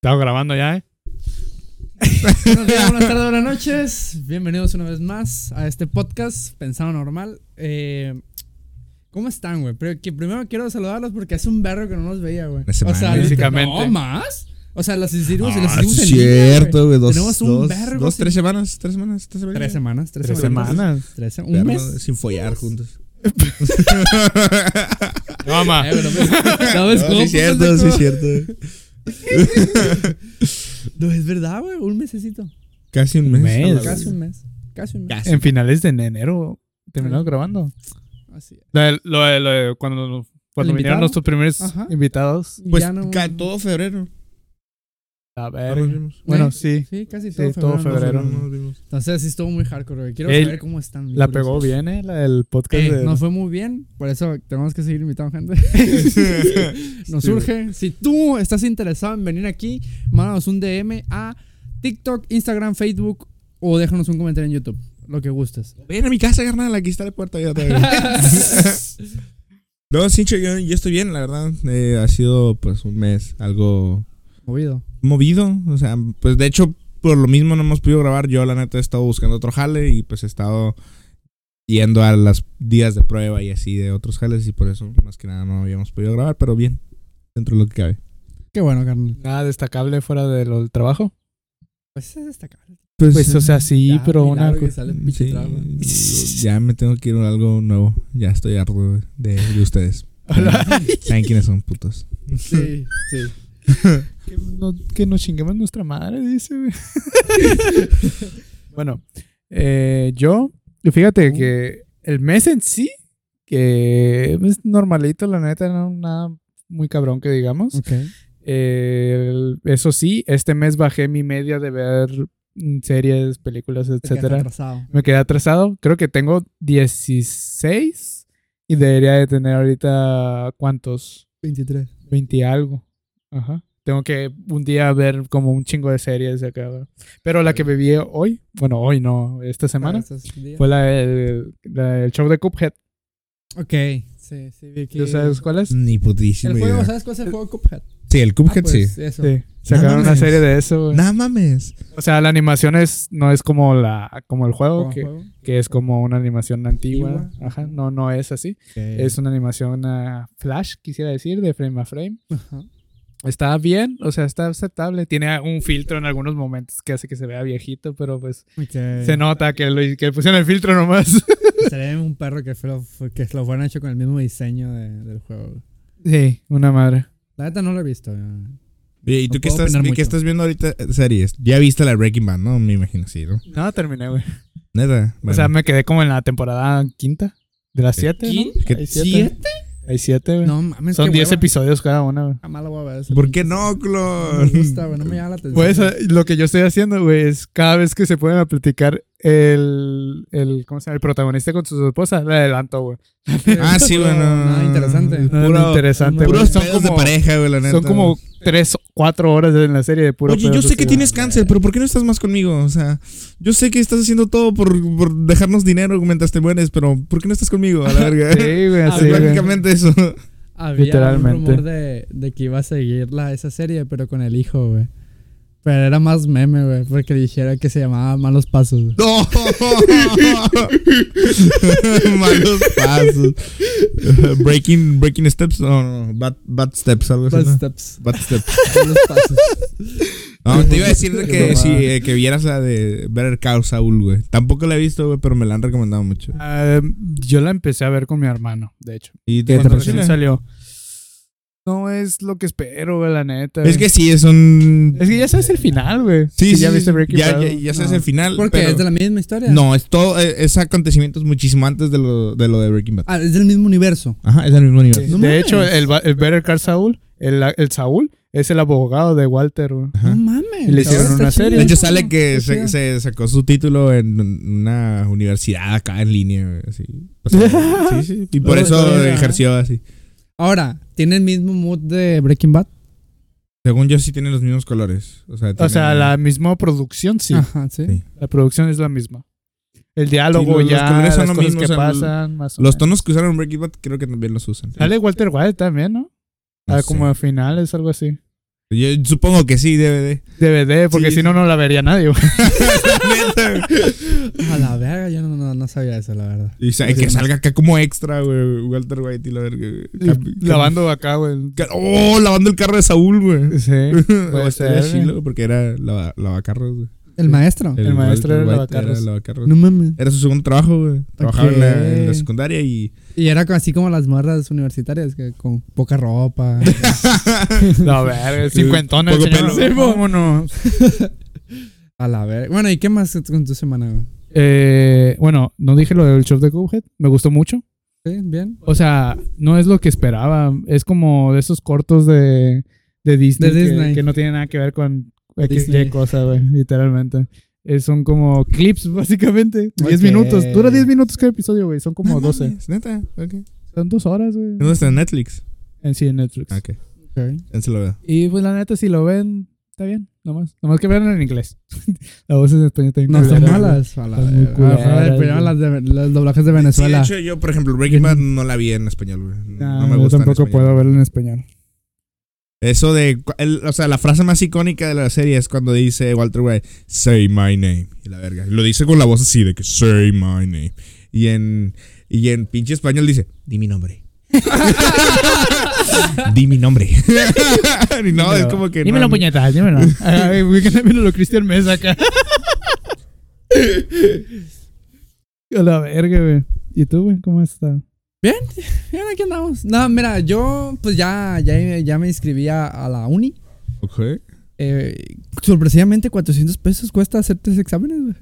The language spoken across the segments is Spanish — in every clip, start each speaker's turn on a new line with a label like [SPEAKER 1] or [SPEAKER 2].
[SPEAKER 1] Estamos grabando ya, ¿eh?
[SPEAKER 2] Buenos días, buenas tardes, buenas noches. Bienvenidos una vez más a este podcast Pensado Normal. Eh, ¿Cómo están, güey? Pero que primero quiero saludarlos porque hace un verro que no nos veía, güey.
[SPEAKER 3] Una semana.
[SPEAKER 1] Físicamente.
[SPEAKER 2] No más. O sea, los hicimos y los
[SPEAKER 3] Ah,
[SPEAKER 2] hicimos
[SPEAKER 3] sí
[SPEAKER 2] en
[SPEAKER 3] es
[SPEAKER 2] línea,
[SPEAKER 3] cierto, güey. Dos,
[SPEAKER 2] Tenemos un
[SPEAKER 3] dos,
[SPEAKER 2] vergo
[SPEAKER 3] dos,
[SPEAKER 2] sin-
[SPEAKER 3] tres semanas, tres semanas, tres semanas.
[SPEAKER 2] Tres semanas, tres,
[SPEAKER 1] Tres
[SPEAKER 2] semanas.
[SPEAKER 1] semanas.
[SPEAKER 2] Tres se- un
[SPEAKER 3] Vergo
[SPEAKER 2] mes.
[SPEAKER 3] Sin follar juntos.
[SPEAKER 1] No, mamá.
[SPEAKER 2] Eh, güey, no me- no me
[SPEAKER 3] No, sí
[SPEAKER 2] escupo,
[SPEAKER 3] es cierto,
[SPEAKER 2] pendejo.
[SPEAKER 3] sí es cierto.
[SPEAKER 2] No, es verdad, güey. Un mesecito.
[SPEAKER 3] Casi un mes.
[SPEAKER 1] Un mes.
[SPEAKER 3] a la
[SPEAKER 2] Casi
[SPEAKER 3] verga.
[SPEAKER 2] un mes. Casi un mes.
[SPEAKER 3] Pues, Casi.
[SPEAKER 1] En finales de enero terminamos grabando.
[SPEAKER 2] Así es.
[SPEAKER 1] Lo de, lo de- lo de cuando, nos- cuando
[SPEAKER 2] ¿El
[SPEAKER 1] vinieron
[SPEAKER 2] invitado?
[SPEAKER 1] nuestros primeros
[SPEAKER 2] Ajá.
[SPEAKER 1] invitados.
[SPEAKER 3] Pues
[SPEAKER 2] Ya no-
[SPEAKER 3] ca- todo febrero.
[SPEAKER 1] A
[SPEAKER 3] no
[SPEAKER 1] ver.
[SPEAKER 3] nos vimos.
[SPEAKER 1] Bueno,
[SPEAKER 2] Eh,
[SPEAKER 1] sí.
[SPEAKER 2] Sí, casi
[SPEAKER 1] Sí,
[SPEAKER 2] todo
[SPEAKER 1] todo
[SPEAKER 2] febrero.
[SPEAKER 1] febrero.
[SPEAKER 3] No nos vimos.
[SPEAKER 2] Entonces, sí estuvo muy hardcore, güey. Quiero
[SPEAKER 1] Él
[SPEAKER 2] saber cómo están. bien
[SPEAKER 1] La
[SPEAKER 2] curioso.
[SPEAKER 1] pegó bien, ¿eh? La del podcast.
[SPEAKER 2] Eh,
[SPEAKER 1] de...
[SPEAKER 2] nos fue muy bien, por eso tenemos que seguir invitando gente. nos
[SPEAKER 3] Sí,
[SPEAKER 2] surge. Si tú estás interesado en venir aquí, mándanos un DM a TikTok, Instagram, Facebook o déjanos un comentario en YouTube, lo que gustes.
[SPEAKER 3] Ven a mi casa, carnal. Aquí está la puerta. Ya te digo. no, Sincho, yo, yo estoy bien, la verdad. Eh, ha sido pues un mes algo
[SPEAKER 2] Movido.
[SPEAKER 3] movido. O sea, pues de hecho, por lo mismo no hemos podido grabar. Yo, la neta, he estado buscando otro jale y pues he estado yendo a los días de prueba y así de otros jales y por eso más que nada no habíamos podido grabar, pero bien, dentro de lo que cabe.
[SPEAKER 2] Qué bueno, carnal.
[SPEAKER 1] Nada destacable fuera de lo del trabajo.
[SPEAKER 2] Pues es destacable.
[SPEAKER 1] Pues, o sea, sí,
[SPEAKER 2] Ya,
[SPEAKER 1] pero una.
[SPEAKER 2] milagro que
[SPEAKER 1] cosa-
[SPEAKER 2] sale pinche
[SPEAKER 3] sí,
[SPEAKER 2] trago.
[SPEAKER 3] yo- ya me tengo que ir a algo nuevo. Ya estoy harto de, de ustedes.
[SPEAKER 1] Hola.
[SPEAKER 3] Saben quiénes son putos.
[SPEAKER 2] Sí, sí.
[SPEAKER 1] Que, no- que nos chinguemos nuestra madre, dice. güey. bueno, eh, yo, fíjate que el mes en sí, que es normalito, la neta, no nada muy cabrón que digamos.
[SPEAKER 2] Ok.
[SPEAKER 1] Eh, el- eso sí, este mes bajé mi media de ver mm, series, películas, etcétera.
[SPEAKER 2] Atrasado.
[SPEAKER 1] Me quedé atrasado. Creo que tengo 16 y debería de tener ahorita, ¿cuántos?
[SPEAKER 2] 23.
[SPEAKER 1] 20 y algo. Ajá. Tengo que un día ver como un chingo de series de acá. Pero la que viví hoy, bueno, hoy no, esta semana, Pues-
[SPEAKER 2] Para estos días.
[SPEAKER 1] fue la del la del show de Cuphead.
[SPEAKER 2] Ok. Sí, sí, vi que-
[SPEAKER 1] ¿Tú sabes cuál es?
[SPEAKER 3] Ni putísima
[SPEAKER 2] El juego,
[SPEAKER 3] idea.
[SPEAKER 2] ¿sabes cuál es el juego Cuphead?
[SPEAKER 3] Sí, el
[SPEAKER 2] Ah,
[SPEAKER 3] Cuphead
[SPEAKER 2] pues,
[SPEAKER 3] sí.
[SPEAKER 2] Eso.
[SPEAKER 1] Sí. Sacaron
[SPEAKER 3] No
[SPEAKER 1] una
[SPEAKER 3] mames.
[SPEAKER 1] serie de eso. güey.
[SPEAKER 3] No mames.
[SPEAKER 1] O sea, la animación es no es como la como el juego,
[SPEAKER 2] Como
[SPEAKER 1] que,
[SPEAKER 2] juego.
[SPEAKER 1] que es como una animación antigua.
[SPEAKER 2] Antigua.
[SPEAKER 1] Ajá, no no es así.
[SPEAKER 2] Eh,
[SPEAKER 1] Es una animación ah, flash, quisiera decir, de frame a frame.
[SPEAKER 2] Ajá.
[SPEAKER 1] Está bien, o sea, está aceptable. Tiene un filtro en algunos momentos que hace que se vea viejito, pero pues Se nota que, lo, que pusieron el filtro nomás.
[SPEAKER 2] Se ve un perro que, fue lo, fue- que lo fueron hecho con el mismo diseño de- del juego.
[SPEAKER 1] Sí, una madre.
[SPEAKER 2] La neta no lo he visto. güey.
[SPEAKER 3] Oye, ¿Y tú
[SPEAKER 2] No
[SPEAKER 3] qué
[SPEAKER 2] puedo
[SPEAKER 3] estás,
[SPEAKER 2] opinar
[SPEAKER 3] qué
[SPEAKER 2] mucho.
[SPEAKER 3] estás viendo ahorita eh, series? Ya viste la de Breaking Bad, ¿no? Me imagino, sí, ¿no?
[SPEAKER 1] No, terminé, güey.
[SPEAKER 3] Neta.
[SPEAKER 1] O
[SPEAKER 3] bueno.
[SPEAKER 1] sea, me quedé como en la temporada quinta de las siete. ¿no?
[SPEAKER 2] ¿Quinta?
[SPEAKER 3] ¿Qué-
[SPEAKER 1] Hay siete. Hay siete, güey.
[SPEAKER 2] No mames,
[SPEAKER 1] Son
[SPEAKER 2] qué
[SPEAKER 1] diez
[SPEAKER 2] hueva.
[SPEAKER 1] episodios cada una, güey.
[SPEAKER 2] Jamás lo voy a ver. ese
[SPEAKER 3] ¿Por
[SPEAKER 2] pinche
[SPEAKER 3] qué no,
[SPEAKER 2] serie.
[SPEAKER 3] Clon?
[SPEAKER 2] No me gusta, güey. No me llama la atención.
[SPEAKER 1] Pues eh, lo que yo estoy haciendo, güey, es cada vez que se pueden a platicar el, el, ¿cómo se llama? El protagonista con su esposa, le adelanto, güey.
[SPEAKER 3] Ah, sí, bueno.
[SPEAKER 2] Nada interesante.
[SPEAKER 1] Nada
[SPEAKER 3] Puro-
[SPEAKER 1] interesante,
[SPEAKER 2] puro
[SPEAKER 1] güey. Son
[SPEAKER 3] Puros pedos de
[SPEAKER 1] como,
[SPEAKER 3] pareja, güey, la neta.
[SPEAKER 1] son como tres, cuatro horas en la serie de puro
[SPEAKER 3] Oye, yo
[SPEAKER 1] pedo
[SPEAKER 3] sé que
[SPEAKER 1] social.
[SPEAKER 3] tienes cáncer, pero ¿por qué no estás más conmigo? O sea, yo sé que estás haciendo todo por, por dejarnos dinero mientras te mueres, pero ¿por qué no estás conmigo? A la verga.
[SPEAKER 1] Sí, güey,
[SPEAKER 2] Ah,
[SPEAKER 1] así, güey.
[SPEAKER 3] Prácticamente eso.
[SPEAKER 2] Había
[SPEAKER 1] Literalmente.
[SPEAKER 2] un rumor de, de que iba a seguirla esa serie, pero con el hijo, güey. Pero era más meme, güey, porque dijera que se llamaba Malos Pasos. güey.
[SPEAKER 3] No. Malos pasos. Breaking, breaking steps. No, no, no. Bad, bad steps, algo así.
[SPEAKER 2] Bad
[SPEAKER 3] ¿no?
[SPEAKER 2] Steps.
[SPEAKER 3] Bad steps.
[SPEAKER 2] Malos Pasos.
[SPEAKER 3] No, te iba a decir de
[SPEAKER 2] Qué
[SPEAKER 3] que
[SPEAKER 2] mamada.
[SPEAKER 3] si eh, que vieras la de Better Call Saul, güey. Tampoco la he visto, güey, pero me la han recomendado mucho.
[SPEAKER 1] Ah, yo la empecé a ver con mi hermano, de hecho.
[SPEAKER 3] ¿Y
[SPEAKER 1] Que
[SPEAKER 3] te
[SPEAKER 1] hasta
[SPEAKER 3] cuánto
[SPEAKER 1] recién
[SPEAKER 3] tiene?
[SPEAKER 1] salió. No es lo que espero, güey, la neta.
[SPEAKER 3] Es que
[SPEAKER 1] güey.
[SPEAKER 3] sí, es un
[SPEAKER 1] es que ya sabes el final, güey.
[SPEAKER 3] Sí,
[SPEAKER 1] Si
[SPEAKER 3] sí,
[SPEAKER 1] ya
[SPEAKER 3] sí,
[SPEAKER 1] viste
[SPEAKER 3] sí.
[SPEAKER 1] Breaking
[SPEAKER 3] ya,
[SPEAKER 1] Bad.
[SPEAKER 3] ya, ya sabes
[SPEAKER 1] no.
[SPEAKER 3] el final,
[SPEAKER 2] Porque
[SPEAKER 3] pero-
[SPEAKER 2] es de la misma historia.
[SPEAKER 3] No, es todo eh, es acontecimientos muchísimo antes de lo de lo de Breaking Bad.
[SPEAKER 2] Ah, es del mismo universo.
[SPEAKER 3] Ajá, es del mismo nivel.
[SPEAKER 1] Sí.
[SPEAKER 2] No
[SPEAKER 1] de
[SPEAKER 2] mames.
[SPEAKER 1] hecho, el, va- el Better Call Saul, el, el Saúl, es el abogado de Walter, güey.
[SPEAKER 3] Ajá.
[SPEAKER 2] No mames.
[SPEAKER 1] Y le hicieron
[SPEAKER 2] Ahora
[SPEAKER 1] una
[SPEAKER 2] está chido.
[SPEAKER 1] serie.
[SPEAKER 3] De hecho, sale que
[SPEAKER 2] Qué
[SPEAKER 3] se,
[SPEAKER 2] chido.
[SPEAKER 3] se sacó su título en una universidad acá en línea, güey, así. O sea, sí, sí. Y por
[SPEAKER 2] Oh,
[SPEAKER 3] eso
[SPEAKER 2] verga.
[SPEAKER 3] ejerció así.
[SPEAKER 2] Ahora, ¿tiene el mismo mood de Breaking Bad?
[SPEAKER 3] Según yo, sí tiene los mismos colores. O sea,
[SPEAKER 1] O
[SPEAKER 3] tiene-
[SPEAKER 1] sea, la misma producción, sí.
[SPEAKER 2] Ajá, sí.
[SPEAKER 3] Sí.
[SPEAKER 1] La producción es la misma. El diálogo
[SPEAKER 3] Sí, los- los
[SPEAKER 1] ya,
[SPEAKER 3] colores
[SPEAKER 1] las
[SPEAKER 3] son
[SPEAKER 1] cosas
[SPEAKER 3] lo mismo,
[SPEAKER 1] que
[SPEAKER 3] o sea,
[SPEAKER 1] pasan, más o
[SPEAKER 3] Los
[SPEAKER 1] menos.
[SPEAKER 3] tonos que usaron en Breaking Bad creo que también los usan.
[SPEAKER 1] Sale Walter White también, ¿no?
[SPEAKER 3] No
[SPEAKER 1] Ah,
[SPEAKER 3] sé.
[SPEAKER 1] como a finales, algo así.
[SPEAKER 3] Yo supongo que sí, DVD.
[SPEAKER 1] DVD, porque
[SPEAKER 3] Sí,
[SPEAKER 1] si no, no la vería nadie, güey.
[SPEAKER 3] Neta.
[SPEAKER 2] A la verga, yo no, no, no sabía eso, la verdad.
[SPEAKER 3] Y sa-
[SPEAKER 2] Así
[SPEAKER 3] que
[SPEAKER 2] es.
[SPEAKER 3] salga acá como extra, güey. Walter White y la verga. güey. Cap-
[SPEAKER 1] Lavando acá, güey.
[SPEAKER 3] cap- Oh, lavando el carro de Saúl, güey.
[SPEAKER 1] Sí.
[SPEAKER 3] O
[SPEAKER 1] puede
[SPEAKER 3] estaría
[SPEAKER 1] ser, güey.
[SPEAKER 3] chilo, porque era lava- lavacarros, güey.
[SPEAKER 2] El maestro.
[SPEAKER 1] El maestro
[SPEAKER 3] Walter
[SPEAKER 1] era
[SPEAKER 3] White
[SPEAKER 1] lavacarros.
[SPEAKER 3] Era, lavacarros.
[SPEAKER 2] No mames.
[SPEAKER 3] Era su segundo trabajo, güey. Trabajaba en, la, en la
[SPEAKER 1] Ok.
[SPEAKER 3] secundaria y.
[SPEAKER 2] Y era así como las morras universitarias, que con poca ropa.
[SPEAKER 1] La verga, cincuentona el
[SPEAKER 3] Poco
[SPEAKER 1] señor.
[SPEAKER 3] pelo.
[SPEAKER 1] Sí, vámonos.
[SPEAKER 2] a la verga. Bueno, ¿y qué más con tu semana, güey?
[SPEAKER 1] Eh, bueno, no dije lo del show de Cuphead. Me gustó mucho.
[SPEAKER 2] ¿Sí? ¿Bien?
[SPEAKER 1] O sea, no es lo que esperaba. Es como de esos cortos de, de Disney,
[SPEAKER 2] De
[SPEAKER 1] que-
[SPEAKER 2] Disney.
[SPEAKER 1] Que, no tiene nada que ver con X
[SPEAKER 2] Disney.
[SPEAKER 1] cosa, güey, literalmente. Eh, son como clips, básicamente. 10
[SPEAKER 2] Ok.
[SPEAKER 1] minutos. Dura 10 minutos cada episodio, güey. Son como
[SPEAKER 3] No
[SPEAKER 1] 12.
[SPEAKER 3] mames, Neta, ok.
[SPEAKER 1] Son dos horas, güey.
[SPEAKER 3] ¿Dónde está Netflix?
[SPEAKER 1] En sí, en Netflix.
[SPEAKER 3] Ok. Él se lo veo.
[SPEAKER 1] Y pues la neta, si lo ven, está bien. Nomás. Nomás que vean en inglés. la voz en español también.
[SPEAKER 2] No están
[SPEAKER 1] culera,
[SPEAKER 2] malas. A la
[SPEAKER 1] Están muy
[SPEAKER 2] verga. A ver,
[SPEAKER 1] culeras,
[SPEAKER 2] primero
[SPEAKER 1] güey.
[SPEAKER 2] las, de, los doblajes de Venezuela.
[SPEAKER 3] Sí, de hecho, yo, por ejemplo, Breaking Bad no la vi en español, güey.
[SPEAKER 1] güey.
[SPEAKER 3] No,
[SPEAKER 1] No,
[SPEAKER 3] me
[SPEAKER 1] Ah, yo
[SPEAKER 3] gusta. en
[SPEAKER 1] tampoco
[SPEAKER 3] español.
[SPEAKER 1] puedo verlo en español.
[SPEAKER 3] Eso de. cu- el- o sea, la frase más icónica de la serie es cuando dice Walter White, Say my name. Y la verga. Lo dice con la voz así de que, Say my name. Y en. Y en pinche español dice, Di mi nombre. Di mi nombre. y no, es como que.
[SPEAKER 1] Dímelo,
[SPEAKER 3] no,
[SPEAKER 1] puñetas, dímelo. Ay, güey, que también lo Cristian Mesa acá. A la verga, güey. ¿Y tú, güey? ¿Cómo has estado?
[SPEAKER 2] Bien, aquí andamos. No, mira, yo pues ya, ya, ya me inscribí a, a la uni.
[SPEAKER 3] Ok.
[SPEAKER 2] Eh, sorpresivamente 400 pesos cuesta hacer tres exámenes, güey.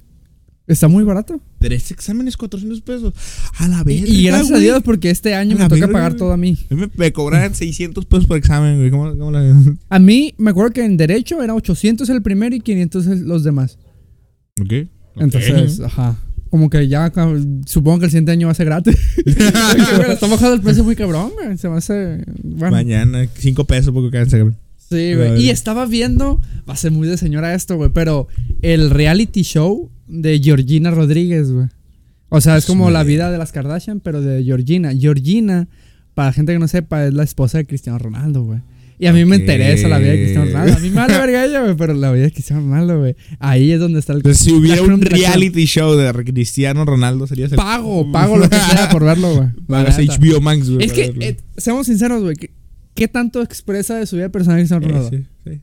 [SPEAKER 2] Está muy barato.
[SPEAKER 3] Tres exámenes, 400 pesos. A la verga.
[SPEAKER 2] Y, y gracias a
[SPEAKER 3] güey.
[SPEAKER 2] Dios porque este año
[SPEAKER 3] A
[SPEAKER 2] me
[SPEAKER 3] la
[SPEAKER 2] toca
[SPEAKER 3] verga,
[SPEAKER 2] pagar
[SPEAKER 3] güey.
[SPEAKER 2] todo a mí.
[SPEAKER 3] A mí Me, me cobraban 600 pesos por examen, güey. ¿Cómo, cómo la Ok.
[SPEAKER 2] A mí me acuerdo que en derecho era 800 el primero y 500 el- los demás.
[SPEAKER 3] Ok.
[SPEAKER 2] Entonces, ajá. Como que ya ca- supongo que el siguiente año va a ser gratis. Pero está bajado el precio muy cabrón, güey. Se me hace bueno.
[SPEAKER 3] Mañana, 5 pesos porque cada examen.
[SPEAKER 2] Sí,
[SPEAKER 3] A
[SPEAKER 2] güey.
[SPEAKER 3] ver.
[SPEAKER 2] Y estaba viendo, va a ser muy de señora esto, güey, pero el reality show de Georgina Rodríguez, güey. O sea, es como la
[SPEAKER 3] Pues Sí.
[SPEAKER 2] vida de las Kardashian, pero de Georgina. Georgina, para gente que no sepa, es la esposa de Cristiano Ronaldo, güey. Y a mí me
[SPEAKER 3] Ok.
[SPEAKER 2] interesa la vida de Cristiano Ronaldo. A mí me vale verga ella, güey, pero la vida de Cristiano Ronaldo, güey. Ahí es donde está el
[SPEAKER 3] Entonces, Pues si hubiera
[SPEAKER 2] la
[SPEAKER 3] un
[SPEAKER 2] comunicación.
[SPEAKER 3] reality show de Cristiano Ronaldo, sería ese.
[SPEAKER 2] Pago, pago lo que sea por verlo, güey. La
[SPEAKER 3] Pagas
[SPEAKER 2] neta.
[SPEAKER 3] HBO Max, güey.
[SPEAKER 2] Es
[SPEAKER 3] para
[SPEAKER 2] que,
[SPEAKER 3] verlo.
[SPEAKER 2] eh, seamos sinceros, güey. ¿qué, qué tanto expresa de su vida personal Cristiano Ronaldo?
[SPEAKER 3] Eh, Sí, sí.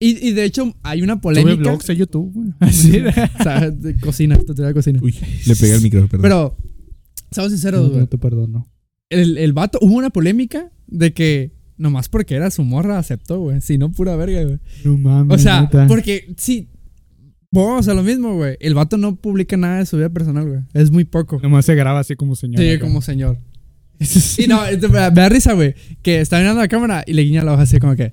[SPEAKER 2] Y, y de hecho, hay una
[SPEAKER 1] Tuve
[SPEAKER 2] polémica.
[SPEAKER 1] blogs a YouTube, güey. Así de...
[SPEAKER 2] O sea, de cocina, tutorial de cocina.
[SPEAKER 3] Uy, le pegué el micrófono, perdón.
[SPEAKER 2] Pero, seamos sinceros,
[SPEAKER 1] No,
[SPEAKER 2] güey.
[SPEAKER 1] no te perdono.
[SPEAKER 2] El, el vato, hubo una polémica de que nomás porque era su morra aceptó, güey. Si no, pura verga, güey.
[SPEAKER 1] No mames,
[SPEAKER 2] O sea,
[SPEAKER 1] neta.
[SPEAKER 2] porque sí. Vamos a lo mismo, güey. El vato no publica nada de su vida personal, güey. Es muy poco.
[SPEAKER 1] Nomás se graba así como señor.
[SPEAKER 2] Sí,
[SPEAKER 1] acá.
[SPEAKER 2] como señor. Y no, eh, es- me da- me da risa, güey. Que está mirando la cámara y le guiña la hoja así como que.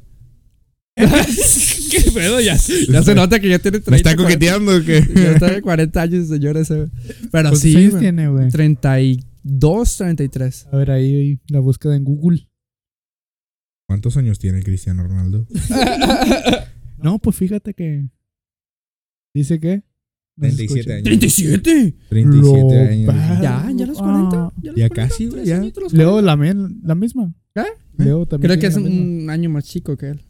[SPEAKER 2] ¿Qué pedo? Ya, ya se nota que ya tiene 30
[SPEAKER 3] ¿Me está coqueteando o qué?
[SPEAKER 2] Ya está de 40 años, señor ese. güey. Pero
[SPEAKER 1] ¿Cuántos
[SPEAKER 2] sí,
[SPEAKER 1] años
[SPEAKER 2] güey.
[SPEAKER 1] Pues tiene, güey?
[SPEAKER 2] 32, 33.
[SPEAKER 1] A ver, ahí, ahí, la búsqueda en Google.
[SPEAKER 3] ¿Cuántos años tiene Cristiano Ronaldo?
[SPEAKER 1] No, pues fíjate que... ¿Dice qué? No se
[SPEAKER 3] 37
[SPEAKER 1] escucha.
[SPEAKER 3] años.
[SPEAKER 2] ¿37?
[SPEAKER 3] 37
[SPEAKER 1] Lo
[SPEAKER 3] años.
[SPEAKER 1] pa-
[SPEAKER 2] ¿Ya? ¿Ya los 40? ¿Ya, los
[SPEAKER 3] Ya
[SPEAKER 2] 40?
[SPEAKER 3] casi, güey,
[SPEAKER 2] ¿Tres
[SPEAKER 3] ya.
[SPEAKER 2] añitos los
[SPEAKER 1] Leo
[SPEAKER 2] 40?
[SPEAKER 1] también, la misma.
[SPEAKER 2] ¿Eh?
[SPEAKER 1] Leo también
[SPEAKER 2] Creo que
[SPEAKER 1] tiene
[SPEAKER 2] es
[SPEAKER 1] la misma.
[SPEAKER 2] un año más chico que él.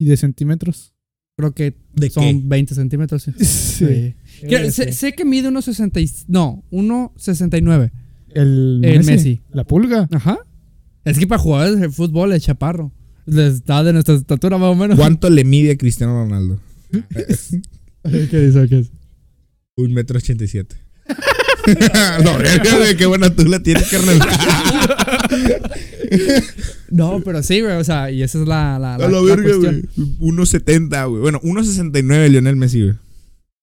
[SPEAKER 1] Y de centímetros.
[SPEAKER 2] Creo que
[SPEAKER 3] ¿De
[SPEAKER 2] son
[SPEAKER 3] qué?
[SPEAKER 2] 20 centímetros. Sí. Sí. Creo- sé, sé que mide unos 60 y- No, 1.69.
[SPEAKER 1] El,
[SPEAKER 2] El
[SPEAKER 1] Messi.
[SPEAKER 2] Messi.
[SPEAKER 1] La pulga.
[SPEAKER 2] Ajá. Es que para jugadores de fútbol es chaparro. Les da de nuestra estatura más o menos.
[SPEAKER 3] ¿Cuánto le mide a Cristiano Ronaldo?
[SPEAKER 2] ¿Qué dice? ¿Qué es?
[SPEAKER 3] Un metro ochenta y siete. Lo verga, güey. Qué buena tú la tienes, carnal.
[SPEAKER 2] No, pero sí, güey. O sea, y esa es la, la, la,
[SPEAKER 3] A la
[SPEAKER 2] la
[SPEAKER 3] verga,
[SPEAKER 2] cuestión.
[SPEAKER 3] güey. 1.70, güey. Bueno, 1.69 Lionel Messi, güey.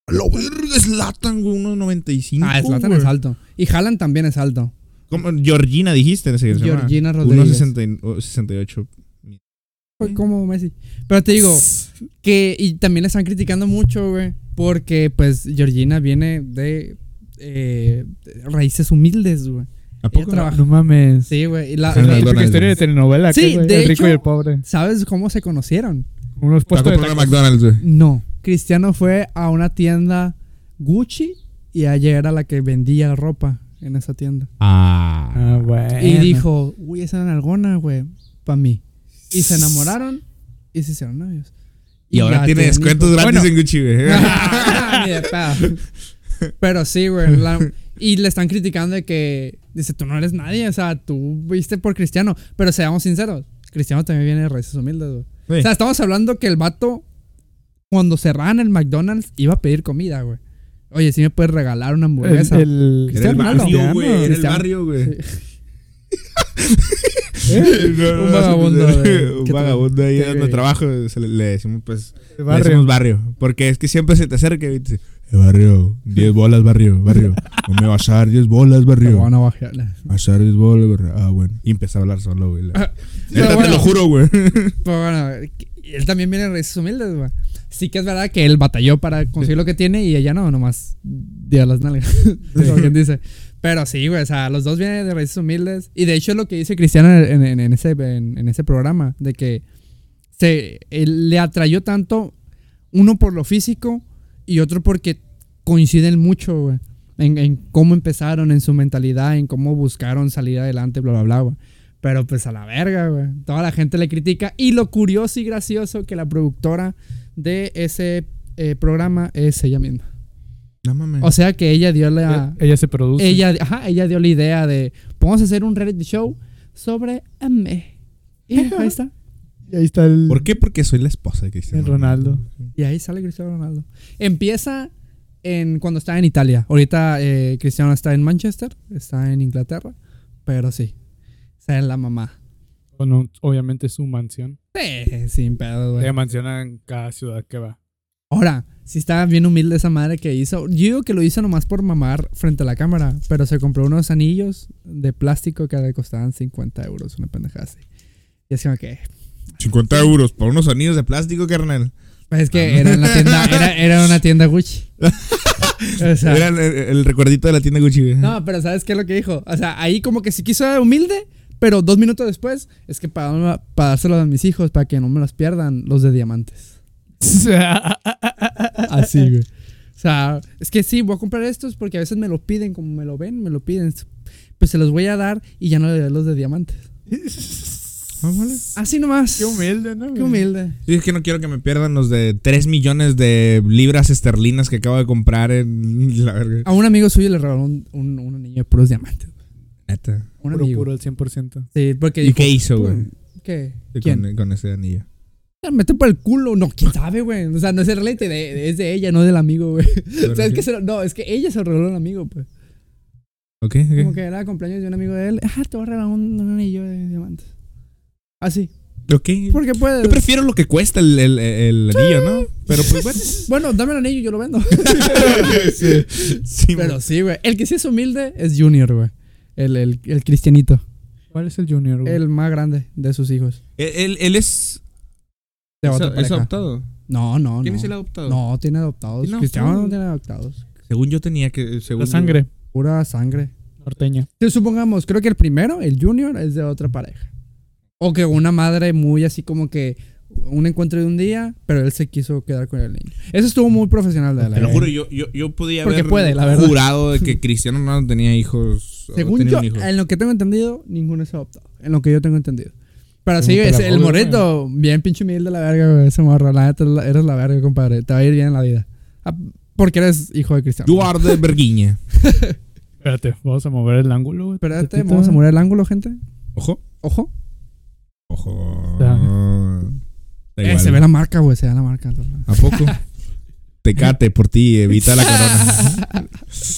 [SPEAKER 3] A la verga, Zlatan, güey. 1.95.
[SPEAKER 2] Ah, Zlatan
[SPEAKER 3] güey.
[SPEAKER 2] es alto. Y Haaland también es alto.
[SPEAKER 3] ¿Cómo? Georgina dijiste en ese que se llama.
[SPEAKER 2] Georgina Rodríguez.
[SPEAKER 3] oh, 1.68.
[SPEAKER 2] Fue como Messi. Pero te digo que... Y también le están criticando mucho, güey. Porque, pues, Georgina viene de eh, raíces humildes, güey.
[SPEAKER 3] ¿A
[SPEAKER 2] Ella
[SPEAKER 3] poco?
[SPEAKER 2] trabaja.
[SPEAKER 1] No mames.
[SPEAKER 2] Sí, güey. Y la-
[SPEAKER 3] Ajá,
[SPEAKER 2] la-
[SPEAKER 3] no,
[SPEAKER 1] Típica
[SPEAKER 3] Donald.
[SPEAKER 1] historia de telenovela.
[SPEAKER 2] Sí,
[SPEAKER 1] que, güey,
[SPEAKER 2] de
[SPEAKER 1] El rico y el
[SPEAKER 2] hecho-
[SPEAKER 1] pobre.
[SPEAKER 2] ¿Sabes cómo se conocieron?
[SPEAKER 1] Unos
[SPEAKER 3] Para
[SPEAKER 1] puestos de
[SPEAKER 3] comprar a
[SPEAKER 1] tacos.
[SPEAKER 3] McDonald's, güey.
[SPEAKER 2] No. Cristiano fue a una tienda Gucci y ella era la que vendía la ropa en esa tienda.
[SPEAKER 3] Ah.
[SPEAKER 1] Ah, bueno.
[SPEAKER 2] Y dijo, uy, esa nalgona, güey, para mí. Y se enamoraron y se hicieron novios.
[SPEAKER 3] Y ahora
[SPEAKER 2] ya
[SPEAKER 3] tiene
[SPEAKER 2] tienen
[SPEAKER 3] descuentos
[SPEAKER 2] hijos.
[SPEAKER 3] gratis
[SPEAKER 2] Bueno,
[SPEAKER 3] en Gucci, güey.
[SPEAKER 2] Ni de pedo. Pero sí, güey. la- y le están criticando de que, dice, tú no eres nadie, o sea, tú viste por Cristiano. Pero seamos sinceros, Cristiano también viene de raíces humildes, güey.
[SPEAKER 3] Sí.
[SPEAKER 2] O sea, estamos hablando que el vato, cuando cerraban el McDonald's, iba a pedir comida, güey. Oye, si me puedes regalar una
[SPEAKER 1] El,
[SPEAKER 2] hamburguesa.
[SPEAKER 1] el-
[SPEAKER 3] Era el
[SPEAKER 2] Cristiano
[SPEAKER 3] barrio,
[SPEAKER 1] Ronaldo.
[SPEAKER 3] güey. Era el
[SPEAKER 2] Cristiano.
[SPEAKER 3] barrio, güey. No, no,
[SPEAKER 2] Eh, Un
[SPEAKER 3] no,
[SPEAKER 2] vagabundo,
[SPEAKER 3] no,
[SPEAKER 2] güey.
[SPEAKER 3] Un
[SPEAKER 2] ¿Qué tal?
[SPEAKER 3] vagabundo ahí
[SPEAKER 2] Sí,
[SPEAKER 3] donde
[SPEAKER 2] güey.
[SPEAKER 3] trabajo. se le, le decimos, pues.
[SPEAKER 1] El
[SPEAKER 3] Le decimos
[SPEAKER 1] barrio.
[SPEAKER 3] barrio. Porque es que siempre se te acerca y te dice: "Eh, Barrio, 10 bolas, barrio, barrio. No me vas a dar 10 bolas,
[SPEAKER 2] Te
[SPEAKER 3] barrio.
[SPEAKER 2] van a bajar.
[SPEAKER 3] Vas a dar 10 bolas, barrio. Ah, bueno. Y empieza a hablar solo, güey.
[SPEAKER 2] Ah,
[SPEAKER 3] La-
[SPEAKER 2] pero
[SPEAKER 3] Neta, Te
[SPEAKER 2] bueno.
[SPEAKER 3] lo juro, güey.
[SPEAKER 2] Pero bueno, él también viene de raíces humildes, güey. Sí que es verdad que él batalló para conseguir lo que tiene y ella no, nomás dio las nalgas, como quien dice. Pero sí, güey, o sea, los dos vienen de raíces humildes. Y de hecho es lo que dice Cristiano en, en- en ese, en, en ese programa, de que se, él le atrayó tanto uno por lo físico y otro porque coinciden mucho, güey. En, en cómo empezaron, en su mentalidad, en cómo buscaron salir adelante, bla, bla, bla, güey. Pero pues a la verga, güey. Toda la gente le critica. Y lo curioso y gracioso que la productora de ese eh, programa es ella misma.
[SPEAKER 3] No mames.
[SPEAKER 2] O sea que ella dio la.
[SPEAKER 1] Ella se produce.
[SPEAKER 2] Ella, ajá, ella dio la idea de. Vamos a hacer un reality show sobre M. Y ahí está.
[SPEAKER 1] Y ahí está el.
[SPEAKER 3] ¿Por qué? Porque soy la esposa de Cristiano
[SPEAKER 1] El Ronaldo.
[SPEAKER 2] Y ahí sale Cristiano Ronaldo. Empieza en cuando está en Italia. Ahorita eh, Cristiano está en Manchester, está en Inglaterra. Pero sí, está en la mamá.
[SPEAKER 1] Bueno, obviamente su mansión.
[SPEAKER 2] Sí, sin pedo, güey.
[SPEAKER 1] Ella menciona en cada ciudad que va.
[SPEAKER 2] Ahora, si estaba bien humilde esa madre que hizo. Yo digo que lo hizo nomás por mamar frente a la cámara, pero se compró unos anillos de plástico que le costaban 50 euros, una pendejada así. Y es como que.
[SPEAKER 3] 50 euros por unos anillos de plástico, carnal.
[SPEAKER 2] pues es que era en la tienda, era, era una tienda Gucci. O sea,
[SPEAKER 3] Era el, el recuerdito de la tienda Gucci, güey.
[SPEAKER 2] no, pero ¿sabes qué es lo que dijo? O sea, ahí como que se quiso dar humilde, pero dos minutos después es que para, para dárselo a mis hijos, para que no me los pierdan, los de diamantes. Así, güey. O sea, es que sí, voy a comprar estos porque a veces me lo piden, como me lo ven, me lo piden. Pues se los voy a dar y ya no le doy los de diamantes. Así nomás.
[SPEAKER 1] Qué humilde, ¿no?
[SPEAKER 2] Qué humilde.
[SPEAKER 3] Sí, es que no quiero que me pierdan los de 3 millones de libras esterlinas que acabo de comprar en la verga.
[SPEAKER 2] A un amigo suyo le regaló un, un, un anillo de puros diamantes.
[SPEAKER 3] Neta.
[SPEAKER 2] Un
[SPEAKER 1] Puro,
[SPEAKER 2] amigo.
[SPEAKER 1] puro al 100%.
[SPEAKER 2] Sí, porque
[SPEAKER 3] ¿Y
[SPEAKER 2] dijo,
[SPEAKER 3] qué hizo, güey?
[SPEAKER 2] "Pum, ¿Qué? ¿Quién?
[SPEAKER 3] Con, con ese anillo.
[SPEAKER 2] Me mete por el culo. No, quién sabe, güey. O sea, no es el relete, de- de- es de ella, no del amigo, güey. O sea, es que se lo- no, es que ella se lo regaló al amigo, pues.
[SPEAKER 3] Ok,
[SPEAKER 2] Como
[SPEAKER 3] ok.
[SPEAKER 2] que era cumpleaños de un amigo de él. Ah, te voy a regalar un, un anillo de diamantes. Así.
[SPEAKER 3] Ok.
[SPEAKER 2] Porque puede.
[SPEAKER 3] Yo prefiero lo que cuesta el, el- el anillo, ¿no? Pero pues bueno.
[SPEAKER 2] Bueno, dame el anillo y yo lo vendo.
[SPEAKER 3] sí, sí,
[SPEAKER 2] Pero sí, güey. El que sí es humilde es Junior, güey. El, el, el cristianito.
[SPEAKER 1] ¿Cuál es el Junior, güey?
[SPEAKER 2] El más grande de sus hijos.
[SPEAKER 3] Él, él- él es,
[SPEAKER 2] De
[SPEAKER 3] es-
[SPEAKER 2] otra
[SPEAKER 3] es
[SPEAKER 2] pareja.
[SPEAKER 3] adoptado.
[SPEAKER 2] No, no, no.
[SPEAKER 3] ¿Quién es el adoptado?
[SPEAKER 2] No, tiene adoptados.
[SPEAKER 3] ¿Tiene
[SPEAKER 2] Cristiano
[SPEAKER 3] adoptados?
[SPEAKER 2] no tiene adoptados.
[SPEAKER 3] Según yo tenía que. Según
[SPEAKER 1] La sangre
[SPEAKER 2] Pura sangre.
[SPEAKER 1] norteña.
[SPEAKER 2] Entonces, supongamos, creo que el primero, el Junior, es de otra pareja. O que una madre muy así como que un encuentro de un día, pero él se quiso quedar con el niño. Eso estuvo muy profesional de
[SPEAKER 3] Te
[SPEAKER 2] la eh,
[SPEAKER 3] lo juro, yo, yo, yo podía
[SPEAKER 2] Porque
[SPEAKER 3] haber
[SPEAKER 2] puede, la verdad.
[SPEAKER 3] jurado de que Cristiano Ronaldo tenía hijos. o
[SPEAKER 2] Según
[SPEAKER 3] tenía
[SPEAKER 2] yo,
[SPEAKER 3] un hijo.
[SPEAKER 2] en lo que tengo entendido, ninguno es adoptado. En lo que yo tengo entendido. Pero sí,
[SPEAKER 1] Pregúntale
[SPEAKER 2] es
[SPEAKER 1] a
[SPEAKER 2] el
[SPEAKER 1] Robert,
[SPEAKER 2] morrito, bien pinche Miguel de la verga, güey. Ese morro, la neta, la- eres la verga, compadre. Te va a ir bien en la vida. Ah, Porque eres hijo de Cristiano.
[SPEAKER 3] You are the Berguiña.
[SPEAKER 1] Espérate, vamos a mover el ángulo, güey.
[SPEAKER 2] Espérate,
[SPEAKER 1] tantito.
[SPEAKER 2] vamos a mover el ángulo, gente.
[SPEAKER 3] Ojo.
[SPEAKER 2] Ojo.
[SPEAKER 3] Ojo.
[SPEAKER 1] Ya.
[SPEAKER 3] Da
[SPEAKER 2] Eh,
[SPEAKER 3] igual.
[SPEAKER 2] se ve la marca, güey. Se ve la marca.
[SPEAKER 3] ¿A poco? Tecate por ti, evita la corona.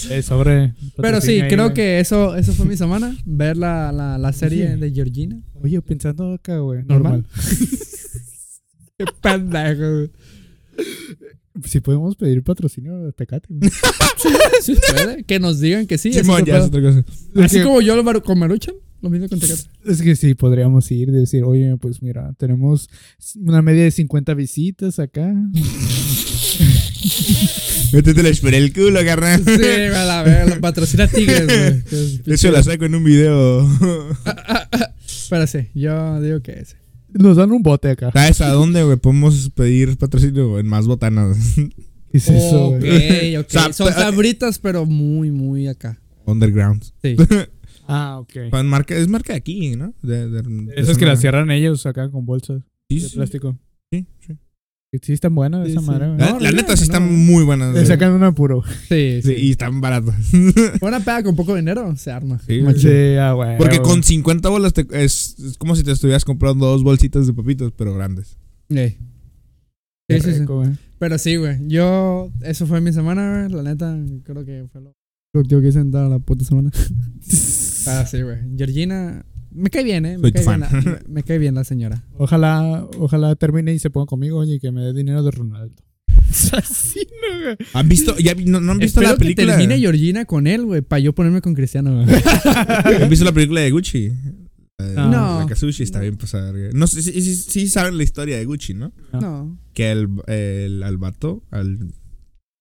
[SPEAKER 1] Eh, sobre.
[SPEAKER 2] Pero sí,
[SPEAKER 1] patrocina ahí,
[SPEAKER 2] creo
[SPEAKER 1] güey.
[SPEAKER 2] que eso, eso fue mi semana. Ver la, la, la serie
[SPEAKER 1] Sí.
[SPEAKER 2] de Georgina.
[SPEAKER 1] Oye, pensando acá, güey.
[SPEAKER 2] Normal.
[SPEAKER 1] Normal.
[SPEAKER 2] Qué pendejo, güey.
[SPEAKER 1] Si podemos pedir patrocinio de Tecate, güey.
[SPEAKER 2] Sí, puede. Que nos digan que sí.
[SPEAKER 3] Simón,
[SPEAKER 2] así se
[SPEAKER 3] ya es
[SPEAKER 2] puede.
[SPEAKER 3] otra cosa.
[SPEAKER 2] Así
[SPEAKER 1] que-
[SPEAKER 2] como yo lo mar- con Maruchan, lo mismo con Tecate.
[SPEAKER 1] Es que sí, podríamos ir y decir, oye, pues mira, tenemos una media de 50 visitas acá.
[SPEAKER 3] Este te lo esperé el culo, carnal.
[SPEAKER 2] Sí, güey, a la verga, lo patrocina Tigres, güey. Que es
[SPEAKER 3] De hecho, la saco en un video.
[SPEAKER 2] Pero sí, yo digo que ese.
[SPEAKER 1] Nos dan un bote acá.
[SPEAKER 3] ¿Sabes a dónde, güey? Podemos pedir patrocinio en más botanas.
[SPEAKER 1] ¿Qué es eso,
[SPEAKER 2] ok,
[SPEAKER 1] güey?
[SPEAKER 2] ok.
[SPEAKER 3] Sab-
[SPEAKER 2] Son sabritas, pero muy, muy acá.
[SPEAKER 3] Underground.
[SPEAKER 2] Sí.
[SPEAKER 1] Ah, ok.
[SPEAKER 3] Pan marca, es marca de aquí, ¿no? De, de- de
[SPEAKER 1] Esas que
[SPEAKER 3] zona-
[SPEAKER 1] las cierran ellos acá con bolsas
[SPEAKER 3] Sí,
[SPEAKER 1] de
[SPEAKER 3] sí.
[SPEAKER 1] plástico.
[SPEAKER 3] Sí, sí.
[SPEAKER 1] Sí, están buenas
[SPEAKER 2] Sí,
[SPEAKER 1] esa
[SPEAKER 2] sí. Ah,
[SPEAKER 1] madre, güey.
[SPEAKER 3] la
[SPEAKER 2] no,
[SPEAKER 3] la neta sí
[SPEAKER 2] no.
[SPEAKER 3] están muy buenas.
[SPEAKER 1] Le
[SPEAKER 3] güey.
[SPEAKER 1] sacan un apuro.
[SPEAKER 2] Sí,
[SPEAKER 3] Sí,
[SPEAKER 2] sí.
[SPEAKER 3] y están baratas.
[SPEAKER 2] Una peda con poco dinero se arma.
[SPEAKER 3] Sí,
[SPEAKER 2] Machín.
[SPEAKER 1] Sí, ah, güey.
[SPEAKER 3] Porque con 50 bolas te- es, es como si te estuvieras comprando dos bolsitas de papitos, pero grandes.
[SPEAKER 2] Ey. Sí,
[SPEAKER 1] Qué
[SPEAKER 2] sí, sí.
[SPEAKER 1] rico, güey.
[SPEAKER 2] Pero sí, güey. Yo, eso fue mi semana, güey. La neta, creo que fue lo, lo que yo quise entrar a la puta semana. ah, sí, güey. Georgina, me cae bien, ¿eh? Me,
[SPEAKER 3] Soy tu
[SPEAKER 2] cae bien,
[SPEAKER 3] fan.
[SPEAKER 2] la, me- me cae bien la señora.
[SPEAKER 1] Ojalá, ojalá termine y se ponga conmigo, oye, y que me dé dinero de Ronaldo. Así, no, güey.
[SPEAKER 3] ¿Han visto? Ya vi- no, no han visto
[SPEAKER 2] Espero
[SPEAKER 3] la película?
[SPEAKER 2] que termine Georgina con él, güey, para yo ponerme con Cristiano, güey.
[SPEAKER 3] ¿Han visto la película de Gucci? Eh,
[SPEAKER 1] No.
[SPEAKER 3] La Kazushi está bien pasada. verga. No sé, sí, sí, sí saben la historia de Gucci, ¿no?
[SPEAKER 2] No.
[SPEAKER 3] Que el, el al vato, al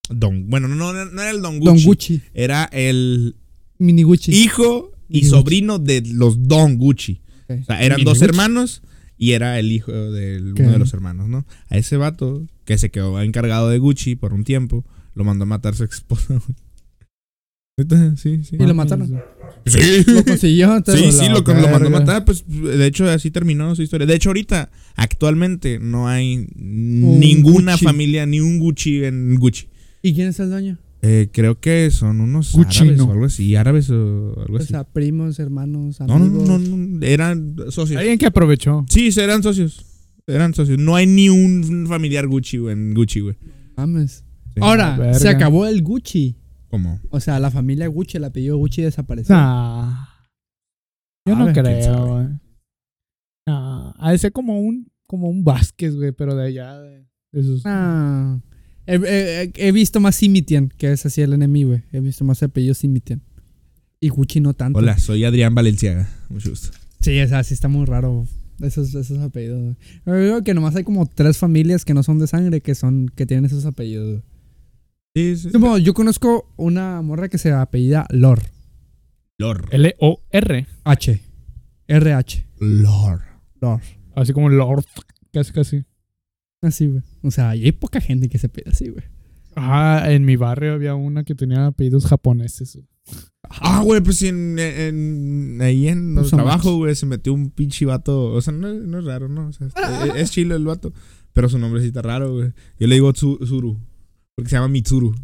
[SPEAKER 3] Don, bueno, no, no, no era el Don Gucci,
[SPEAKER 2] Don Gucci.
[SPEAKER 3] era el
[SPEAKER 2] Mini Gucci.
[SPEAKER 3] hijo y
[SPEAKER 2] Gucci.
[SPEAKER 3] sobrino de los Don Gucci.
[SPEAKER 2] Ok.
[SPEAKER 3] O sea, eran
[SPEAKER 2] Mini
[SPEAKER 3] dos
[SPEAKER 2] Gucci.
[SPEAKER 3] hermanos y era el hijo de uno de los hermanos, ¿no? A ese vato que se quedó encargado de Gucci por un tiempo, lo mandó a matar su esposa. güey. Neta, Sí, sí.
[SPEAKER 2] Y lo mataron.
[SPEAKER 3] Sí.
[SPEAKER 2] Lo consiguió.
[SPEAKER 3] Sí, sí, lo, lo mandó a
[SPEAKER 1] verga.
[SPEAKER 3] matar. Pues de hecho, así terminó su historia. De hecho, ahorita, actualmente, no hay ninguna
[SPEAKER 2] Gucci.
[SPEAKER 3] familia, ni un Gucci en Gucci.
[SPEAKER 2] ¿Y quién es el dueño?
[SPEAKER 3] Eh, creo que son unos
[SPEAKER 1] Gucci,
[SPEAKER 3] árabes
[SPEAKER 1] ¿no?
[SPEAKER 3] o algo así, árabes o algo
[SPEAKER 2] O
[SPEAKER 3] así.
[SPEAKER 2] sea, primos, hermanos,
[SPEAKER 3] Pues No,
[SPEAKER 2] Pues amigos.
[SPEAKER 3] no, no, no, eran socios.
[SPEAKER 1] Alguien que aprovechó.
[SPEAKER 3] Sí, sí, eran socios. Eran socios. No hay ni un familiar Gucci güey, en Gucci, güey.
[SPEAKER 2] Mames.
[SPEAKER 3] Sí.
[SPEAKER 2] Ahora,
[SPEAKER 1] Verga.
[SPEAKER 2] se acabó el Gucci.
[SPEAKER 3] ¿Cómo?
[SPEAKER 2] O sea, la familia Gucci, el apellido Gucci desapareció.
[SPEAKER 3] Ah.
[SPEAKER 1] Nah. Yo
[SPEAKER 3] A
[SPEAKER 1] no
[SPEAKER 3] ver, quién sabe.
[SPEAKER 1] creo, güey. Nah. Ha de ser como un, como un Vázquez, güey, pero de allá, de, de sus-
[SPEAKER 2] Ah. He, he- he visto más Simitian, que es así el enemigo, güey. He visto más apellido Simitian. Y Gucci no tanto.
[SPEAKER 3] Hola, soy Adrián Valenciaga. Mucho gusto.
[SPEAKER 2] Sí, o sea, sí está muy raro esos, esos apellidos. güey. Yo digo que nomás hay como tres familias que no son de sangre que son que tienen esos apellidos. güey.
[SPEAKER 3] Sí, sí.
[SPEAKER 2] Tipo, yo conozco una morra que se apellida Lor.
[SPEAKER 3] Lor.
[SPEAKER 1] L-O-R.
[SPEAKER 2] H. RH.
[SPEAKER 3] Lor.
[SPEAKER 2] Lor.
[SPEAKER 1] Así como Lord. Casi, casi.
[SPEAKER 2] Así, güey. O sea, y hay poca gente que se apellida así, güey.
[SPEAKER 1] Ah, en mi barrio había una que tenía apellidos japoneses.
[SPEAKER 3] Ah, güey, pues en, en- ahí en
[SPEAKER 2] Pues
[SPEAKER 3] el
[SPEAKER 2] son
[SPEAKER 3] trabajo, güey, se metió un pinche vato. O sea, no, es- no es raro, ¿no? O sea, es, es chilo el vato. Pero su nombre sí está raro, güey. Yo le digo Tsu- Tsuru. Porque se llama Mitsuru.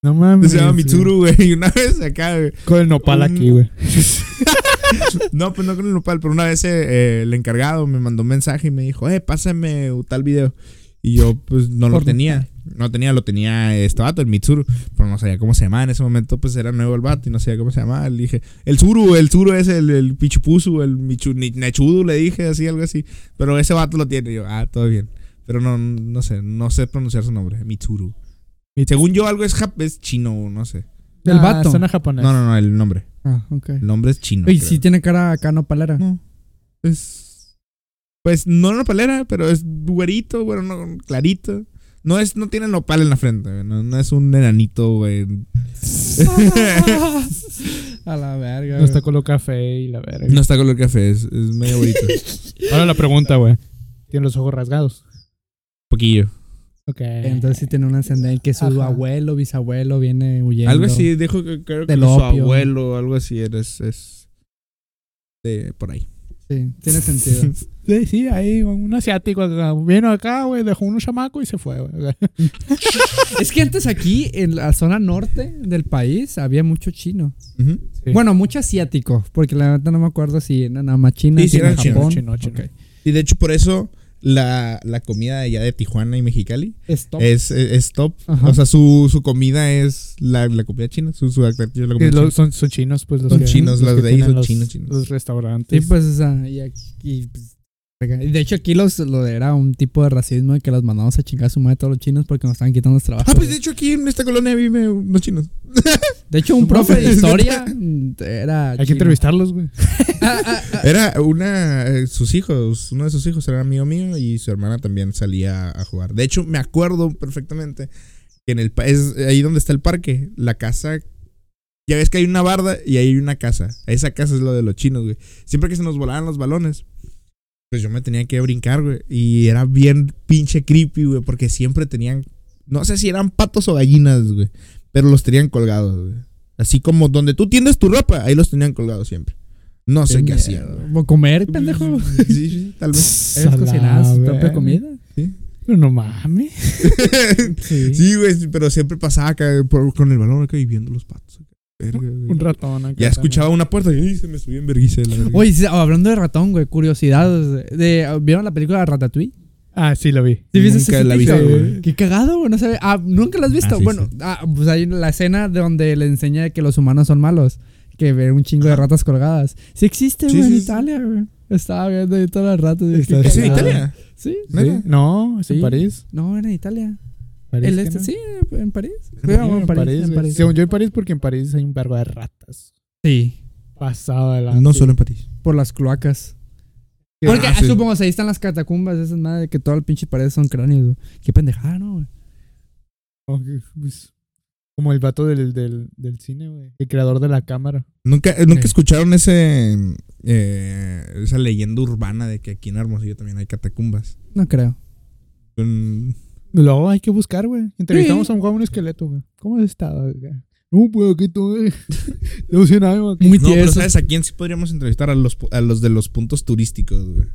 [SPEAKER 1] No mames.
[SPEAKER 3] Se llama
[SPEAKER 1] güey.
[SPEAKER 3] Mitsuru, Mm. güey. Y una vez acá, güey.
[SPEAKER 1] Con el nopal aquí, güey.
[SPEAKER 3] No, pues no con el nopal, pero una vez eh, eh, el encargado me mandó un mensaje y me dijo, eh, pásame tal video. Y yo, pues, no lo
[SPEAKER 2] Porno.
[SPEAKER 3] tenía. No tenía, lo tenía este vato, el Mitsuru. Pero no sabía cómo se llamaba. En ese momento, pues, era nuevo el vato y no sabía cómo se llamaba. Le dije, el Zuru, el Zuru es el, el Pichupusu, el Michu, ni- Nechudu, le dije, así, algo así. Pero ese vato lo tiene. Y yo, ah, todo bien. Pero no, no sé, no sé pronunciar su nombre, Mitsuru. Según yo, algo es, jap- es chino, no sé.
[SPEAKER 2] Del
[SPEAKER 1] Ah,
[SPEAKER 2] vato.
[SPEAKER 1] Suena japonés.
[SPEAKER 3] No, no, no, el nombre.
[SPEAKER 2] Ah, ok.
[SPEAKER 3] El nombre es chino.
[SPEAKER 2] Y
[SPEAKER 3] creo.
[SPEAKER 2] sí tiene cara acá no palera.
[SPEAKER 3] No. Es. Pues no una palera, pero es güerito, bueno, no, clarito. No es, no tiene nopal en la frente, güey, No, no es un enanito, güey.
[SPEAKER 2] A la verga.
[SPEAKER 1] No
[SPEAKER 2] güey.
[SPEAKER 1] está con lo café y la verga.
[SPEAKER 3] No está color café, es, es medio güerito.
[SPEAKER 1] Ahora la pregunta, güey. Tiene los ojos rasgados.
[SPEAKER 3] Poquillo.
[SPEAKER 1] Ok.
[SPEAKER 2] Entonces sí tiene un ascendente que su
[SPEAKER 1] Ajá.
[SPEAKER 2] abuelo, bisabuelo viene huyendo.
[SPEAKER 3] Algo así, dijo que creo que
[SPEAKER 2] Del
[SPEAKER 3] su
[SPEAKER 2] opio.
[SPEAKER 3] abuelo, algo así, eres, es. De por ahí.
[SPEAKER 2] Sí, tiene sentido.
[SPEAKER 1] Sí, sí, ahí un asiático acá. vino acá, güey, dejó unos chamacos y se fue, güey.
[SPEAKER 2] es que antes aquí, en la zona norte del país, había mucho chino.
[SPEAKER 3] Ujú.
[SPEAKER 1] Sí.
[SPEAKER 2] Bueno, mucho asiático, porque la verdad no me acuerdo si era nada más China,
[SPEAKER 3] Sí, sí,
[SPEAKER 2] si era
[SPEAKER 3] eran chinos,
[SPEAKER 2] Japón.
[SPEAKER 1] chinos, chinos.
[SPEAKER 2] Ok.
[SPEAKER 3] Y de hecho, por eso la, la comida de allá de Tijuana y Mexicali
[SPEAKER 2] Stop.
[SPEAKER 3] es, es, es top.
[SPEAKER 2] Ajá.
[SPEAKER 3] Eh, O sea, su, su comida es la, la comida china. Su, su atractivo es la
[SPEAKER 1] Que
[SPEAKER 3] comida
[SPEAKER 1] los-
[SPEAKER 3] china.
[SPEAKER 1] son, son chinos, pues los
[SPEAKER 3] Son
[SPEAKER 1] que-
[SPEAKER 3] chinos, los
[SPEAKER 1] que
[SPEAKER 3] de ahí
[SPEAKER 1] tienen
[SPEAKER 3] son
[SPEAKER 1] los-
[SPEAKER 3] chinos, chinos.
[SPEAKER 1] Los
[SPEAKER 2] sí,
[SPEAKER 1] restaurantes.
[SPEAKER 2] pues, o sea, y aquí. pues, acá. Y de hecho, aquí los, lo era un tipo de racismo de que los mandamos a chingar a su madre todos los chinos porque nos estaban quitando los trabajos.
[SPEAKER 3] Ah, pues de hecho aquí en esta colonia vive unos chinos.
[SPEAKER 2] de hecho, un profe de historia mm, era.
[SPEAKER 1] Hay que
[SPEAKER 2] chino.
[SPEAKER 1] entrevistarlos, güey.
[SPEAKER 2] Ah, ah, ah.
[SPEAKER 3] Era una, eh, sus hijos, uno de sus hijos era amigo mío y su hermana también salía a jugar. De hecho, me acuerdo perfectamente que en el, pa- es ahí donde está el parque, la casa, ya ves que hay una barda y ahí hay una casa. Esa casa es lo de los chinos, güey. Siempre que se nos volaban los balones, pues yo me tenía que brincar, güey. Y era bien pinche creepy, güey, porque siempre tenían, no sé si eran patos o gallinas, güey, pero los tenían colgados, güey. Así como donde tú tiendes tu ropa, ahí los tenían colgados siempre. No sé qué hacían, güey.
[SPEAKER 2] Comer, pendejo.
[SPEAKER 3] Mm, Sí, sí, tal vez.
[SPEAKER 2] pues, Ellos cocinaban su propia comida.
[SPEAKER 1] Pero no mames. Sí.
[SPEAKER 3] Sí, güey, pero siempre pasaba acá por- con el balón acá y viendo los patos. Verga, güey.
[SPEAKER 1] Un ratón acá
[SPEAKER 3] Ya
[SPEAKER 1] también.
[SPEAKER 3] escuchaba una puerta y "Ay, se me subió en vergüenza. de la verga".
[SPEAKER 2] Oye, sí, hablando de ratón, güey, curiosidad. De, ¿Vieron la película Ratatouille?
[SPEAKER 1] Ah, sí, lo vi.
[SPEAKER 2] ¿Sí viste
[SPEAKER 3] Nunca
[SPEAKER 2] ese
[SPEAKER 3] la he
[SPEAKER 2] TikTok,
[SPEAKER 1] visto,
[SPEAKER 2] güey?
[SPEAKER 3] güey.
[SPEAKER 2] Qué cagado, güey. No sabe. Ah, nunca la has visto.
[SPEAKER 3] Ah, sí,
[SPEAKER 2] bueno,
[SPEAKER 3] sí.
[SPEAKER 2] ah, pues hay la escena donde le enseña que los humanos son malos. Que ve un chingo de ratas colgadas. Sí existe,
[SPEAKER 3] Sí,
[SPEAKER 2] güey,
[SPEAKER 3] sí,
[SPEAKER 2] en
[SPEAKER 3] sí.
[SPEAKER 2] Italia, güey. Estaba viendo ahí todas las ratas. y
[SPEAKER 1] Está-
[SPEAKER 2] qué
[SPEAKER 3] ¿Es en
[SPEAKER 2] cagado.
[SPEAKER 3] Italia?
[SPEAKER 2] Sí.
[SPEAKER 1] Sí. No, es en
[SPEAKER 2] Sí.
[SPEAKER 1] París.
[SPEAKER 2] No, era en Italia.
[SPEAKER 1] París,
[SPEAKER 2] el
[SPEAKER 1] ¿qué
[SPEAKER 2] este,
[SPEAKER 1] no?
[SPEAKER 2] sí, en París.
[SPEAKER 3] En
[SPEAKER 2] Creo,
[SPEAKER 3] París,
[SPEAKER 2] en
[SPEAKER 1] en
[SPEAKER 2] París,
[SPEAKER 1] París,
[SPEAKER 2] en
[SPEAKER 1] güey.
[SPEAKER 2] París.
[SPEAKER 1] Según yo en París porque en París hay un vergo de ratas.
[SPEAKER 2] Sí,
[SPEAKER 1] Pasado adelante.
[SPEAKER 3] No solo en París.
[SPEAKER 2] por las cloacas.
[SPEAKER 1] Que-
[SPEAKER 2] Porque
[SPEAKER 3] Ah, sí.
[SPEAKER 2] supongo, ahí están las catacumbas, esas madres que todo el pinche pared son cráneos, güey. Qué pendejada, ¿no, güey?
[SPEAKER 1] como que, pues, como el vato del, del, del cine, güey. El creador de la cámara.
[SPEAKER 3] ¿Nunca, eh, nunca
[SPEAKER 2] Sí.
[SPEAKER 3] escucharon ese eh, esa leyenda urbana de que aquí en Hermosillo también hay catacumbas?
[SPEAKER 2] No creo.
[SPEAKER 3] Mm,
[SPEAKER 1] Luego hay que buscar, güey. Entrevistamos
[SPEAKER 2] Sí.
[SPEAKER 1] a un joven esqueleto, güey. ¿Cómo estaba? güey? No, pues aquí todo. No sé nada, güey.
[SPEAKER 2] Muy
[SPEAKER 3] No, pero
[SPEAKER 2] tieso.
[SPEAKER 3] ¿sabes a quién sí podríamos entrevistar? A los, pu- a los de los puntos turísticos, güey.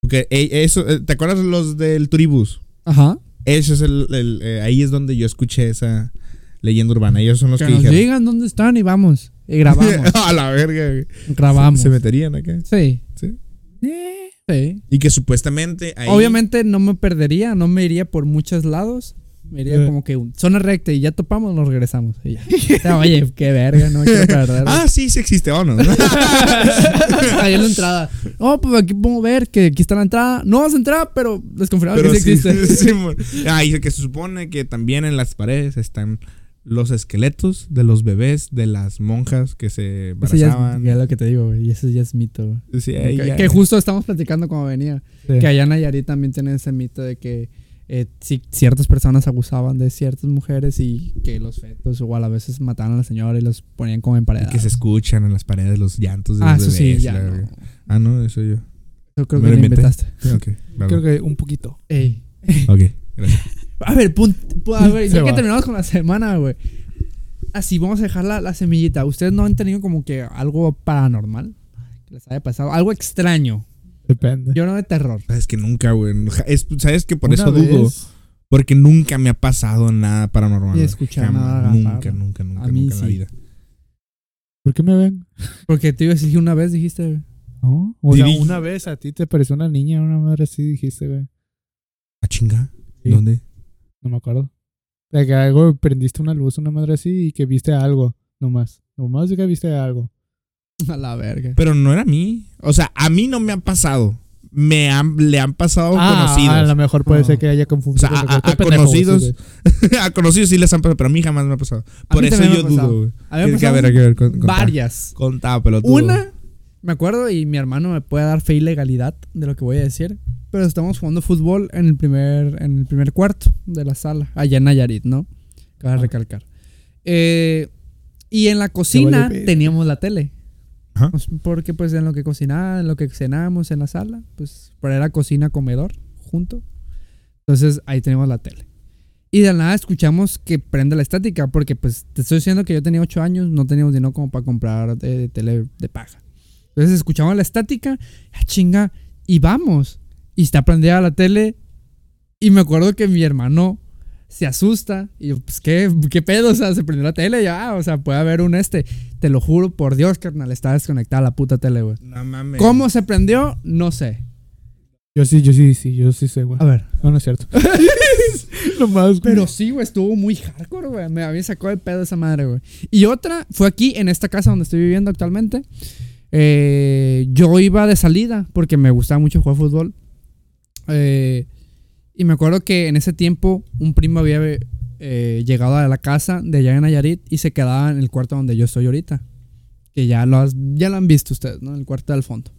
[SPEAKER 3] Porque eh, eso, eh, ¿te acuerdas los del Turibus?
[SPEAKER 2] Ajá.
[SPEAKER 3] Eso es el, el, eh, ahí es donde yo escuché esa leyenda urbana. Ellos son los
[SPEAKER 2] que
[SPEAKER 3] que,
[SPEAKER 2] nos
[SPEAKER 3] dijeron.
[SPEAKER 2] digan dónde están y vamos. Y grabamos.
[SPEAKER 3] a la verga, güey.
[SPEAKER 2] grabamos.
[SPEAKER 3] Se meterían acá.
[SPEAKER 2] Sí.
[SPEAKER 3] Sí.
[SPEAKER 2] Eh, sí.
[SPEAKER 3] Y que supuestamente ahí-
[SPEAKER 2] Obviamente no me perdería, no me iría por muchos lados. Me iría
[SPEAKER 1] Eh.
[SPEAKER 2] como que un- zona recta y ya topamos, nos regresamos. y ya. O sea, Oye, qué verga, no me quiero perder.
[SPEAKER 3] Ah, sí, sí existe, ¿o no?
[SPEAKER 2] Ahí en la entrada. No, pues aquí puedo ver que aquí está la entrada. No vas a entrar, pero desconfirmamos
[SPEAKER 3] Pero
[SPEAKER 2] que sí
[SPEAKER 3] sí,
[SPEAKER 2] existe.
[SPEAKER 3] sí, mon. ah, y que se supone que también en las paredes están los esqueletos de los bebés de las monjas que se
[SPEAKER 2] Eso ya es,
[SPEAKER 3] embarazaban.
[SPEAKER 2] ya es lo que te digo, güey. Y eso ya es mito, güey.
[SPEAKER 3] Sí, ahí
[SPEAKER 2] que,
[SPEAKER 3] ya-
[SPEAKER 2] que justo estamos platicando como venía.
[SPEAKER 1] Sí.
[SPEAKER 2] Que allá en Nayarit también tienen ese mito de que eh, si ciertas personas abusaban de ciertas mujeres y que los fetos o a la veces mataban a la señora y los ponían como
[SPEAKER 3] y
[SPEAKER 2] emparedados.
[SPEAKER 3] que se escuchan en las paredes los llantos de
[SPEAKER 2] ah,
[SPEAKER 3] los
[SPEAKER 2] eso sí,
[SPEAKER 3] bebés,
[SPEAKER 2] ya.
[SPEAKER 3] la
[SPEAKER 2] no.
[SPEAKER 3] verga. Ah, no, eso yo.
[SPEAKER 2] Yo creo
[SPEAKER 3] Me
[SPEAKER 2] que
[SPEAKER 3] lo
[SPEAKER 2] lo
[SPEAKER 3] inventé.
[SPEAKER 2] inventaste.
[SPEAKER 3] Ok,
[SPEAKER 1] Creo
[SPEAKER 3] perdón.
[SPEAKER 1] que un poquito.
[SPEAKER 2] Ey.
[SPEAKER 3] Ok, gracias.
[SPEAKER 2] A ver, pun- pu- a ver,
[SPEAKER 1] Se
[SPEAKER 2] ya que
[SPEAKER 1] va.
[SPEAKER 2] terminamos con la semana, güey. Así, vamos a dejar la, la semillita. ¿Ustedes no han tenido como que algo paranormal? Que les haya pasado. Algo extraño.
[SPEAKER 1] Depende.
[SPEAKER 2] Yo no de terror.
[SPEAKER 3] Sabes que nunca, güey. Ja- es- Sabes que por
[SPEAKER 1] Una
[SPEAKER 3] eso dudo.
[SPEAKER 1] vez-
[SPEAKER 3] Porque nunca me ha pasado nada paranormal.
[SPEAKER 2] Ni
[SPEAKER 3] güey.
[SPEAKER 2] escuchar
[SPEAKER 3] Jamás.
[SPEAKER 2] nada,
[SPEAKER 3] Nunca,
[SPEAKER 2] raro.
[SPEAKER 3] nunca, nunca,
[SPEAKER 2] A mí
[SPEAKER 3] nunca en la
[SPEAKER 2] sí.
[SPEAKER 3] vida.
[SPEAKER 1] ¿Por qué me ven?
[SPEAKER 2] Porque te iba a decir una vez, dijiste.
[SPEAKER 1] No. O sea,
[SPEAKER 3] Dirige-
[SPEAKER 1] una vez a ti te pareció una niña, una madre así, dijiste, güey.
[SPEAKER 3] ¿A chinga?
[SPEAKER 1] Sí.
[SPEAKER 3] ¿Dónde?
[SPEAKER 1] No me acuerdo. De que algo prendiste una luz, una madre así y que viste algo, nomás. Nomás de que viste algo.
[SPEAKER 2] A la verga.
[SPEAKER 3] Pero no era a mí. O sea, a mí no me ha pasado. Me han, le han pasado
[SPEAKER 1] a lo
[SPEAKER 3] conocidos.
[SPEAKER 1] mejor puede
[SPEAKER 2] Ah.
[SPEAKER 1] ser que haya confundido.
[SPEAKER 3] O sea, a-
[SPEAKER 1] porque
[SPEAKER 3] a-
[SPEAKER 1] está
[SPEAKER 3] a
[SPEAKER 1] pendejo,
[SPEAKER 3] conocidos.
[SPEAKER 1] sí, güey.
[SPEAKER 3] a conocidos sí les han pasado, pero a mí jamás me ha pasado. Por
[SPEAKER 2] mí
[SPEAKER 3] eso
[SPEAKER 2] también me
[SPEAKER 3] yo
[SPEAKER 2] ha pasado.
[SPEAKER 3] dudo, güey.
[SPEAKER 2] A mí me
[SPEAKER 3] Que- que a
[SPEAKER 2] pasaron
[SPEAKER 3] ver, a ver, con- contá.
[SPEAKER 2] varias.
[SPEAKER 3] Contá, pelotudo.
[SPEAKER 2] Una, me acuerdo, y mi hermano me puede dar fe y legalidad de lo que voy a decir. Pero estamos jugando fútbol en el primer, en el primer cuarto de la sala, allá en Nayarit, ¿no? Cabe recalcar. Eh, y en la cocina
[SPEAKER 1] vale verga.
[SPEAKER 2] teníamos la tele.
[SPEAKER 3] Ajá.
[SPEAKER 2] Pues, Porque pues en lo que cocinaba, en lo que cenábamos en la sala, pues pero era cocina, comedor, junto. Entonces ahí tenemos la tele. Y de la nada escuchamos que prende la estática, porque pues te estoy diciendo que yo tenía 8 años, no teníamos dinero como para comprar eh, tele de paja. Entonces escuchamos la estática, ah, chinga, y vamos. Y está prendida la tele. Y me acuerdo que mi hermano se asusta. Y yo, pues, ¿qué, qué pedo? O sea, se prendió la tele ya, o sea, puede haber un este. Te lo juro por Dios, carnal, está desconectada la puta tele, güey.
[SPEAKER 3] No mames.
[SPEAKER 2] ¿Cómo se prendió? No sé.
[SPEAKER 1] Yo sí, yo sí, sí, yo sí sé, güey.
[SPEAKER 2] A ver.
[SPEAKER 1] No, no es cierto. nomás, Pues, güey.
[SPEAKER 2] Pero sí, güey, estuvo muy hardcore, güey. Me había sacado el pedo esa madre, güey. Y otra fue aquí, en esta casa donde estoy viviendo actualmente. Eh, yo iba de salida porque me gustaba mucho jugar fútbol. Eh, y me acuerdo que en ese tiempo un primo había eh, llegado a la casa de allá en Nayarit y se quedaba en el cuarto donde yo estoy ahorita. Que ya lo, has- ya lo han visto ustedes, ¿no? El cuarto del fondo.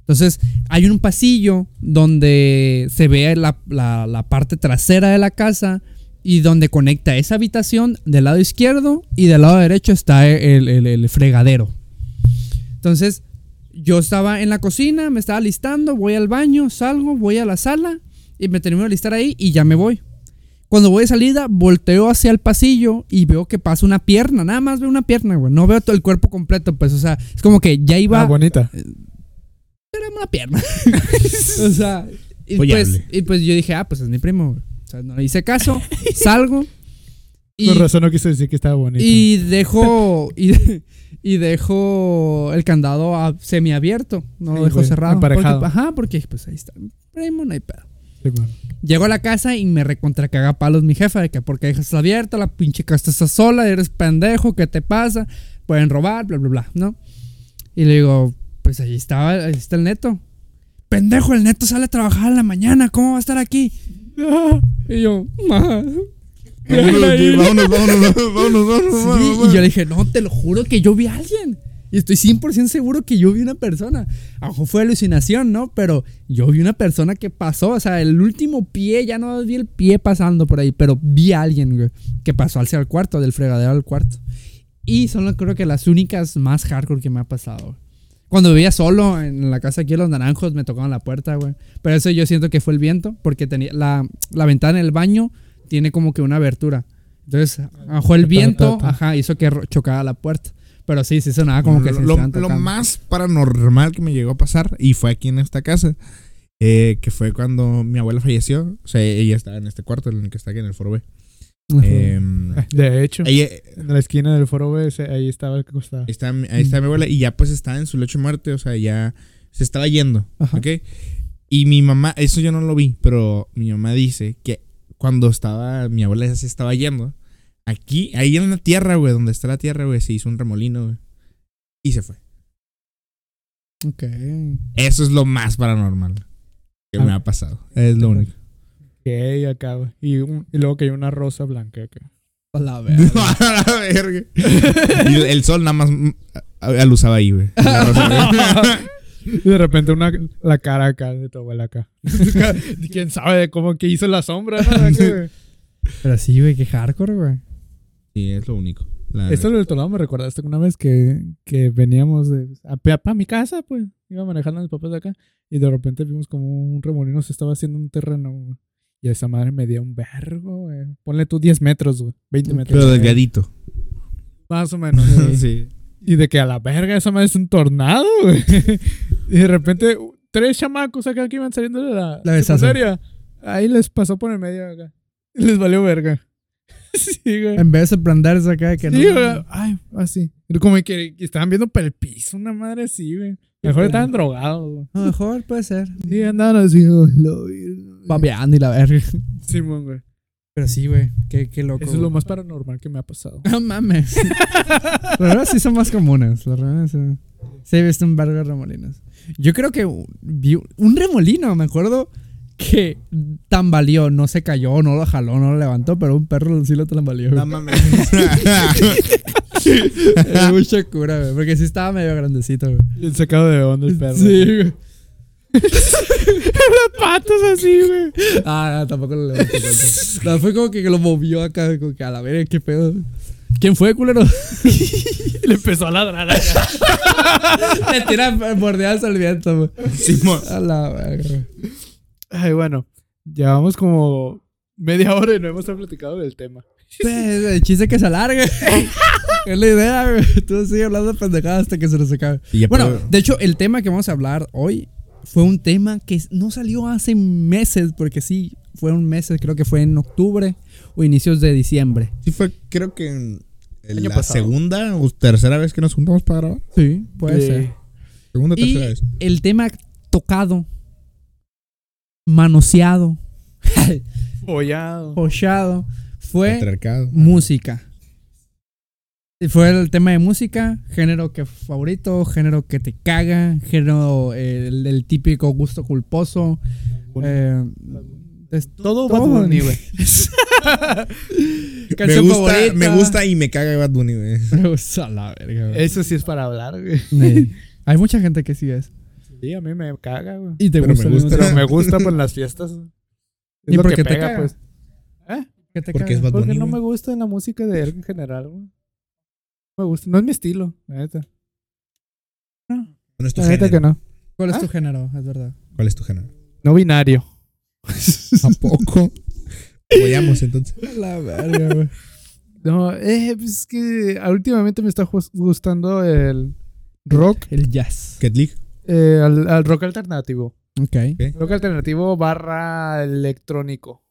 [SPEAKER 2] Entonces, hay un pasillo donde se ve la, la- la parte trasera de la casa y donde conecta esa habitación del lado izquierdo y del lado derecho está el, el- el fregadero. Entonces, yo estaba en la cocina, me estaba listando, voy al baño, salgo, voy a la sala y me termino de listar ahí y ya me voy. Cuando voy de salida, volteo hacia el pasillo y veo que pasa una pierna, nada más veo una pierna, güey. No veo todo el cuerpo completo, pues, o sea, es como que ya iba
[SPEAKER 1] Ah, bonita.
[SPEAKER 2] era una pierna. o sea, Y
[SPEAKER 3] Oye,
[SPEAKER 2] pues,
[SPEAKER 3] hable.
[SPEAKER 2] y pues yo dije, ah, pues es mi primo, güey. O sea, no le hice caso, salgo. Y,
[SPEAKER 1] Por razón no quiso decir que estaba bonito.
[SPEAKER 2] y dejo. Y, y dejo el candado a- semiabierto. No
[SPEAKER 1] Sí,
[SPEAKER 2] lo dejo
[SPEAKER 1] güey,
[SPEAKER 2] cerrado.
[SPEAKER 1] emparejado.
[SPEAKER 2] Porque, ajá, porque pues ahí está. mi Primo, no hay pedo.
[SPEAKER 1] Sí, bueno.
[SPEAKER 2] Llego a la casa y me recontracaga palos mi jefa de que porque dejas abierta, la pinche casa está sola, eres pendejo, ¿qué te pasa? Pueden robar, bla, bla, bla, ¿no? Y le digo, pues ahí estaba, ahí está el neto. Pendejo, el neto sale a trabajar en la mañana, ¿cómo va a estar aquí? Y yo, ma. déjala ir".
[SPEAKER 3] Vámonos, vámonos, vámonos, vámonos, vámonos,
[SPEAKER 2] Sí,
[SPEAKER 3] vámonos,
[SPEAKER 2] y yo
[SPEAKER 3] vámonos.
[SPEAKER 2] le dije, no, te lo juro que yo vi a alguien. Y estoy 100% seguro que yo vi una persona. A lo mejor fue alucinación, ¿no? Pero yo vi una persona que pasó. O sea, el último pie, ya no vi el pie pasando por ahí, pero vi a alguien, güey, que pasó hacia el cuarto, del fregadero al cuarto. Y son, creo que, las únicas más hardcore que me ha pasado. Cuando vivía solo en la casa aquí de los naranjos, me tocaban la puerta, güey. Pero eso yo siento que fue el viento, porque tenía la, la ventana del baño tiene como que una abertura. Entonces, bajó el viento, ajá, hizo que ro- chocara la puerta. Pero sí, sí sonaba Ah, como que se
[SPEAKER 3] lo,
[SPEAKER 2] estaban
[SPEAKER 3] lo
[SPEAKER 2] tocando.
[SPEAKER 3] más paranormal que me llegó a pasar, y fue aquí en esta casa, eh, que fue cuando mi abuela falleció. O sea, ella estaba en este cuarto, en el que está aquí en el foro B.
[SPEAKER 2] Ajá.
[SPEAKER 3] Em,
[SPEAKER 1] Ah, De hecho,
[SPEAKER 3] ella,
[SPEAKER 1] en la esquina del foro B, ese- ahí estaba el que costaba.
[SPEAKER 3] Ahí está, mi- ahí está mi abuela y ya pues estaba en su lecho de muerte, o sea, ya se estaba yendo,
[SPEAKER 2] Ajá.
[SPEAKER 3] ¿ok? Y mi mamá, eso yo no lo vi, pero mi mamá dice que cuando estaba, mi abuela ya se estaba yendo, aquí, ahí en la tierra, güey, donde está la tierra, güey, se hizo un remolino, güey. Y se fue.
[SPEAKER 2] Ok.
[SPEAKER 3] Eso es lo más paranormal que me
[SPEAKER 1] Ah.
[SPEAKER 3] ha pasado. Es lo único.
[SPEAKER 1] Que acá, güey. Y, un- y luego cayó una rosa blanca acá.
[SPEAKER 2] A la verga.
[SPEAKER 3] A la verga. Y el- el sol nada más mm, a- alusaba ahí, güey. La rosa.
[SPEAKER 1] Y de repente una, la cara acá de tu abuela acá. ¿Quién sabe de cómo que hizo la sombra? ¿no? Acá, güey.
[SPEAKER 2] Pero sí, güey, qué hardcore, güey.
[SPEAKER 3] Sí, es lo único. La-
[SPEAKER 1] Esto del Toledo me recordaste una vez que, que veníamos de, a, pe- pa mi casa, pues. Iba manejando a mis papás de acá. Y de repente vimos como un remolino se estaba haciendo un terreno, güey. Y esa madre me dio un vergo, güey. Ponle tú 10 metros, güey. 20 metros.
[SPEAKER 3] Pero delgadito.
[SPEAKER 1] Más o menos.
[SPEAKER 3] sí.
[SPEAKER 1] Y de que a la verga esa madre es un tornado, güey. y de repente u- tres chamacos acá que iban saliendo de la,
[SPEAKER 2] La besazo.
[SPEAKER 1] secundaria. Ahí les pasó por el medio acá. Y Les valió verga. sí, güey.
[SPEAKER 2] En vez de sorprenderse acá, que
[SPEAKER 1] Sí,
[SPEAKER 2] no.
[SPEAKER 1] güey. Ay, así. Pero Como que que estaban viendo para el piso, una madre así, güey. Mejor estaban drogados, güey.
[SPEAKER 2] A lo mejor puede ser.
[SPEAKER 1] Sí, andaban así, "Oh, güey, lo vi.
[SPEAKER 2] Babeando y la verga.
[SPEAKER 1] Simón, güey.
[SPEAKER 2] Pero sí, güey, qué, qué loco.
[SPEAKER 1] Eso es lo
[SPEAKER 2] güey.
[SPEAKER 1] más paranormal que me ha pasado.
[SPEAKER 2] No mames. Las ranas sí son más comunes. Las ranas sí. Sí, he visto un vergo de remolinos. Yo creo que u- vi un- un remolino, me acuerdo que tambaleó, no se cayó, no lo jaló, no lo levantó, pero un perro sí lo tambaleó.
[SPEAKER 3] No
[SPEAKER 2] güey.
[SPEAKER 3] mames.
[SPEAKER 2] Era mucha cura, güey, porque sí estaba medio grandecito, güey.
[SPEAKER 1] El sacado de onda el perro.
[SPEAKER 2] Sí, güey.
[SPEAKER 1] Las patas así, güey.
[SPEAKER 2] Ah, no, tampoco lo levantó. tanto. No, fue como que lo movió acá, güey, como que a la verga, qué pedo. ¿Quién fue, culero?
[SPEAKER 1] Le empezó a ladrar.
[SPEAKER 2] Le tira bordeadas al viento, güey.
[SPEAKER 3] Simón.
[SPEAKER 2] A la verga, güey.
[SPEAKER 1] Ay, bueno, llevamos como media hora y no hemos platicado del tema.
[SPEAKER 2] Sí, Pues, El chiste que se alargue. es la idea, güey. Tú sigues hablando pendejadas hasta que se nos acabe.
[SPEAKER 3] Y ya,
[SPEAKER 2] Bueno,
[SPEAKER 3] pero-
[SPEAKER 2] de hecho, el tema que vamos a hablar hoy fue un tema que no salió hace meses, porque sí, fueron meses, creo que fue en octubre o inicios de diciembre.
[SPEAKER 3] sí fue, creo que en en
[SPEAKER 1] Año
[SPEAKER 3] la
[SPEAKER 1] pasado.
[SPEAKER 3] segunda o tercera vez que nos juntamos para grabar.
[SPEAKER 2] Sí, puede ser.
[SPEAKER 3] Segunda o
[SPEAKER 2] Y
[SPEAKER 3] tercera vez.
[SPEAKER 2] el tema tocado, manoseado,
[SPEAKER 1] Follado.
[SPEAKER 2] pochado, fue
[SPEAKER 3] Patriarcado.
[SPEAKER 2] música. Y Fue el tema de música, género que favorito, género que te caga, género eh, el, el típico gusto culposo. eh, es-
[SPEAKER 1] Todo
[SPEAKER 2] Todo.
[SPEAKER 1] Bad Bunny, güey.
[SPEAKER 3] Me
[SPEAKER 2] canción
[SPEAKER 3] gusta,
[SPEAKER 2] favorita.
[SPEAKER 3] me gusta y me caga Bad Bunny, güey.
[SPEAKER 2] Me gusta la verga, güey.
[SPEAKER 1] Eso sí es para hablar, güey.
[SPEAKER 2] Sí. Hay mucha gente que sí es.
[SPEAKER 1] Sí, a mí me caga, güey.
[SPEAKER 2] Y te
[SPEAKER 3] Pero
[SPEAKER 2] gusta.
[SPEAKER 3] me
[SPEAKER 2] al
[SPEAKER 3] gusta.
[SPEAKER 2] mismo
[SPEAKER 1] Pero me gusta por las fiestas.
[SPEAKER 2] ¿Y por qué te
[SPEAKER 1] pega,
[SPEAKER 2] caga?
[SPEAKER 1] pues.
[SPEAKER 2] tiempo que te
[SPEAKER 3] Porque es
[SPEAKER 2] caga.
[SPEAKER 3] Bad
[SPEAKER 1] Porque
[SPEAKER 3] Bunny.
[SPEAKER 1] no me
[SPEAKER 3] güey.
[SPEAKER 1] gusta en la música de él en general, güey. No Me gusta. No es mi estilo, la neta.
[SPEAKER 3] No es tu
[SPEAKER 1] La neta
[SPEAKER 3] género.
[SPEAKER 1] que no.
[SPEAKER 2] ¿Cuál es
[SPEAKER 1] Ah.
[SPEAKER 2] tu género? Es verdad.
[SPEAKER 3] ¿Cuál es tu género?
[SPEAKER 1] No binario.
[SPEAKER 3] ¿A poco? Apoyamos entonces.
[SPEAKER 2] La verga, güey.
[SPEAKER 1] No, eh, pues es que últimamente me está jus- gustando el rock,
[SPEAKER 2] El jazz.
[SPEAKER 3] Cat League.
[SPEAKER 1] eh, al, al rock alternativo.
[SPEAKER 2] Ok.
[SPEAKER 1] Rock alternativo barra electrónico.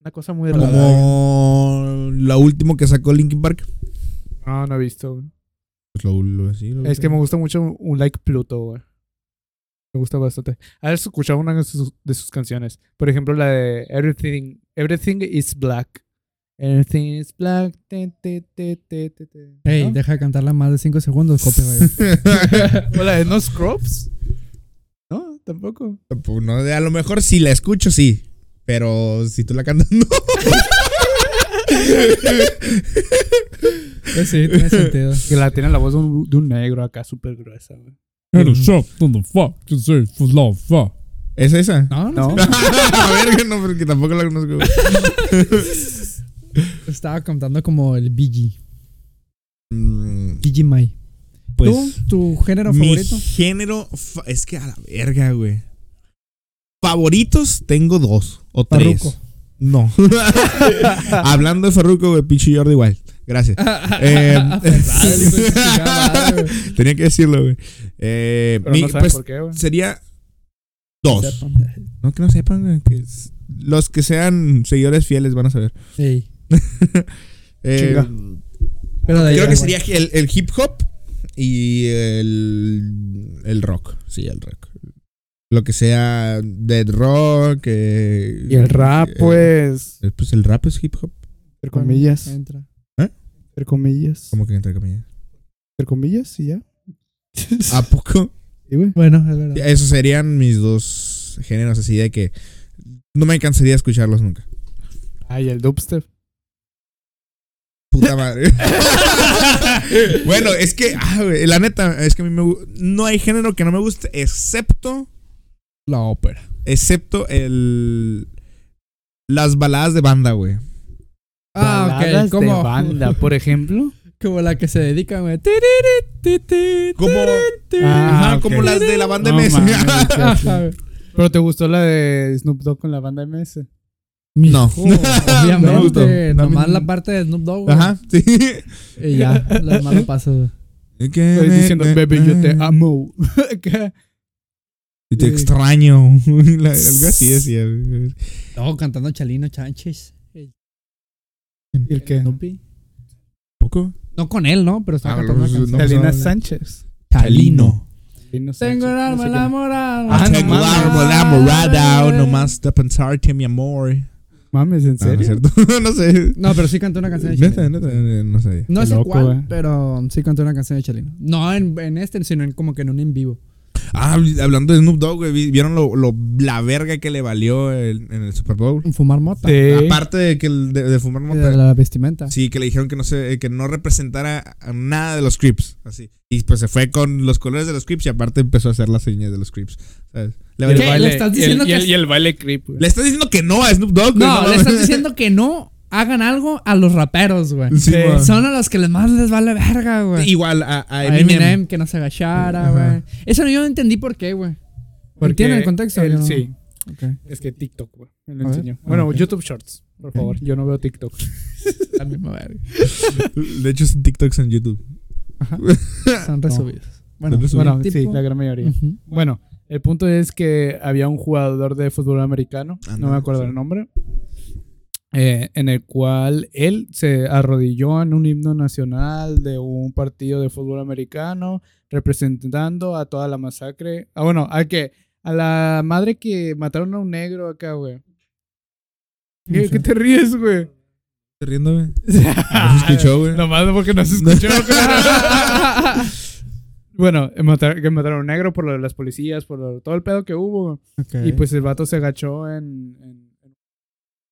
[SPEAKER 1] Una cosa muy rara.
[SPEAKER 3] Como la última que sacó Linkin Park.
[SPEAKER 1] No, no he visto. güey.
[SPEAKER 3] Pues lo, lo- sí, lo-
[SPEAKER 1] Es que me gusta mucho un- un like Pluto, güey. Me gusta bastante. Has escuchado una de sus, de sus canciones. Por ejemplo, la de Everything, Everything is Black. Everything is black. Te, te, te, te, te, te.
[SPEAKER 2] Hey,
[SPEAKER 1] ¿No?
[SPEAKER 2] deja de cantarla más de 5 segundos, copyright.
[SPEAKER 1] O la de No Scrubs. No, tampoco.
[SPEAKER 3] Pues no, a lo mejor si la escucho, sí. Pero si tú la cantas, no.
[SPEAKER 2] Pues sí, tiene sentido.
[SPEAKER 1] Que la tiene la voz de un, de un negro acá súper gruesa, güey.
[SPEAKER 2] Em,
[SPEAKER 3] ¿Es esa?
[SPEAKER 2] No, no,
[SPEAKER 1] No.
[SPEAKER 2] sé.
[SPEAKER 3] a ver, no, porque tampoco la conozco.
[SPEAKER 2] Estaba contando como el BG.
[SPEAKER 3] Mm,
[SPEAKER 2] BG Mai.
[SPEAKER 3] pues.
[SPEAKER 2] ¿Tú? ¿Tu género
[SPEAKER 3] mi
[SPEAKER 2] favorito?
[SPEAKER 3] género. fa- Es que a la verga, güey. Favoritos tengo dos o tres.
[SPEAKER 2] Farruko.
[SPEAKER 3] No. Hablando de Farruko, güey, pinche Jordi igual. Gracias. Eh,
[SPEAKER 2] Em, Dale, hijo de su chingada madre, güey.
[SPEAKER 3] tenía que decirlo, güey. Eh,
[SPEAKER 1] Pero
[SPEAKER 3] mi-
[SPEAKER 1] no sabes
[SPEAKER 3] pues
[SPEAKER 1] por qué, güey.
[SPEAKER 3] sería dos.
[SPEAKER 2] Sepan.
[SPEAKER 3] No, que no sepan, güey, que s- los que sean seguidores fieles van a saber.
[SPEAKER 2] Sí.
[SPEAKER 3] Eh,
[SPEAKER 1] Chinga.
[SPEAKER 2] Pero de ahí
[SPEAKER 3] creo
[SPEAKER 2] ya, güey.
[SPEAKER 3] que sería el, el hip hop y el, el rock. Sí, el rock. Lo que sea dead rock. eh,
[SPEAKER 1] Y el rap,
[SPEAKER 3] eh,
[SPEAKER 1] pues.
[SPEAKER 3] eh, pues el rap es hip hop.
[SPEAKER 1] Entre comillas.
[SPEAKER 2] Entra.
[SPEAKER 1] Entre comillas.
[SPEAKER 3] Como que entre comillas.
[SPEAKER 1] Entre comillas y ya. Ah.
[SPEAKER 3] ¿A poco?
[SPEAKER 1] Sí, güey.
[SPEAKER 2] Bueno, es verdad.
[SPEAKER 3] Esos serían mis dos géneros así de que no me cansaría de escucharlos nunca.
[SPEAKER 1] Ah, y el dubstep.
[SPEAKER 3] Puta madre. bueno, es que, ah, güey, la neta, es que a mí me, gu- no hay género que no me guste, excepto,
[SPEAKER 2] La ópera.
[SPEAKER 3] excepto el, las baladas de banda, güey.
[SPEAKER 2] Ah, ok.
[SPEAKER 1] Baladas de
[SPEAKER 2] Como,
[SPEAKER 1] banda, por ejemplo.
[SPEAKER 2] como la que se dedica, güey. Tiriri, ti, ti,
[SPEAKER 3] Como-
[SPEAKER 2] tiri, ti.
[SPEAKER 1] Ah,
[SPEAKER 3] Ajá,
[SPEAKER 1] ok.
[SPEAKER 3] como las de la banda
[SPEAKER 1] No
[SPEAKER 3] MS.
[SPEAKER 1] mames.
[SPEAKER 2] Ajá, güey.
[SPEAKER 1] Pero te gustó la de Snoop Dogg con la banda MS.
[SPEAKER 3] no.
[SPEAKER 2] Oh, obviamente,
[SPEAKER 3] No me gustó. No
[SPEAKER 2] nomás
[SPEAKER 3] me-
[SPEAKER 2] la parte de Snoop Dogg. güey.
[SPEAKER 3] Ajá, sí.
[SPEAKER 2] Y ya, las malas pasas. güey.
[SPEAKER 1] Estoy
[SPEAKER 2] Eh,
[SPEAKER 1] diciendo, baby, yo te amo. Acá.
[SPEAKER 3] Y te extraño. La- Algo así decía.
[SPEAKER 2] No, cantando Chalino Chanches.
[SPEAKER 1] ¿Y el qué?
[SPEAKER 2] Snoopy.
[SPEAKER 3] ¿Poco?
[SPEAKER 2] No con él, ¿no? Pero estaba
[SPEAKER 3] Ah,
[SPEAKER 2] cantando una
[SPEAKER 3] los-
[SPEAKER 2] canción.
[SPEAKER 3] no.
[SPEAKER 1] Selena
[SPEAKER 3] pues,
[SPEAKER 1] Sánchez.
[SPEAKER 3] Chalino.
[SPEAKER 1] Selena Sánchez.
[SPEAKER 2] Tengo el
[SPEAKER 1] No
[SPEAKER 2] alma
[SPEAKER 1] sé quién.
[SPEAKER 2] enamorada.
[SPEAKER 1] Ah, no
[SPEAKER 3] Tengo el
[SPEAKER 1] mames.
[SPEAKER 3] árbol enamorado, nomás de pensarte, mi amor. Ah,
[SPEAKER 1] Mames,
[SPEAKER 2] Ah,
[SPEAKER 1] ¿en
[SPEAKER 3] No, no es
[SPEAKER 1] serio?
[SPEAKER 3] cierto. no sé.
[SPEAKER 2] No, pero sí cantó una canción de
[SPEAKER 3] Neta,
[SPEAKER 2] Chalino.
[SPEAKER 3] neta, eh. no sabía.
[SPEAKER 2] No
[SPEAKER 1] Qué
[SPEAKER 2] sé
[SPEAKER 1] loco,
[SPEAKER 2] cuál,
[SPEAKER 1] güey.
[SPEAKER 2] pero sí cantó una canción de Chalino. No en, en este, sino en, como que en un en vivo.
[SPEAKER 3] Ah, habl- hablando de Snoop Dogg, güey, vi- ¿vieron lo, lo- la verga que le valió el- en el Super Bowl?
[SPEAKER 2] Fumar mota.
[SPEAKER 1] Sí.
[SPEAKER 3] Aparte de que el de, de fumar
[SPEAKER 2] Y de
[SPEAKER 3] mota.
[SPEAKER 2] la vestimenta.
[SPEAKER 3] Sí, que le dijeron que no se, que no representara a nada de los Crips, así. Y pues se fue con los colores de los Crips y aparte empezó a hacer las señas de los Crips. ¿sabes? Le,
[SPEAKER 1] Y el
[SPEAKER 3] valió-
[SPEAKER 2] ¿Qué?
[SPEAKER 1] baile-
[SPEAKER 2] ¿Le estás
[SPEAKER 1] y el-
[SPEAKER 2] diciendo
[SPEAKER 1] y
[SPEAKER 2] que
[SPEAKER 1] el-
[SPEAKER 2] es-
[SPEAKER 1] Y el baile creep. güey.
[SPEAKER 3] le estás diciendo que no a Snoop Dogg. güey,
[SPEAKER 2] No, le estás
[SPEAKER 3] mames.
[SPEAKER 2] diciendo que no hagan algo a los raperos, güey.
[SPEAKER 1] Sí.
[SPEAKER 3] Sí, güey.
[SPEAKER 2] Son a los que les más les vale verga, güey.
[SPEAKER 3] Igual a, a
[SPEAKER 2] A
[SPEAKER 3] Eminem.
[SPEAKER 2] Eminem. que no se agachara,
[SPEAKER 3] Ajá.
[SPEAKER 2] güey. Eso yo no entendí por qué, güey.
[SPEAKER 1] Porque
[SPEAKER 2] ¿Entienden el contexto?
[SPEAKER 1] él
[SPEAKER 2] Yo no-
[SPEAKER 1] sí.
[SPEAKER 2] Ok.
[SPEAKER 1] Es que TikTok, güey. Me lo
[SPEAKER 2] A ver.
[SPEAKER 1] enseñó.
[SPEAKER 2] Ah,
[SPEAKER 1] Bueno,
[SPEAKER 2] ok.
[SPEAKER 1] YouTube Shorts. Por favor, yo no veo TikTok.
[SPEAKER 2] La misma verga.
[SPEAKER 3] De hecho, son TikToks en YouTube.
[SPEAKER 2] Ajá. Son resubidos. Bueno,
[SPEAKER 3] Son resubidos.
[SPEAKER 1] Bueno,
[SPEAKER 2] tipo-
[SPEAKER 1] sí, la gran mayoría.
[SPEAKER 2] ujú.
[SPEAKER 1] Bueno, el punto es que había un jugador de fútbol americano, no
[SPEAKER 3] Ándale,
[SPEAKER 1] me acuerdo
[SPEAKER 3] sí.
[SPEAKER 1] el nombre, eh, en el cual él se arrodilló en un himno nacional de un partido de fútbol americano, representando a toda la masacre. Ah, bueno, a que a la madre que mataron a un negro acá, güey. ¿Qué,
[SPEAKER 2] No sé.
[SPEAKER 1] qué te ríes, güey?
[SPEAKER 3] ¿Estás riendo, güey? No se escuchó, güey.
[SPEAKER 1] Nomás porque no se escuchó. güey. bueno, matar- que mataron a un negro por lo de las policías, por lo- todo el pedo que hubo. güey.
[SPEAKER 2] Ok.
[SPEAKER 1] Y pues el vato se agachó en, en, en-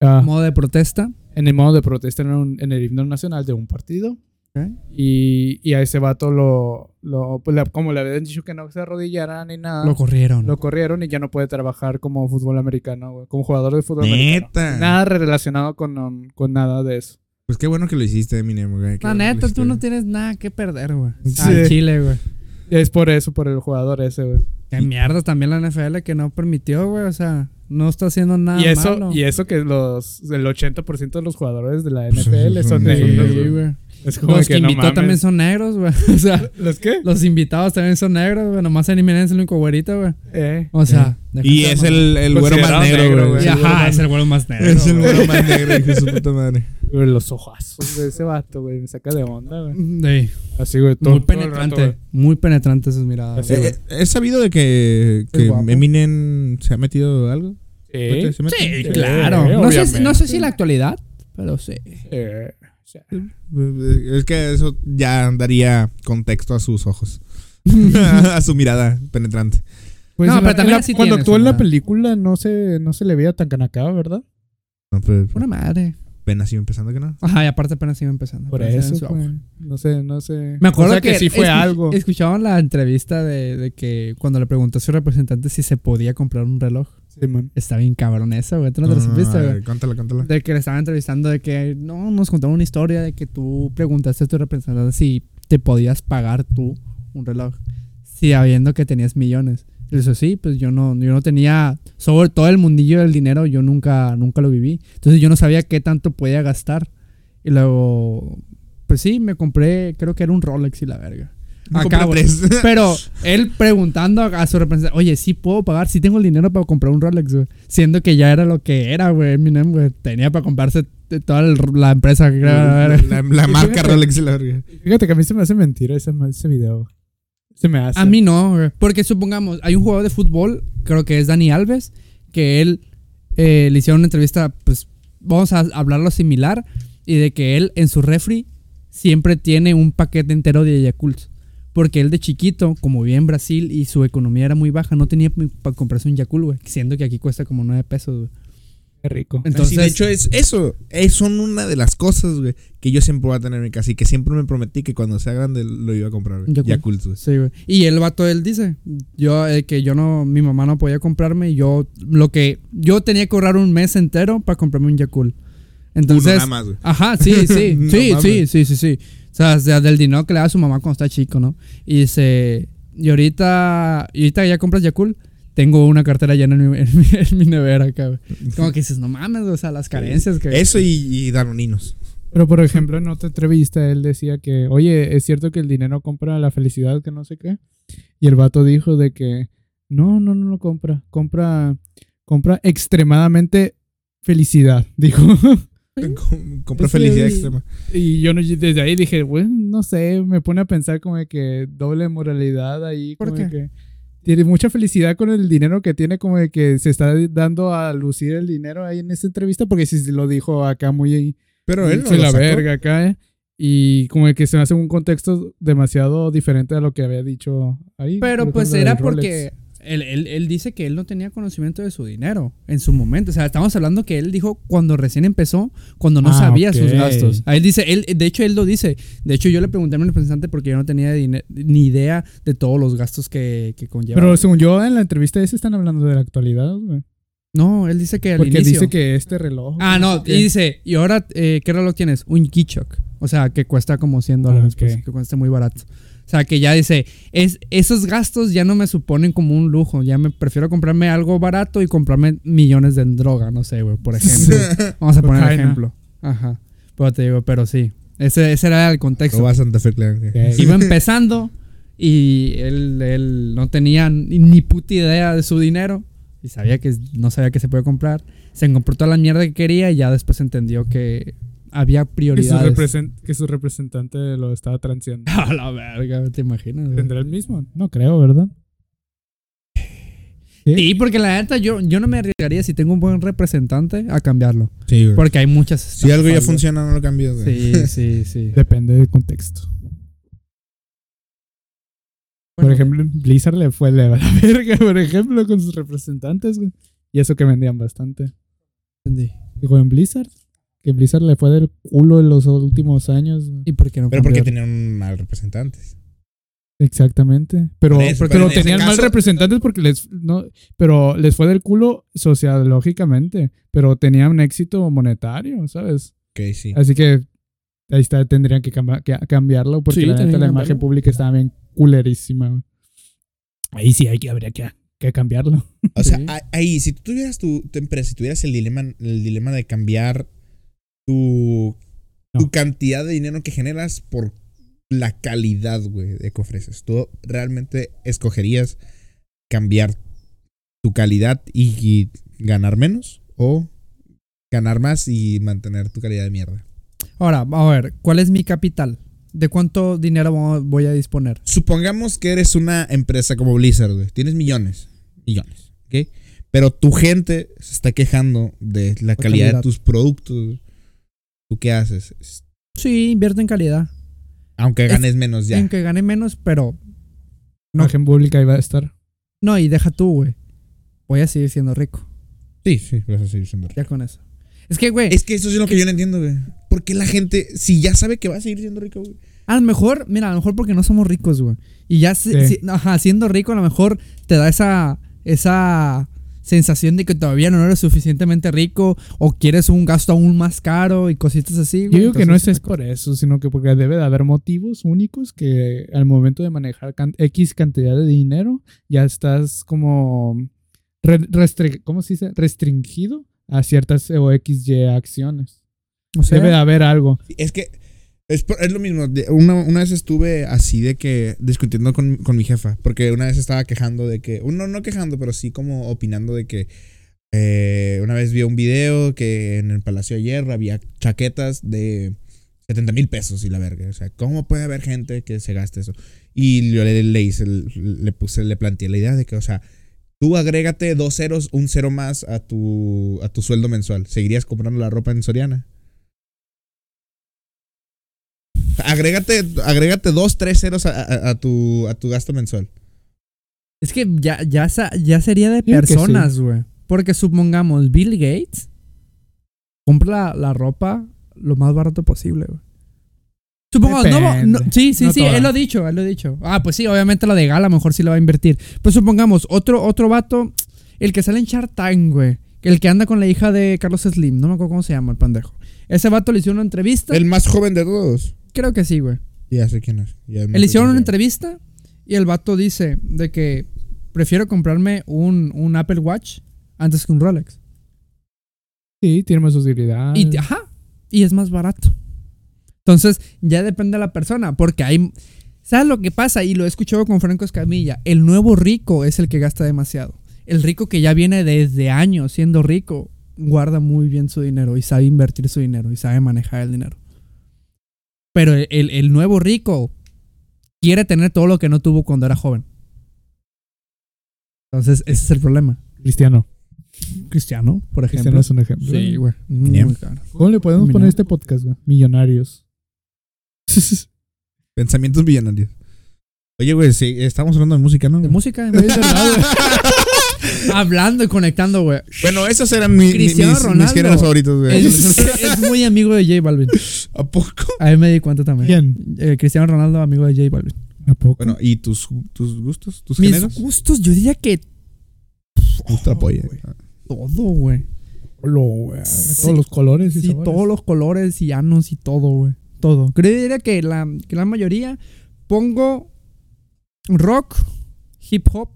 [SPEAKER 1] ah,
[SPEAKER 2] modo de protesta.
[SPEAKER 1] en el modo de protesta en, un- en el himno nacional de un partido.
[SPEAKER 2] Ok.
[SPEAKER 1] Y, y a ese vato lo, lo pues, le- como le habían dicho que no se arrodillara ni nada,
[SPEAKER 2] Lo
[SPEAKER 1] Ah. lo,
[SPEAKER 2] corrieron.
[SPEAKER 1] corrieron y ya no puede trabajar como fútbol americano, güey, como jugador de fútbol americano.
[SPEAKER 3] Neta.
[SPEAKER 1] Nada relacionado con, um, con nada de eso.
[SPEAKER 3] Pues qué bueno que lo hiciste, Eminem, güey. qué
[SPEAKER 2] La
[SPEAKER 3] bueno que lo
[SPEAKER 2] neta, tú
[SPEAKER 3] hiciste.
[SPEAKER 2] no tienes nada que perder, güey.
[SPEAKER 1] Sí.
[SPEAKER 2] Ah, Chile, güey.
[SPEAKER 1] Es por eso, por el jugador ese, güey.
[SPEAKER 2] Qué mierda también la NFL que no permitió, güey. O sea, no está haciendo nada
[SPEAKER 1] Y eso,
[SPEAKER 2] Ah, malo.
[SPEAKER 1] y eso que los el 80% de los jugadores de la NFL
[SPEAKER 3] son
[SPEAKER 1] son
[SPEAKER 2] Sí,
[SPEAKER 1] negros.
[SPEAKER 3] negros,
[SPEAKER 1] güey.
[SPEAKER 2] güey.
[SPEAKER 1] Es como
[SPEAKER 2] Los
[SPEAKER 1] que,
[SPEAKER 2] que
[SPEAKER 1] no
[SPEAKER 2] invitó
[SPEAKER 1] mames.
[SPEAKER 2] también son negros, güey. O sea,
[SPEAKER 1] ¿Los qué?
[SPEAKER 2] los invitados también son negros, güey. Nomás Annie Menéndez es el único güerito, güey.
[SPEAKER 1] Eh.
[SPEAKER 2] O sea,
[SPEAKER 3] Y
[SPEAKER 2] déjate,
[SPEAKER 3] es
[SPEAKER 2] mamá.
[SPEAKER 3] el, el güero
[SPEAKER 1] Considerado
[SPEAKER 3] más
[SPEAKER 1] negro,
[SPEAKER 3] negro, güey.
[SPEAKER 1] güey.
[SPEAKER 2] Y
[SPEAKER 3] Es el güero
[SPEAKER 2] ajá,
[SPEAKER 3] más-
[SPEAKER 2] es el güero más negro.
[SPEAKER 3] Es el
[SPEAKER 2] güey.
[SPEAKER 3] güero más negro, hijo de su puta madre.
[SPEAKER 1] Pero los ojazos de ese vato, güey, me saca de onda, güey.
[SPEAKER 2] Mm, Ey,
[SPEAKER 1] Así, güey, todo.
[SPEAKER 2] muy
[SPEAKER 1] todo el rato,
[SPEAKER 2] penetrante. muy penetrante sus miradas.
[SPEAKER 1] Sí,
[SPEAKER 3] Eh,
[SPEAKER 2] güey.
[SPEAKER 1] güey.
[SPEAKER 3] eh, ¿Es sabido de que, que
[SPEAKER 1] guapo.
[SPEAKER 3] Eminem se ha metido algo?
[SPEAKER 1] güey.
[SPEAKER 3] ¿Se mete?
[SPEAKER 2] Sí,
[SPEAKER 1] Sí,
[SPEAKER 2] claro.
[SPEAKER 1] eh,
[SPEAKER 2] no, sé, si-
[SPEAKER 1] obviamente.
[SPEAKER 2] no sé si en la actualidad, pero sí.
[SPEAKER 1] Eh, o sea,
[SPEAKER 3] Eh, Es que eso ya daría contexto a sus ojos. a su mirada penetrante.
[SPEAKER 1] pues
[SPEAKER 2] No,
[SPEAKER 1] en la-
[SPEAKER 2] pero
[SPEAKER 1] en
[SPEAKER 2] también
[SPEAKER 1] la-
[SPEAKER 2] sí
[SPEAKER 1] cuando
[SPEAKER 2] tiene
[SPEAKER 1] actuó
[SPEAKER 2] su
[SPEAKER 1] en la
[SPEAKER 2] nada.
[SPEAKER 1] película no se, no se le veía tan canacaba, ¿verdad?
[SPEAKER 3] No, pero
[SPEAKER 2] Una madre.
[SPEAKER 3] ven así empezando que no.
[SPEAKER 2] Ajá, y aparte apenas iba empezando.
[SPEAKER 1] Por
[SPEAKER 2] Apenas
[SPEAKER 1] eso,
[SPEAKER 2] en su
[SPEAKER 1] güey.
[SPEAKER 2] auge.
[SPEAKER 1] No sé, no sé.
[SPEAKER 2] Me acuerdo
[SPEAKER 1] O sea que, sí fue
[SPEAKER 2] escu-
[SPEAKER 1] algo.
[SPEAKER 2] Escuchaban la entrevista de, de que cuando le preguntó a su representante si se podía comprar un reloj.
[SPEAKER 1] Sí, man.
[SPEAKER 2] Está bien cabrón eso, güey. Tú no te lo
[SPEAKER 3] Ah,
[SPEAKER 2] supiste, güey.
[SPEAKER 3] Cántala, cántala.
[SPEAKER 2] De que le estaban entrevistando de que no nos contaron una historia de que tú preguntaste a tu representante si te podías pagar tú un reloj, si habiendo que tenías millones. Y eso sí, pues yo no, yo no tenía, sobre todo el mundillo del dinero, yo nunca, nunca lo viví. Entonces yo no sabía qué tanto podía gastar. Y luego, pues sí, me compré, creo que era un Rolex y la verga.
[SPEAKER 3] Me
[SPEAKER 2] Acá, güey.
[SPEAKER 3] compré Ah, tres.
[SPEAKER 2] Pero él preguntando a a su representante, oye, sí puedo pagar, sí tengo el dinero para comprar un Rolex, güey. Siendo que ya era lo que era, güey. Eminem, güey. Tenía para comprarse t- toda el- la empresa que era.
[SPEAKER 3] La,
[SPEAKER 2] era.
[SPEAKER 3] la marca Rolex y la verga.
[SPEAKER 1] Fíjate que a mí se me hace mentira ese, ese video. Se me hace.
[SPEAKER 2] A mí no, güey. Porque supongamos, hay un jugador de fútbol, creo que es Dani Alves, que él eh, le hicieron una entrevista, pues vamos a hablarlo similar, y de que él en su refri siempre tiene un paquete entero de Yakult. Porque él de chiquito, como vivía en Brasil y su economía era muy baja, no tenía para comprarse un Yakult, güey. Siendo que aquí cuesta como 9 pesos, güey.
[SPEAKER 1] Qué rico.
[SPEAKER 2] Entonces,
[SPEAKER 3] Así, de hecho, es eso. Es, son una de las cosas, güey, que yo siempre voy a tener en mi casa y que siempre me prometí que cuando sea grande lo iba a comprar, güey.
[SPEAKER 2] Yakult.
[SPEAKER 3] Yakult, güey.
[SPEAKER 2] Sí, güey. Y el vato él dice, yo eh, que yo no mi mamá no podía comprarme y yo lo que yo tenía que ahorrar un mes entero para comprarme un Yakult.
[SPEAKER 3] Uno
[SPEAKER 2] Entonces,
[SPEAKER 3] nada más, güey.
[SPEAKER 2] ajá, sí, sí,
[SPEAKER 3] No
[SPEAKER 2] sí,
[SPEAKER 3] mames.
[SPEAKER 2] sí, sí, sí, sí. O sea, o sea, del dinero que le da a su mamá cuando está chico, ¿no? Y dice, y ahorita y ahorita ya compras Yakult. Tengo una cartera llena en mi, en mi- en mi nevera acá, güey. Como que dices, no mames, o sea, las carencias que...
[SPEAKER 3] Eso y, y Danoninos.
[SPEAKER 1] Pero por ejemplo, en otra entrevista él decía que, oye, es cierto que el dinero compra la felicidad, que no sé qué. Y el vato dijo de que, no, no, no, no compra, compra, compra extremadamente felicidad, dijo.
[SPEAKER 3] Com- Compré
[SPEAKER 1] Ese-
[SPEAKER 3] felicidad extrema.
[SPEAKER 1] y yo no- yo desde ahí dije, bueno, no sé, me pone a pensar como de que doble moralidad ahí,
[SPEAKER 2] ¿Por
[SPEAKER 1] como de
[SPEAKER 2] qué?
[SPEAKER 1] que tiene mucha felicidad con el dinero que tiene, como de que se está dando a lucir el dinero ahí en esta entrevista, porque si lo dijo acá muy
[SPEAKER 3] Pero él no
[SPEAKER 1] soy
[SPEAKER 3] lo
[SPEAKER 1] la
[SPEAKER 3] sacó.
[SPEAKER 1] verga acá, ¿eh? Y como que se me hace un contexto demasiado diferente a lo que había dicho ahí.
[SPEAKER 2] Pero
[SPEAKER 1] por
[SPEAKER 2] pues
[SPEAKER 1] ejemplo,
[SPEAKER 2] era
[SPEAKER 1] del Rolex.
[SPEAKER 2] porque él, él- él dice que él no tenía conocimiento de su dinero en su momento. O sea, estamos hablando que él dijo cuando recién empezó, cuando no
[SPEAKER 1] Ah,
[SPEAKER 2] sabía sus
[SPEAKER 1] ok.
[SPEAKER 2] gastos. A él dice, él, de hecho, él lo dice. De hecho, yo le pregunté a mi representante porque yo no tenía dine- ni idea de todos los gastos que, que conlleva.
[SPEAKER 1] Pero según yo, en la entrevista esa están hablando de la actualidad, güey.
[SPEAKER 2] no, él dice que al
[SPEAKER 1] Porque
[SPEAKER 2] inicio-
[SPEAKER 1] dice que este reloj.
[SPEAKER 2] Ah, no,
[SPEAKER 1] que-
[SPEAKER 2] y dice, y ahora, eh, ¿qué reloj tienes? Un Kichok. O sea, que cuesta como 100 dólares,
[SPEAKER 1] Ah,
[SPEAKER 2] pues,
[SPEAKER 1] ok.
[SPEAKER 2] que cuesta muy barato. O sea, que ya dice, es, esos gastos ya no me suponen como un lujo. Ya me prefiero comprarme algo barato y comprarme millones de en droga, no sé, güey, por ejemplo. Vamos a poner
[SPEAKER 1] Cocaína.
[SPEAKER 2] ejemplo. Ajá. Pero te digo, pero sí. Ese, ese era el contexto.
[SPEAKER 3] Roba Santa Fe Clan, güey.
[SPEAKER 1] Ok.
[SPEAKER 2] Iba empezando y él, él no tenía ni ni puta idea de su dinero y sabía que no sabía que se podía comprar. Se compró toda la mierda que quería y ya después entendió que había
[SPEAKER 1] que su,
[SPEAKER 2] prioridades.
[SPEAKER 1] represen- que su representante lo estaba transeando.
[SPEAKER 2] A la verga, ¿te imaginas? güey?
[SPEAKER 1] ¿Tendrá el mismo? No creo, ¿verdad?
[SPEAKER 2] Sí, porque la neta yo, yo no me arriesgaría si tengo un buen representante a cambiarlo.
[SPEAKER 3] Sí, güey.
[SPEAKER 2] Porque hay muchas...
[SPEAKER 3] Si algo ya
[SPEAKER 2] estafas, güey.
[SPEAKER 3] funciona, no lo cambias, güey.
[SPEAKER 2] Sí, sí, sí.
[SPEAKER 1] Depende del contexto. por
[SPEAKER 2] Bueno,
[SPEAKER 1] ejemplo, Blizzard le fue le- a la verga, por ejemplo, con sus representantes, güey. Y eso que vendían bastante.
[SPEAKER 2] entendí.
[SPEAKER 1] Digo, en Blizzard. Que Blizzard le fue del culo en los últimos años. güey.
[SPEAKER 2] ¿Y por qué no
[SPEAKER 3] Pero porque
[SPEAKER 2] cambiar?
[SPEAKER 3] tenían mal representantes.
[SPEAKER 1] Exactamente. Pero,
[SPEAKER 3] Por eso,
[SPEAKER 1] porque
[SPEAKER 3] pero
[SPEAKER 1] lo
[SPEAKER 3] en ese
[SPEAKER 1] tenían mal
[SPEAKER 3] caso-
[SPEAKER 1] representantes porque les no, pero les fue del culo sociológicamente. Pero tenían un éxito monetario, ¿sabes?
[SPEAKER 3] Ok, sí.
[SPEAKER 1] Así que ahí está, tendrían que, camba- que- cambiarlo porque
[SPEAKER 2] Sí,
[SPEAKER 1] la, neta,
[SPEAKER 2] tenían que
[SPEAKER 1] la imagen
[SPEAKER 2] cambiarlo.
[SPEAKER 1] pública estaba bien culerísima. güey. Ahí sí hay que, habría que, que cambiarlo.
[SPEAKER 3] O sea,
[SPEAKER 2] Sí.
[SPEAKER 3] a- ahí, si tú tuvieras tu, tu empresa, si tuvieras el dilema, el dilema de cambiar tu
[SPEAKER 1] No.
[SPEAKER 3] tu cantidad de dinero que generas por la calidad, güey, de que ofreces. Tú realmente escogerías cambiar tu calidad y, y ganar menos o ganar más y mantener tu calidad de mierda.
[SPEAKER 2] Ahora, a ver, ¿cuál es mi capital? ¿De cuánto dinero vo- voy a disponer?
[SPEAKER 3] Supongamos que eres una empresa como Blizzard, güey. Tienes millones, millones, ¿ok? Pero tu gente se está quejando de la calidad,
[SPEAKER 2] calidad.
[SPEAKER 3] de tus productos. ¿Tú qué haces?
[SPEAKER 2] Sí, invierto en calidad.
[SPEAKER 3] Aunque
[SPEAKER 2] Es-
[SPEAKER 3] ganes menos ya.
[SPEAKER 2] En que gane menos, pero. No.
[SPEAKER 1] Imagen pública iba a estar.
[SPEAKER 2] No, y deja tú, güey. Voy a seguir siendo rico.
[SPEAKER 3] Sí, sí, vas a seguir siendo rico.
[SPEAKER 2] Ya con eso. Es que, güey,
[SPEAKER 3] Es que eso es lo que yo no entiendo, güey. ¿Por qué la gente, si ya sabe que va a seguir siendo rico, güey?
[SPEAKER 2] a lo mejor, mira, a lo mejor porque no somos ricos, güey. Y ya, si-
[SPEAKER 1] Sí.
[SPEAKER 2] si- ajá, siendo rico, a lo mejor te da esa. Esa sensación de que todavía no eres suficientemente rico o quieres un gasto aún más caro y cositas así.
[SPEAKER 1] Yo
[SPEAKER 2] güey.
[SPEAKER 1] digo que no es,
[SPEAKER 2] Entonces,
[SPEAKER 1] es por eso, sino que porque debe de haber motivos únicos que al momento de manejar can- X cantidad de dinero ya estás como re- restri- ¿cómo se dice? restringido a ciertas o XY acciones.
[SPEAKER 2] o sea,
[SPEAKER 1] Debe de haber algo.
[SPEAKER 3] Es que es, por- es lo mismo. De- Una, una vez estuve así de que discutiendo con, con mi jefa, porque una vez estaba quejando de que, no, no quejando, pero sí como opinando de que eh, una vez vi un video que en el Palacio de Hierro había chaquetas de 70 mil pesos y la verga. O sea, ¿cómo puede haber gente que se gaste eso? Y yo le, le hice, el- le puse, le planteé la idea de que, o sea, tú agrégate dos ceros, un cero más a tu, a tu sueldo mensual. ¿Seguirías comprando la ropa en Soriana? Agrégate, agrégate dos, tres ceros a, a- a tu, a tu gasto mensual.
[SPEAKER 2] Es que ya, ya, sa- ya sería de
[SPEAKER 1] Yo creo que sí.
[SPEAKER 2] personas, güey. Porque supongamos, Bill Gates compra la, la ropa lo más barato posible, güey. Supongamos, no, no-
[SPEAKER 1] Depende.
[SPEAKER 2] Sí, sí,
[SPEAKER 1] No
[SPEAKER 2] sí,
[SPEAKER 1] todas.
[SPEAKER 2] él lo ha dicho, él lo ha dicho. Ah, pues sí, obviamente la de gala a lo mejor sí la va a invertir. Pero supongamos, otro, otro vato, el que sale en Shark Tank, güey. El que anda con la hija de Carlos Slim, no me acuerdo cómo se llama el pendejo. Ese vato le hicieron una entrevista.
[SPEAKER 3] El más joven de todos.
[SPEAKER 2] Creo que sí, güey.
[SPEAKER 3] Ya sé quién es. ya me
[SPEAKER 2] Le hicieron una
[SPEAKER 3] acuerdo quién
[SPEAKER 2] entrevista y el vato dice de que prefiero comprarme un, un Apple Watch antes que un Rolex.
[SPEAKER 1] Sí, tiene más utilidad.
[SPEAKER 2] Y, ajá, y es más barato. Entonces, ya depende de la persona, porque hay... ¿Sabes lo que pasa? Y lo he escuchado con Franco Escamilla. El nuevo rico es el que gasta demasiado. El rico que ya viene desde años siendo rico, guarda muy bien su dinero y sabe invertir su dinero y sabe manejar el dinero. Pero el, el- el nuevo rico quiere tener todo lo que no tuvo cuando era joven. Entonces, ese es el problema.
[SPEAKER 1] Cristiano.
[SPEAKER 2] Cristiano, por ejemplo.
[SPEAKER 1] Cristiano es un ejemplo.
[SPEAKER 2] Sí, güey.
[SPEAKER 3] Bien.
[SPEAKER 2] Muy caro.
[SPEAKER 1] ¿Cómo le podemos poner
[SPEAKER 2] Millonario.
[SPEAKER 1] a este podcast? güey? Millonarios.
[SPEAKER 3] es. Pensamientos millonarios. Oye, güey, sí, estamos hablando de música, ¿no?
[SPEAKER 2] De
[SPEAKER 3] güey?
[SPEAKER 2] música, en vez de hablar, güey. Hablando y conectando, güey.
[SPEAKER 3] bueno, esos eran mi- mi- mis,
[SPEAKER 2] Cristiano
[SPEAKER 3] mis,
[SPEAKER 2] Ronaldo.
[SPEAKER 3] géneros favoritos, güey.
[SPEAKER 2] Es, es muy amigo de J Balvin.
[SPEAKER 3] ¿A poco?
[SPEAKER 2] A mí me di cuenta también.
[SPEAKER 1] ¿Quién?
[SPEAKER 2] Eh, Cristiano Ronaldo, amigo de J Balvin.
[SPEAKER 1] ¿A poco?
[SPEAKER 3] Bueno, ¿y tus, tus gustos? ¿Tus
[SPEAKER 2] Mis
[SPEAKER 3] géneros?
[SPEAKER 2] gustos, yo diría que
[SPEAKER 3] Gusto apoya.
[SPEAKER 2] güey. todo, güey.
[SPEAKER 1] Lo, güey,
[SPEAKER 2] Sí.
[SPEAKER 1] Todos los colores y
[SPEAKER 2] Sí,
[SPEAKER 1] sabores.
[SPEAKER 2] todos los colores y anos y todo, güey. Todo. Creo que diría que la, que la mayoría pongo rock, hip hop,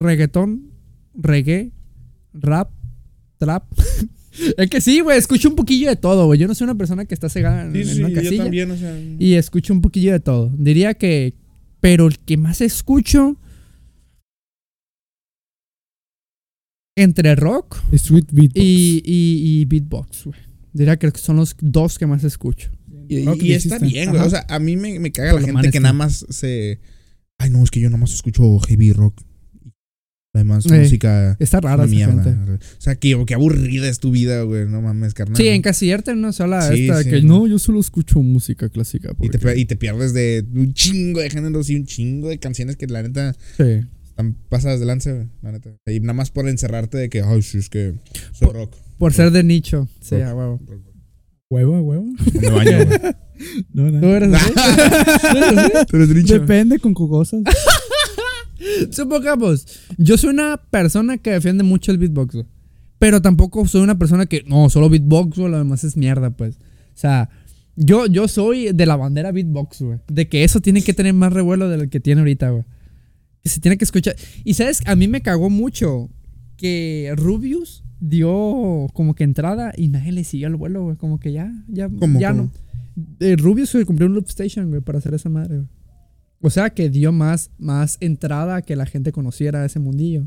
[SPEAKER 2] reggaetón, reggae, rap, trap. es que sí, güey, escucho un poquillo de todo, güey. Yo no soy una persona que está cegada en,
[SPEAKER 3] Sí,
[SPEAKER 2] en
[SPEAKER 3] sí,
[SPEAKER 2] una
[SPEAKER 3] yo
[SPEAKER 2] casilla.
[SPEAKER 3] también, o sea.
[SPEAKER 2] Y escucho un poquillo de todo. Diría que. Pero el que más escucho. Entre rock
[SPEAKER 1] Sweet Beat.
[SPEAKER 2] y, y, y beatbox, güey. Diría que son los dos que más escucho.
[SPEAKER 3] Y,
[SPEAKER 1] Rock
[SPEAKER 3] y está
[SPEAKER 1] dijiste.
[SPEAKER 3] bien, güey.
[SPEAKER 1] Ajá.
[SPEAKER 3] O sea, a mí me, me caga la
[SPEAKER 2] Por lo
[SPEAKER 3] gente que
[SPEAKER 2] maneskin.
[SPEAKER 3] nada más se. Ay, no, es que yo nada más escucho heavy rock. Además,
[SPEAKER 2] Eh,
[SPEAKER 3] música.
[SPEAKER 2] Está rara
[SPEAKER 3] Una
[SPEAKER 2] esa
[SPEAKER 3] mierda.
[SPEAKER 2] gente.
[SPEAKER 3] O sea, que, que aburrida es tu vida, güey. No mames, carnal.
[SPEAKER 2] Sí, encasillarte en una sola
[SPEAKER 3] Sí,
[SPEAKER 2] esta
[SPEAKER 3] sí.
[SPEAKER 2] que no, yo solo escucho música clásica.
[SPEAKER 3] y,
[SPEAKER 2] porque-
[SPEAKER 3] te, pe- y te pierdes de un chingo de géneros y un chingo de canciones que la neta
[SPEAKER 2] Sí.
[SPEAKER 3] están pasadas de lanza, güey. La neta. Y nada más por encerrarte de que, ay, sí, es que soy
[SPEAKER 2] Por-
[SPEAKER 3] rock.
[SPEAKER 2] Por ser de nicho. Sí,
[SPEAKER 3] Rock.
[SPEAKER 2] a huevo.
[SPEAKER 1] Huevo, huevo.
[SPEAKER 3] Me baño, güey.
[SPEAKER 1] No,
[SPEAKER 2] ¿Tú
[SPEAKER 1] nada.
[SPEAKER 2] eres así?
[SPEAKER 1] Depende con cosas.
[SPEAKER 2] Supongamos, yo soy una persona que defiende mucho el beatbox, güey. Pero tampoco soy una persona que, no, solo beatbox, güey, lo demás es mierda, pues. O sea, yo, yo soy de la bandera beatbox, güey. De que eso tiene que tener más revuelo del que tiene ahorita, güey. Que se tiene que escuchar. Y sabes, a mí me cagó mucho que Rubius dio como que entrada y nadie le siguió al vuelo, güey. Como que ya, ya,
[SPEAKER 3] ¿Cómo,
[SPEAKER 2] ya
[SPEAKER 3] cómo?
[SPEAKER 2] no. Eh, Rubio se compró un loop station, güey, para hacer esa madre, güey. O sea que dio más, más entrada a que la gente conociera ese mundillo.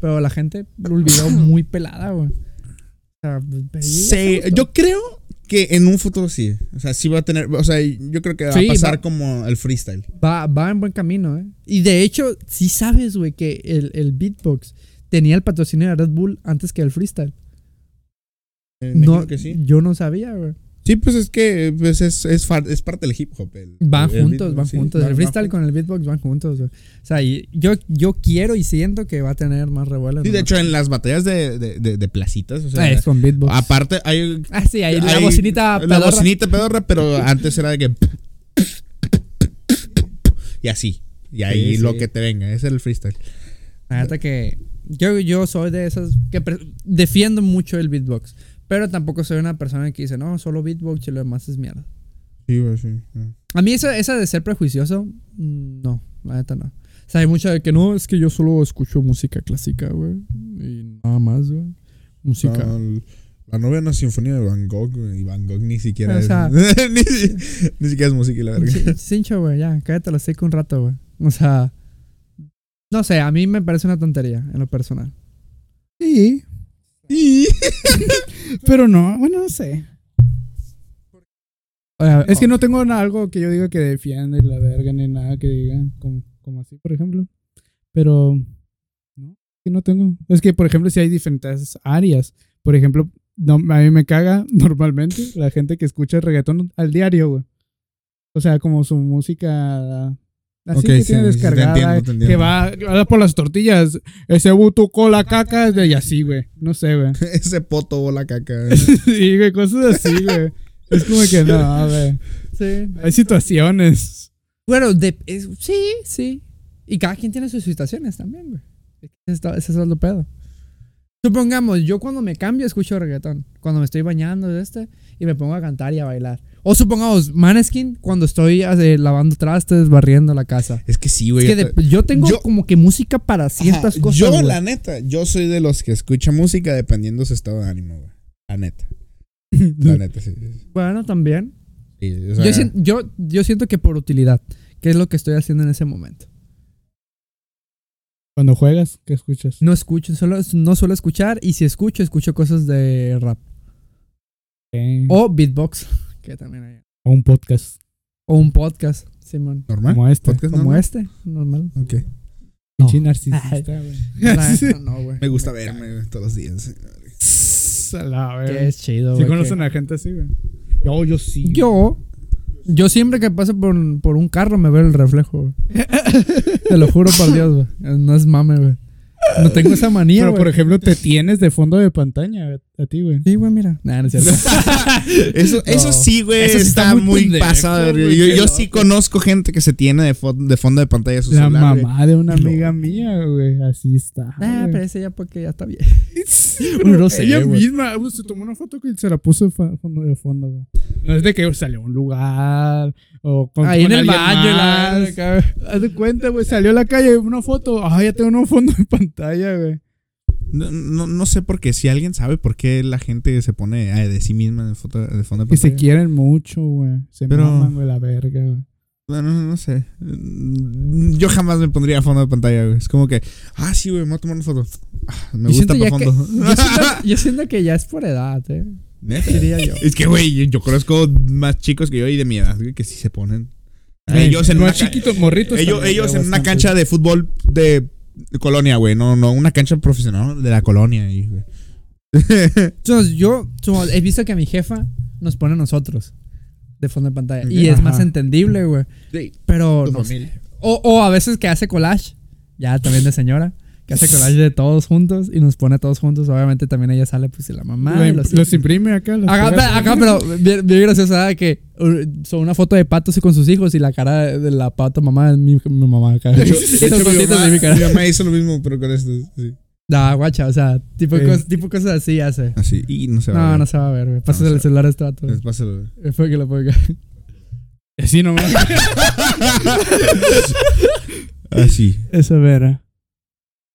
[SPEAKER 2] Pero la gente lo olvidó muy pelada, güey. O sea, pues, pero
[SPEAKER 3] Sí, yo creo que en un futuro sí. O sea, sí va a tener. O sea, yo creo que va
[SPEAKER 2] Sí,
[SPEAKER 3] a pasar
[SPEAKER 2] va-
[SPEAKER 3] como el freestyle.
[SPEAKER 2] Va, va en buen camino, ¿eh? Y de hecho, sí sabes, güey, que el, el beatbox tenía el patrocinio de Red Bull antes que el freestyle.
[SPEAKER 3] Eh, me
[SPEAKER 2] No,
[SPEAKER 3] imagino que sí.
[SPEAKER 2] Yo no sabía, güey.
[SPEAKER 3] Sí, pues es que pues es, es, far- es parte del hip hop. el-
[SPEAKER 2] Van
[SPEAKER 3] el
[SPEAKER 2] juntos,
[SPEAKER 3] beatbox,
[SPEAKER 2] van
[SPEAKER 3] sí,
[SPEAKER 2] juntos.
[SPEAKER 3] van-
[SPEAKER 2] el
[SPEAKER 3] van
[SPEAKER 2] freestyle
[SPEAKER 3] juntos.
[SPEAKER 2] con el beatbox van juntos, güey. O sea, y yo, yo quiero y siento que va a tener más revuelo.
[SPEAKER 3] Sí,
[SPEAKER 2] ¿no?
[SPEAKER 3] de hecho, en las batallas de, de, de- de placitas, o sea,
[SPEAKER 2] Ah, es con beatbox.
[SPEAKER 3] aparte hay.
[SPEAKER 2] Ah, sí, ahí la
[SPEAKER 3] hay-
[SPEAKER 2] bocinita.
[SPEAKER 3] La
[SPEAKER 2] pedorra.
[SPEAKER 3] bocinita pedorra, pero antes era de que. Y así. Y ahí
[SPEAKER 2] Sí,
[SPEAKER 3] lo
[SPEAKER 2] sí.
[SPEAKER 3] que te venga. Es el freestyle.
[SPEAKER 2] La neta que yo, yo soy de esas que pre- defiendo mucho el beatbox. Pero tampoco soy una persona que dice, no, solo beatbox y lo demás es mierda.
[SPEAKER 3] Sí, güey, sí.
[SPEAKER 2] A mí esa, esa de ser prejuicioso, mm, no, la neta no. O sea, hay mucha de que no, es que yo solo escucho música clásica, güey. Y nada más, güey. Música.
[SPEAKER 3] la novena sinfonía de Van Gogh, y Van Gogh ni siquiera
[SPEAKER 2] O sea-
[SPEAKER 3] es. ni, si- ni siquiera es música, y la verga.
[SPEAKER 2] Sí, Cincho, güey, ya, cállate lo seco un rato, güey. O sea, no sé, a mí me parece una tontería en lo personal.
[SPEAKER 1] Sí.
[SPEAKER 3] Y-
[SPEAKER 1] Pero no, bueno, no sé. Es que no tengo na- algo que yo diga que defienda y la verga ni nada que diga, como, como así, por ejemplo. Pero, no, que no tengo. Es que, por ejemplo, si hay diferentes áreas. Por ejemplo, no, a mí me caga normalmente la gente que escucha reggaetón al diario, güey. O sea, como su música así
[SPEAKER 3] Ok,
[SPEAKER 1] que
[SPEAKER 3] sí,
[SPEAKER 1] tiene
[SPEAKER 3] sí, te
[SPEAKER 1] descargada, eh,
[SPEAKER 3] entiendo, te entiendo.
[SPEAKER 1] que va, que va por las tortillas. Ese butuco, la caca, es de y así, güey. No sé, güey.
[SPEAKER 3] Ese poto o la caca.
[SPEAKER 1] sí, güey, cosas así, güey. Es como que no, güey.
[SPEAKER 2] Sí.
[SPEAKER 1] Hay situaciones.
[SPEAKER 2] Bueno, de- es- sí, sí. Y cada quien tiene sus situaciones también, güey. Eso es lo pedo. Supongamos, yo cuando me cambio escucho reggaetón. Cuando me estoy bañando, de este, y me pongo a cantar y a bailar. O supongamos, Maneskin, cuando estoy eh, lavando trastes, barriendo la casa.
[SPEAKER 3] Es que sí, güey.
[SPEAKER 2] Es que
[SPEAKER 3] yo-
[SPEAKER 2] de- yo tengo
[SPEAKER 3] yo-
[SPEAKER 2] como que música para ciertas
[SPEAKER 3] Ajá,
[SPEAKER 2] cosas.
[SPEAKER 3] Yo,
[SPEAKER 2] güey.
[SPEAKER 3] la neta, yo soy de los que escucha música dependiendo su estado de ánimo, güey. La neta. La neta, sí.
[SPEAKER 2] Bueno, también.
[SPEAKER 3] Sí, o sea,
[SPEAKER 2] Mm. yo, sien- yo, yo siento que por utilidad, que es lo que estoy haciendo en ese momento.
[SPEAKER 1] Cuando juegas, ¿qué escuchas?
[SPEAKER 2] No escucho, solo, no suelo escuchar y si escucho, escucho cosas de rap.
[SPEAKER 1] O,
[SPEAKER 3] Eh,
[SPEAKER 2] O beatbox, que también hay.
[SPEAKER 1] un podcast
[SPEAKER 2] O un podcast, Simón.
[SPEAKER 3] normal.
[SPEAKER 1] como este.
[SPEAKER 3] Podcast
[SPEAKER 2] Como
[SPEAKER 3] normal.
[SPEAKER 2] este, normal.
[SPEAKER 3] Ok.
[SPEAKER 1] Pinche narcisista, güey.
[SPEAKER 2] La neta, no, güey.
[SPEAKER 3] Me gusta verme güey, todos los días.
[SPEAKER 1] A la
[SPEAKER 2] Que
[SPEAKER 1] verga.
[SPEAKER 2] es chido,
[SPEAKER 1] Si
[SPEAKER 2] güey,
[SPEAKER 1] conocen
[SPEAKER 2] que-
[SPEAKER 1] a gente así, güey. Yo, yo sí. güey.
[SPEAKER 2] Yo, yo siempre que paso por, un- por un carro me veo el reflejo, güey. Te lo juro por Dios, güey. No es mame, güey. No tengo esa manía,
[SPEAKER 1] Pero,
[SPEAKER 2] güey.
[SPEAKER 1] por ejemplo, te tienes de fondo de pantalla güey, a ti, güey.
[SPEAKER 2] Sí, güey, mira. Nah, no es cierto.
[SPEAKER 3] Eso, eso
[SPEAKER 2] No.
[SPEAKER 3] sí, güey,
[SPEAKER 2] Eso sí
[SPEAKER 3] está,
[SPEAKER 2] está muy
[SPEAKER 3] muy
[SPEAKER 2] pendejo,
[SPEAKER 3] pasado. de
[SPEAKER 2] güey,
[SPEAKER 3] verga. Yo,
[SPEAKER 2] qué
[SPEAKER 3] yo sí conozco gente que se tiene de, fo- de fondo de pantalla su
[SPEAKER 1] La
[SPEAKER 3] celular. güey.
[SPEAKER 1] mamá de una
[SPEAKER 3] No. Ah,
[SPEAKER 1] amiga mía, güey. Así está.
[SPEAKER 2] Nah,
[SPEAKER 1] güey.
[SPEAKER 2] pero ese ya porque ya está bien. Bueno, no sé,
[SPEAKER 1] Ella
[SPEAKER 2] güey.
[SPEAKER 1] misma güey, se tomó una foto que se la puso de fa- fondo de fondo, güey. No es de que salió a un lugar o con,
[SPEAKER 2] Ahí en
[SPEAKER 1] con
[SPEAKER 2] el
[SPEAKER 1] alguien
[SPEAKER 2] baño, la
[SPEAKER 1] más. Haz de cuenta, güey, salió a la calle una foto. Ah, ya tengo un fondo de pantalla, güey.
[SPEAKER 3] No, no, no sé por qué. Si alguien sabe por qué la gente se pone ay, de sí misma de, foto, de fondo de
[SPEAKER 1] Que se
[SPEAKER 3] pantalla.
[SPEAKER 1] quieren mucho, güey. Se
[SPEAKER 3] Pero-
[SPEAKER 1] maman, güey, la verga, güey.
[SPEAKER 3] No, no, no sé. Mm, Yo jamás me pondría a fondo de pantalla, güey. Es como que, ah, sí, güey, me voy a tomar una foto. Ah, me
[SPEAKER 2] Yo siento
[SPEAKER 3] gusta para
[SPEAKER 2] ya que-
[SPEAKER 3] fondo.
[SPEAKER 2] yo siento- yo siento que ya es por edad, eh.
[SPEAKER 3] Neta.
[SPEAKER 2] Diría yo.
[SPEAKER 3] Es que, güey, yo- yo conozco más chicos que yo y de mi edad, güey, que sí se ponen. Ellos en,
[SPEAKER 1] Más
[SPEAKER 3] una, ca-
[SPEAKER 1] chiquitos, morritos.
[SPEAKER 3] ellos,
[SPEAKER 1] también,
[SPEAKER 3] ellos
[SPEAKER 1] güey,
[SPEAKER 3] en una
[SPEAKER 1] bastante.
[SPEAKER 3] cancha de fútbol de colonia, güey. No, no, una cancha profesional de la colonia. ahí, güey.
[SPEAKER 2] Entonces, yo supongo, he visto que mi jefa nos pone a nosotros de fondo de pantalla. Y
[SPEAKER 1] Ok.
[SPEAKER 2] es más
[SPEAKER 1] Ajá.
[SPEAKER 2] entendible, güey.
[SPEAKER 3] Sí,
[SPEAKER 2] Pero
[SPEAKER 3] tu
[SPEAKER 2] no sé.
[SPEAKER 3] familia.
[SPEAKER 2] O, o a veces que hace collage. Ya también de señora. Que hace collage de todos juntos y nos pone a todos juntos. Obviamente también ella sale, pues, y la mamá.
[SPEAKER 1] Lo
[SPEAKER 2] y
[SPEAKER 1] imp-
[SPEAKER 2] los-
[SPEAKER 1] los, imprime acá. los
[SPEAKER 2] Acá,
[SPEAKER 1] pega-
[SPEAKER 2] pe- acá, pero bien, bien graciosa ¿eh? que uh, son una foto de patos y con sus hijos y la cara de de la pato mamá es mi, mi mamá acá.
[SPEAKER 3] De hecho, de
[SPEAKER 2] Esas
[SPEAKER 3] hecho, mi,
[SPEAKER 2] cositas
[SPEAKER 3] mamá,
[SPEAKER 2] de mi cara.
[SPEAKER 3] mi mamá hizo lo mismo, pero con esto. Sí.
[SPEAKER 2] No, guacha, o sea, tipo,
[SPEAKER 1] Sí.
[SPEAKER 2] cos- tipo cosas así hace.
[SPEAKER 3] Así, y no se va.
[SPEAKER 2] No, no se va a ver, güey. Pasas
[SPEAKER 3] se
[SPEAKER 2] el
[SPEAKER 3] va.
[SPEAKER 2] celular a este vato, güey.
[SPEAKER 3] Les pásalo, güey.
[SPEAKER 2] Eh, Fue que lo ponga.
[SPEAKER 1] Así nomás.
[SPEAKER 3] Así. Ah,
[SPEAKER 1] Eso, verá.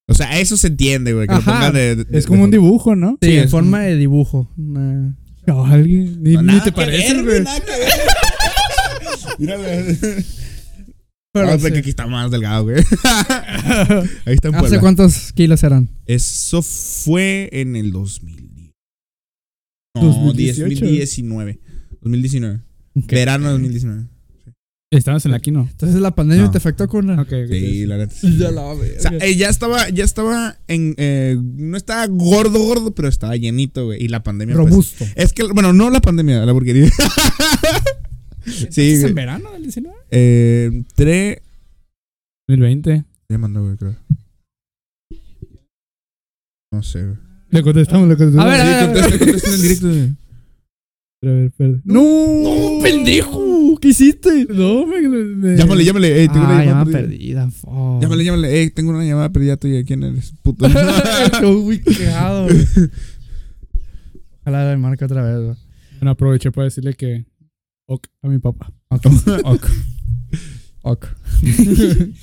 [SPEAKER 3] O sea, eso se entiende, güey. Que lo
[SPEAKER 2] Ajá.
[SPEAKER 3] pongan de, de-
[SPEAKER 1] Es como un
[SPEAKER 3] de-
[SPEAKER 1] dibujo, ¿no?
[SPEAKER 2] Sí,
[SPEAKER 3] Sí,
[SPEAKER 2] en
[SPEAKER 3] es
[SPEAKER 2] forma de dibujo. Una-
[SPEAKER 1] No, alguien- ni,
[SPEAKER 3] No,
[SPEAKER 1] ni
[SPEAKER 3] nada
[SPEAKER 1] te
[SPEAKER 3] que
[SPEAKER 1] parece,
[SPEAKER 3] ver,
[SPEAKER 1] güey.
[SPEAKER 3] nada que ver. Mira, güey.
[SPEAKER 2] Pero
[SPEAKER 3] Ah, o sea,
[SPEAKER 2] sí.
[SPEAKER 3] que aquí está más delgado, güey. Ahí está en
[SPEAKER 2] ¿Hace
[SPEAKER 3] Puebla.
[SPEAKER 2] cuántos kilos eran?
[SPEAKER 3] Eso fue en el 2010. No,
[SPEAKER 1] 2018.
[SPEAKER 3] 2019. 2019.
[SPEAKER 2] Ok.
[SPEAKER 3] Verano de 2019.
[SPEAKER 1] Estabas en la Kino.
[SPEAKER 2] Entonces la pandemia
[SPEAKER 3] No.
[SPEAKER 2] te afectó con la...
[SPEAKER 1] Ok, ok.
[SPEAKER 3] Sí, la neta. sí.
[SPEAKER 2] Ya la
[SPEAKER 3] O sea, eh, ya estaba, ya estaba en. eh, no estaba gordo, gordo, pero estaba llenito, güey. Y la pandemia. pues,
[SPEAKER 2] Robusto.
[SPEAKER 3] es que, bueno, no la pandemia, la burguería. sí,
[SPEAKER 2] ¿Es
[SPEAKER 3] güey.
[SPEAKER 2] en verano del 19?
[SPEAKER 3] Eh, tres.
[SPEAKER 1] 2020.
[SPEAKER 3] Ya mandó, güey, creo. No sé, güey.
[SPEAKER 1] Le contestamos, le contestamos.
[SPEAKER 2] A ver, a ver, a ver.
[SPEAKER 3] Contesta, contesta en el directo, güey.
[SPEAKER 1] A ver, espérate.
[SPEAKER 2] ¡No! ¡No, pendejo! Uh, ¿Qué hiciste?
[SPEAKER 1] No, me, me-
[SPEAKER 3] Llámale, llámale. Ey, tengo una
[SPEAKER 2] Ah,
[SPEAKER 3] llamada
[SPEAKER 2] llamada
[SPEAKER 3] perdida.
[SPEAKER 2] perdida. fuck.
[SPEAKER 3] Llámale, llámale. Ey, tengo una llamada perdida tuya. ¿Quién eres? Puto.
[SPEAKER 2] Estoy muy cagado, güey. Ojalá le marque otra vez, güey.
[SPEAKER 1] Bueno, aproveché para decirle que. Ok, a mi papá.
[SPEAKER 2] Ok. Ok. Ok.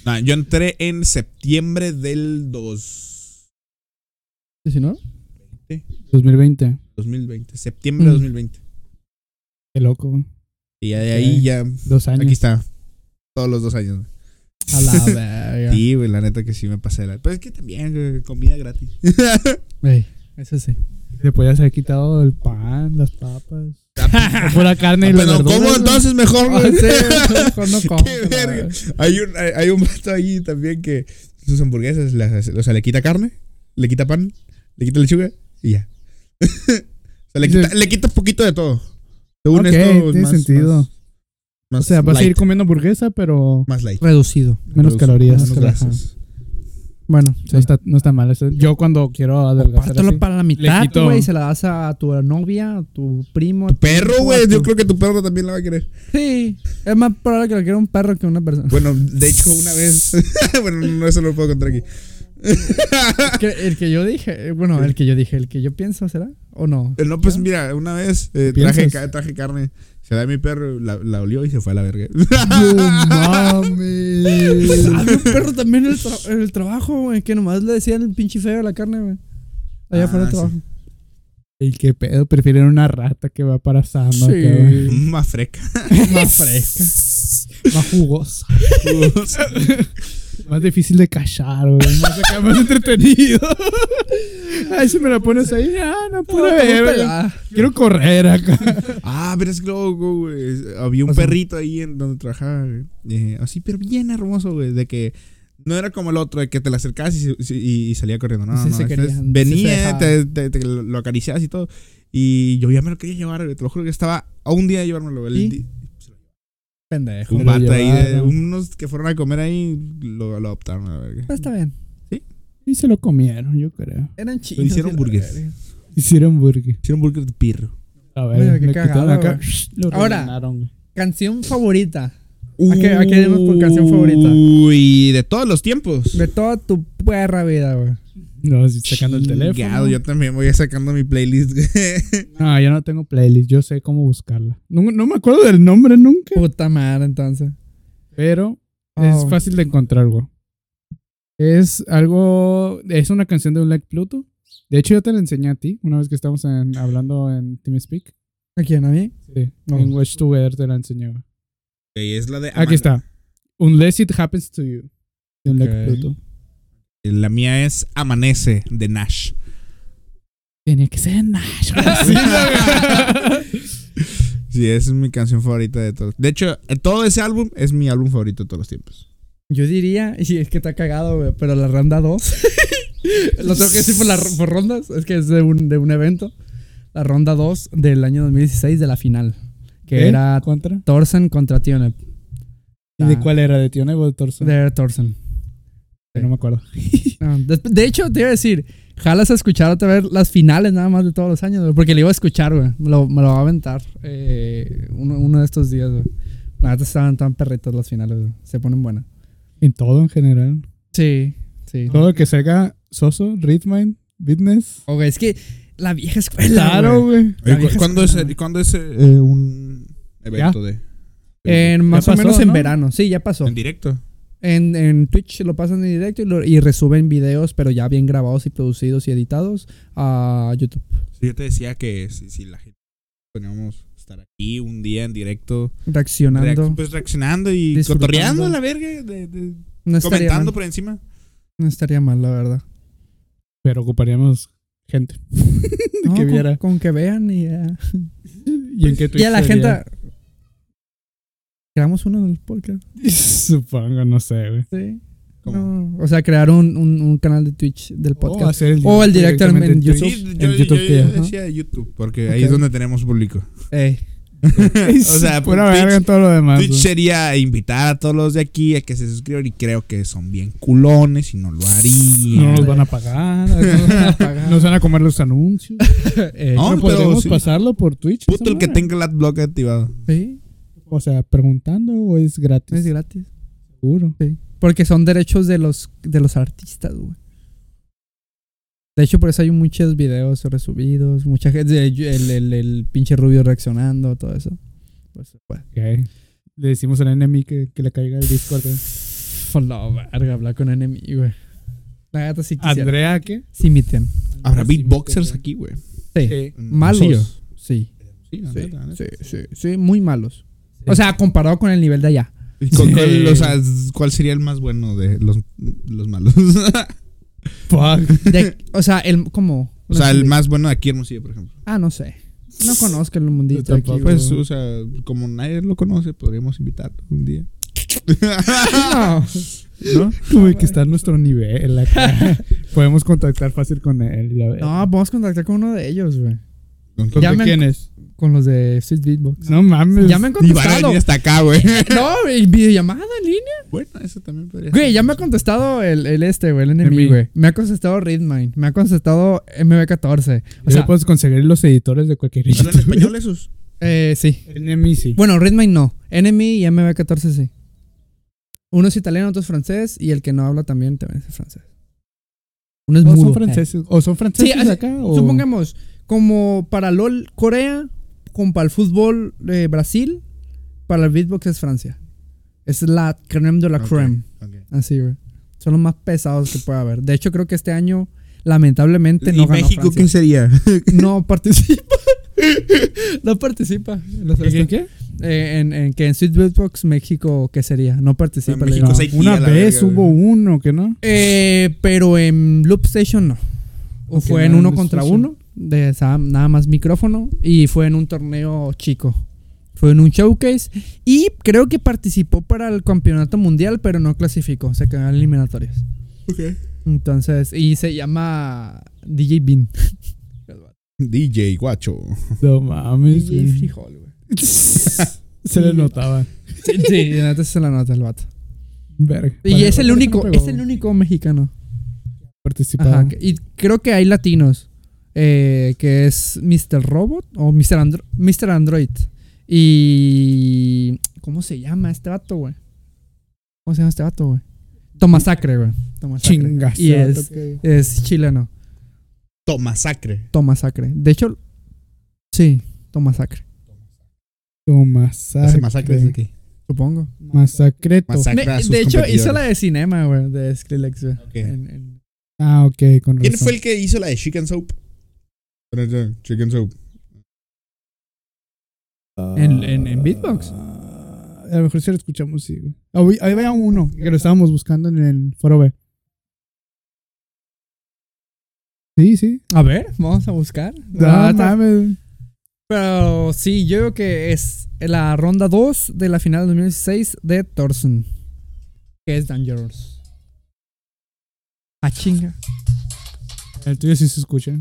[SPEAKER 3] No, yo entré en septiembre del dos-
[SPEAKER 2] ¿Y si no?
[SPEAKER 1] 2020.
[SPEAKER 3] 2020. Septiembre de
[SPEAKER 2] Mm.
[SPEAKER 3] 2020.
[SPEAKER 1] Qué loco, güey.
[SPEAKER 3] Y ya de ahí
[SPEAKER 1] Ok.
[SPEAKER 3] ya.
[SPEAKER 1] Dos años.
[SPEAKER 3] Aquí está. Todos los dos años. güey.
[SPEAKER 2] A la verga.
[SPEAKER 3] Sí, güey, la neta que sí me pasé. La... Pero es que también, güey, comida gratis.
[SPEAKER 2] Ey, eso sí.
[SPEAKER 1] Te podías haber quitado el pan, las papas. Pura carne y las
[SPEAKER 3] Pero
[SPEAKER 1] verduras,
[SPEAKER 3] ¿cómo
[SPEAKER 1] güey.
[SPEAKER 3] entonces mejor,
[SPEAKER 2] Ah,
[SPEAKER 3] güey?
[SPEAKER 2] sí, mejor no como,
[SPEAKER 3] Qué
[SPEAKER 2] la
[SPEAKER 3] verga.
[SPEAKER 2] verga.
[SPEAKER 3] Hay un, hay, hay un vato ahí también que sus hamburguesas, las hace- o sea, le quita carne, le quita pan, le quita lechuga y ya. o sea, le quita, le quita poquito de todo. Según
[SPEAKER 1] Ok,
[SPEAKER 3] esto,
[SPEAKER 1] tiene
[SPEAKER 3] más,
[SPEAKER 1] sentido.
[SPEAKER 3] Más, más
[SPEAKER 1] O sea, vas a
[SPEAKER 3] light,
[SPEAKER 1] ir comiendo hamburguesa, pero
[SPEAKER 3] más light.
[SPEAKER 2] Reducido.
[SPEAKER 1] menos
[SPEAKER 3] Menos-
[SPEAKER 1] calorías.
[SPEAKER 3] menos grasas.
[SPEAKER 2] Bueno,
[SPEAKER 1] No, está, no está mal. eso- Yo cuando quiero adelgazar.
[SPEAKER 2] Pártelo
[SPEAKER 1] así-
[SPEAKER 2] para la mitad,
[SPEAKER 1] quito.
[SPEAKER 2] güey. y Se la das a tu novia, a tu primo. a
[SPEAKER 3] Tu perro, güey.
[SPEAKER 2] hijo, a
[SPEAKER 3] Yo
[SPEAKER 2] tu-
[SPEAKER 3] creo que tu perro también la va a querer.
[SPEAKER 2] Sí. Es más probable que lo quiera un perro que una persona.
[SPEAKER 3] Bueno, de hecho, una vez. bueno, no, eso no lo puedo contar aquí.
[SPEAKER 2] Es que el que yo dije, eh, bueno, el que yo dije, el que yo pienso, ¿será? ¿O no?
[SPEAKER 3] Eh, No, pues mira, una vez eh,
[SPEAKER 1] ¿Piensas?
[SPEAKER 3] traje, ca- traje carne. Se la di a mi perro, la, la olió y se fue a la verga.
[SPEAKER 1] No mames.
[SPEAKER 2] Había un Ah, perro también en el, tra- en el trabajo, güey. Que nomás le decían el pinche feo a la carne, güey. Allá
[SPEAKER 3] Ah,
[SPEAKER 2] afuera del
[SPEAKER 3] sí.
[SPEAKER 2] trabajo.
[SPEAKER 1] ¿Y qué pedo? Prefieren una rata que va para Sama.
[SPEAKER 2] Sí.
[SPEAKER 1] que
[SPEAKER 3] Más fresca.
[SPEAKER 2] Más fresca.
[SPEAKER 1] va- Más jugosa. Más difícil de cachar, güey. Más, acá, más entretenido. Ay, si me la pones ahí, ah, no puedo
[SPEAKER 2] Pura
[SPEAKER 1] ver, güey.
[SPEAKER 2] pelada.
[SPEAKER 1] Quiero correr acá.
[SPEAKER 3] Ah, pero es que luego, güey. Había un
[SPEAKER 1] O sea-
[SPEAKER 3] perrito ahí en donde trabajaba, güey. eh, así, pero bien hermoso, güey. De que no era como el otro, de que te le acercabas y, se- y- y salía corriendo. No,
[SPEAKER 2] Sí
[SPEAKER 3] no.
[SPEAKER 2] se
[SPEAKER 3] este
[SPEAKER 2] querían,
[SPEAKER 3] es-
[SPEAKER 2] sí se
[SPEAKER 3] venía,
[SPEAKER 2] dejaban.
[SPEAKER 3] te, te- te lo acariciabas y todo. Y yo ya me lo quería llevar, güey. Te lo juro que estaba a un día de llevármelo. El
[SPEAKER 2] ¿Y?
[SPEAKER 3] di-
[SPEAKER 2] Pendejo.
[SPEAKER 3] un
[SPEAKER 1] lo
[SPEAKER 3] vato ahí, de,
[SPEAKER 1] llevaron.
[SPEAKER 3] unos que fueron a comer ahí, lo, lo adoptaron, la verga.
[SPEAKER 2] Pero está bien.
[SPEAKER 1] Y se lo comieron, yo creo.
[SPEAKER 2] Eran
[SPEAKER 3] Lo
[SPEAKER 2] chinos.
[SPEAKER 3] hicieron
[SPEAKER 2] y la
[SPEAKER 3] burgués.
[SPEAKER 2] verga.
[SPEAKER 1] Hicieron burger.
[SPEAKER 3] Hicieron burger de pirro.
[SPEAKER 1] A
[SPEAKER 2] Mira,
[SPEAKER 1] ver,
[SPEAKER 2] qué
[SPEAKER 1] le quitaron
[SPEAKER 2] cagada,
[SPEAKER 1] acá.
[SPEAKER 2] güey.
[SPEAKER 1] Lo
[SPEAKER 2] Ahora.
[SPEAKER 1] rellenaron, güey.
[SPEAKER 2] Canción favorita qué- a qué iremos por canción favorita?
[SPEAKER 3] Uy, de todos los tiempos.
[SPEAKER 2] de toda tu perra vida, güey.
[SPEAKER 1] No, sí, sacando el
[SPEAKER 3] Chingado,
[SPEAKER 1] teléfono.
[SPEAKER 3] Yo también voy sacando mi playlist.
[SPEAKER 1] No, yo no tengo playlist. Yo sé cómo buscarla. No, no me acuerdo del nombre nunca.
[SPEAKER 2] Puta madre, entonces.
[SPEAKER 1] Pero
[SPEAKER 2] Oh.
[SPEAKER 3] Ah,
[SPEAKER 1] es fácil de encontrar, güey. Es algo. Es una canción de un Black Pluto. De hecho, yo te la enseñé a ti una vez que estábamos en- hablando en TeamSpeak.
[SPEAKER 2] ¿A quién? ¿A mí?
[SPEAKER 1] Sí,
[SPEAKER 2] No.
[SPEAKER 1] En Watch Together te la enseñé. güey.
[SPEAKER 3] Ey, es la de
[SPEAKER 1] Aquí
[SPEAKER 3] Amanda.
[SPEAKER 1] está. Unless It Happens to You. De un Black
[SPEAKER 2] Ok.
[SPEAKER 1] Pluto.
[SPEAKER 3] La mía es Amanece de Nash.
[SPEAKER 1] Tenía que ser Nash. güey.
[SPEAKER 3] Sí, esa es mi canción favorita de todos. De hecho, eh, todo ese álbum es mi álbum favorito de todos los tiempos.
[SPEAKER 2] Yo diría, y es que está cagado, güey, pero la ronda 2. Lo tengo que decir por, la, por rondas, es que es de un, de un evento. La ronda 2 del año 2016 de la final, que
[SPEAKER 1] ¿Qué?
[SPEAKER 2] era
[SPEAKER 1] contra.
[SPEAKER 2] Thorsen contra Tionep.
[SPEAKER 1] ¿Y
[SPEAKER 2] Ah,
[SPEAKER 1] de cuál era? ¿De Tione o de Torso?
[SPEAKER 2] De Thorsen.
[SPEAKER 1] No me acuerdo.
[SPEAKER 2] No, de, de hecho, te iba a decir, jalas a escuchar otra vez las finales nada más de todos los años, güey, porque le iba a escuchar, güey. Me lo, me lo va a aventar eh, uno, uno de estos días, güey. La neta estaban tan perritas las finales, güey. Se ponen buenas.
[SPEAKER 1] En todo en general.
[SPEAKER 2] Sí, sí.
[SPEAKER 1] Todo lo que salga Soso, Rhythmind, Business.
[SPEAKER 2] O, güey, es que la vieja escuela.
[SPEAKER 1] Claro,
[SPEAKER 2] güey.
[SPEAKER 1] güey.
[SPEAKER 2] La
[SPEAKER 3] Oye,
[SPEAKER 2] vieja
[SPEAKER 3] Eh, cu- ¿Cuándo es,
[SPEAKER 2] escuela,
[SPEAKER 3] el- ¿cuándo es eh, un evento de?
[SPEAKER 2] En, más
[SPEAKER 1] pasó,
[SPEAKER 2] o menos en
[SPEAKER 1] ¿no?
[SPEAKER 2] verano. Sí, ya pasó.
[SPEAKER 3] ¿En directo?
[SPEAKER 2] En, en Twitch lo pasan en directo y, lo- y resuben videos, pero ya bien grabados y producidos y editados a YouTube.
[SPEAKER 3] Sí, yo te decía que si, si la gente teníamos estar aquí un día en directo,
[SPEAKER 2] Reaccionando.
[SPEAKER 3] reac- pues reaccionando y
[SPEAKER 2] Disfrutando.
[SPEAKER 3] cotorreando a la verga, de- de-
[SPEAKER 2] no, estaría
[SPEAKER 3] comentando
[SPEAKER 2] mal,
[SPEAKER 3] por encima.
[SPEAKER 1] pues.
[SPEAKER 2] no estaría mal, la verdad.
[SPEAKER 1] Pero ocuparíamos gente.
[SPEAKER 2] No,
[SPEAKER 1] que
[SPEAKER 2] con-
[SPEAKER 1] viera.
[SPEAKER 2] Con, que vean y ya.
[SPEAKER 1] Y en qué
[SPEAKER 2] Y a la
[SPEAKER 1] Twitch
[SPEAKER 2] gente.
[SPEAKER 1] sería?
[SPEAKER 2] Creamos uno del podcast.
[SPEAKER 1] Supongo, no sé, güey.
[SPEAKER 2] Sí.
[SPEAKER 3] Como-
[SPEAKER 2] No, o sea, crear un, un, un canal de Twitch del
[SPEAKER 1] O,
[SPEAKER 2] podcast.
[SPEAKER 1] hacer el,
[SPEAKER 2] O el directo en-
[SPEAKER 1] directamente
[SPEAKER 2] en
[SPEAKER 1] Twitch.
[SPEAKER 3] Sí, yo,
[SPEAKER 1] en
[SPEAKER 3] yo-
[SPEAKER 1] YouTube,
[SPEAKER 3] yo-
[SPEAKER 1] que-
[SPEAKER 3] yo
[SPEAKER 1] ajá.
[SPEAKER 3] decía YouTube, porque ahí
[SPEAKER 2] Ok.
[SPEAKER 3] es donde tenemos público.
[SPEAKER 1] eh.
[SPEAKER 2] Ey.
[SPEAKER 3] o sea,
[SPEAKER 1] pura
[SPEAKER 3] Twitch-
[SPEAKER 1] verga en todo lo demás.
[SPEAKER 3] Twitch
[SPEAKER 1] güey.
[SPEAKER 3] sería invitar a todos los de aquí a que se suscriban y creo que son bien culones y no lo harían.
[SPEAKER 1] No nos van a pagar. no nos van a pagar, Nos van a comer los anuncios.
[SPEAKER 2] Eh,
[SPEAKER 3] No,
[SPEAKER 1] No,
[SPEAKER 3] pero
[SPEAKER 1] podemos
[SPEAKER 3] sí.
[SPEAKER 1] pasarlo por Twitch.
[SPEAKER 3] Puto
[SPEAKER 1] esa
[SPEAKER 3] el que
[SPEAKER 1] madre?
[SPEAKER 3] tenga el adblock activado.
[SPEAKER 2] Sí,
[SPEAKER 1] O sea, preguntando o es gratis.
[SPEAKER 2] es gratis.
[SPEAKER 1] seguro.
[SPEAKER 2] Sí. Porque son derechos de los, de los artistas, güey. De hecho, por eso hay muchos videos resubidos, mucha gente, el, el- el pinche rubio reaccionando, todo eso. Pues, bueno.
[SPEAKER 1] Ok. Le decimos al enemy que, que le caiga el Discord. güey.
[SPEAKER 2] Pff, la verga, hablar con enemigo, güey. La gata sí quisiera.
[SPEAKER 1] Andrea, ¿qué?
[SPEAKER 2] Sí, mi tía.
[SPEAKER 3] Habrá
[SPEAKER 1] Sí,
[SPEAKER 3] beatboxers
[SPEAKER 1] sí.
[SPEAKER 3] aquí, güey.
[SPEAKER 2] Sí.
[SPEAKER 1] Sí.
[SPEAKER 2] Malos. Sí.
[SPEAKER 3] Sí, la
[SPEAKER 2] Sí,
[SPEAKER 3] neta, la neta.
[SPEAKER 2] sí, sí, sí, muy malos. O sea, comparado con el nivel de allá.
[SPEAKER 3] ¿Y con
[SPEAKER 1] Sí.
[SPEAKER 3] cuál, o sea, ¿Cuál sería el más bueno de los, los malos?
[SPEAKER 1] Fuck.
[SPEAKER 2] De- o sea, el como.
[SPEAKER 3] o sea, el más bueno de aquí, Hermosillo, por ejemplo.
[SPEAKER 2] Ah, no sé. No conozco el mundito
[SPEAKER 1] Yo
[SPEAKER 2] de aquí,
[SPEAKER 1] tampoco.
[SPEAKER 2] güey.
[SPEAKER 3] Pues, o sea, como nadie lo conoce, podríamos invitarlo un día.
[SPEAKER 2] No.
[SPEAKER 1] ¿No? Como que está a nuestro nivel acá. Podemos contactar fácil con él. la verga.
[SPEAKER 2] No, vamos a contactar con uno de ellos, güey.
[SPEAKER 3] ¿Con
[SPEAKER 1] ¿Con
[SPEAKER 3] quién?
[SPEAKER 2] Ya
[SPEAKER 1] qué
[SPEAKER 2] me-
[SPEAKER 1] quién es?
[SPEAKER 2] Con los de Street Beatbox.
[SPEAKER 1] No mames.
[SPEAKER 2] Ya me han
[SPEAKER 3] Y van a
[SPEAKER 2] contestado.
[SPEAKER 3] venir hasta acá, güey.
[SPEAKER 2] No, y videollamada en línea.
[SPEAKER 3] bueno, eso también podría
[SPEAKER 2] Güey,
[SPEAKER 3] ser.
[SPEAKER 2] ya me ha contestado el, el este, güey, el
[SPEAKER 1] Enemy.
[SPEAKER 2] enemigo, güey. Me ha contestado Readmine. Me ha contestado MB14. O sea,
[SPEAKER 1] puedes conseguir los editores de cualquier
[SPEAKER 3] ¿Hablan español esos?
[SPEAKER 2] eh, sí.
[SPEAKER 1] Enemy sí.
[SPEAKER 2] Bueno, Readmine no. Enemy y MB14 sí. Uno es italiano, otro es francés. Y el que no habla también también es francés. Uno es
[SPEAKER 1] O
[SPEAKER 2] mudo.
[SPEAKER 1] son franceses. O son franceses
[SPEAKER 2] Sí, así-
[SPEAKER 1] acá. O...
[SPEAKER 2] Supongamos, como para LOL Corea, como para el fútbol eh, Brasil, para el beatbox es Francia. Es la creme de la
[SPEAKER 3] Ok.
[SPEAKER 2] creme. Así, güey. Son los más pesados que puede haber. De hecho, creo que este año, lamentablemente, no
[SPEAKER 3] ¿Y
[SPEAKER 2] ganó
[SPEAKER 3] México
[SPEAKER 2] Francia.
[SPEAKER 3] qué sería?
[SPEAKER 2] No participa. no participa. en las
[SPEAKER 1] ¿Qué, qué,
[SPEAKER 2] estas-
[SPEAKER 1] qué?
[SPEAKER 2] Eh, en, en que en Sweet Beatbox, México, ¿qué sería? No participa.
[SPEAKER 3] En
[SPEAKER 2] le
[SPEAKER 3] México
[SPEAKER 2] digo.
[SPEAKER 3] se- Sequía,
[SPEAKER 1] Una
[SPEAKER 3] la
[SPEAKER 1] vez
[SPEAKER 3] verga,
[SPEAKER 1] hubo
[SPEAKER 3] güey.
[SPEAKER 1] uno que no.
[SPEAKER 2] Eh, pero en Loop Station no. O
[SPEAKER 1] Ok,
[SPEAKER 2] fue
[SPEAKER 1] no,
[SPEAKER 2] en
[SPEAKER 1] en
[SPEAKER 2] uno
[SPEAKER 1] Loop
[SPEAKER 2] contra
[SPEAKER 1] Station.
[SPEAKER 2] uno, de esa- nada más micrófono, y fue en un torneo chico. Fue en un showcase y creo que participó para el campeonato mundial, pero no clasificó, se quedó en eliminatorias. Entonces, y se llama DJ Bean.
[SPEAKER 3] DJ Guacho.
[SPEAKER 1] No mames.
[SPEAKER 2] DJ
[SPEAKER 1] güey.
[SPEAKER 2] Frijol, güey.
[SPEAKER 1] Se le notaba.
[SPEAKER 2] Sí, sí, la neta se la nota el vato.
[SPEAKER 1] Verga.
[SPEAKER 2] Y
[SPEAKER 1] Vale,
[SPEAKER 2] es el
[SPEAKER 1] vale,
[SPEAKER 2] único,
[SPEAKER 1] no pegó.
[SPEAKER 2] es el único mexicano.
[SPEAKER 1] participado.
[SPEAKER 2] Ajá, que- y creo que hay latinos. eh, que es Mr. Robot o Mr. Andro- Mr. Android. Y. ¿Cómo se llama este vato, güey? ¿Cómo se llama este vato, güey? Tomasacre, güey. Tomasacre.
[SPEAKER 1] Chingas.
[SPEAKER 2] Y es, es chileno.
[SPEAKER 3] Tomasacre.
[SPEAKER 2] Tomasacre. De hecho, sí, Tomasacre.
[SPEAKER 1] Masacre.
[SPEAKER 3] Hace masacres aquí.
[SPEAKER 2] Supongo.
[SPEAKER 1] Masacreto.
[SPEAKER 3] Masacre. Masacra
[SPEAKER 2] Me-
[SPEAKER 3] a sus
[SPEAKER 2] de hecho,
[SPEAKER 3] competidores.
[SPEAKER 2] hizo la de cinema, güey, de Skrillex, güey.
[SPEAKER 3] Ok.
[SPEAKER 2] En- en-
[SPEAKER 1] Ah, ok, con razón.
[SPEAKER 3] ¿Quién fue el que hizo la de Chicken Soup? Chicken Soup. Ah.
[SPEAKER 2] en- en- en Beatbox?
[SPEAKER 1] Ah, a lo mejor si lo escuchamos, sí. güey. Ah, güey, Ahí había uno que lo estábamos buscando en el foro B. Sí, sí.
[SPEAKER 2] A ver, vamos a buscar.
[SPEAKER 1] No,
[SPEAKER 2] Ah, está-
[SPEAKER 1] mames.
[SPEAKER 2] Pero sí, yo creo que es la ronda 2 de la final de 2016 de Thorson. Que es Dangerous. Ah, chinga.
[SPEAKER 1] El tuyo sí se escucha.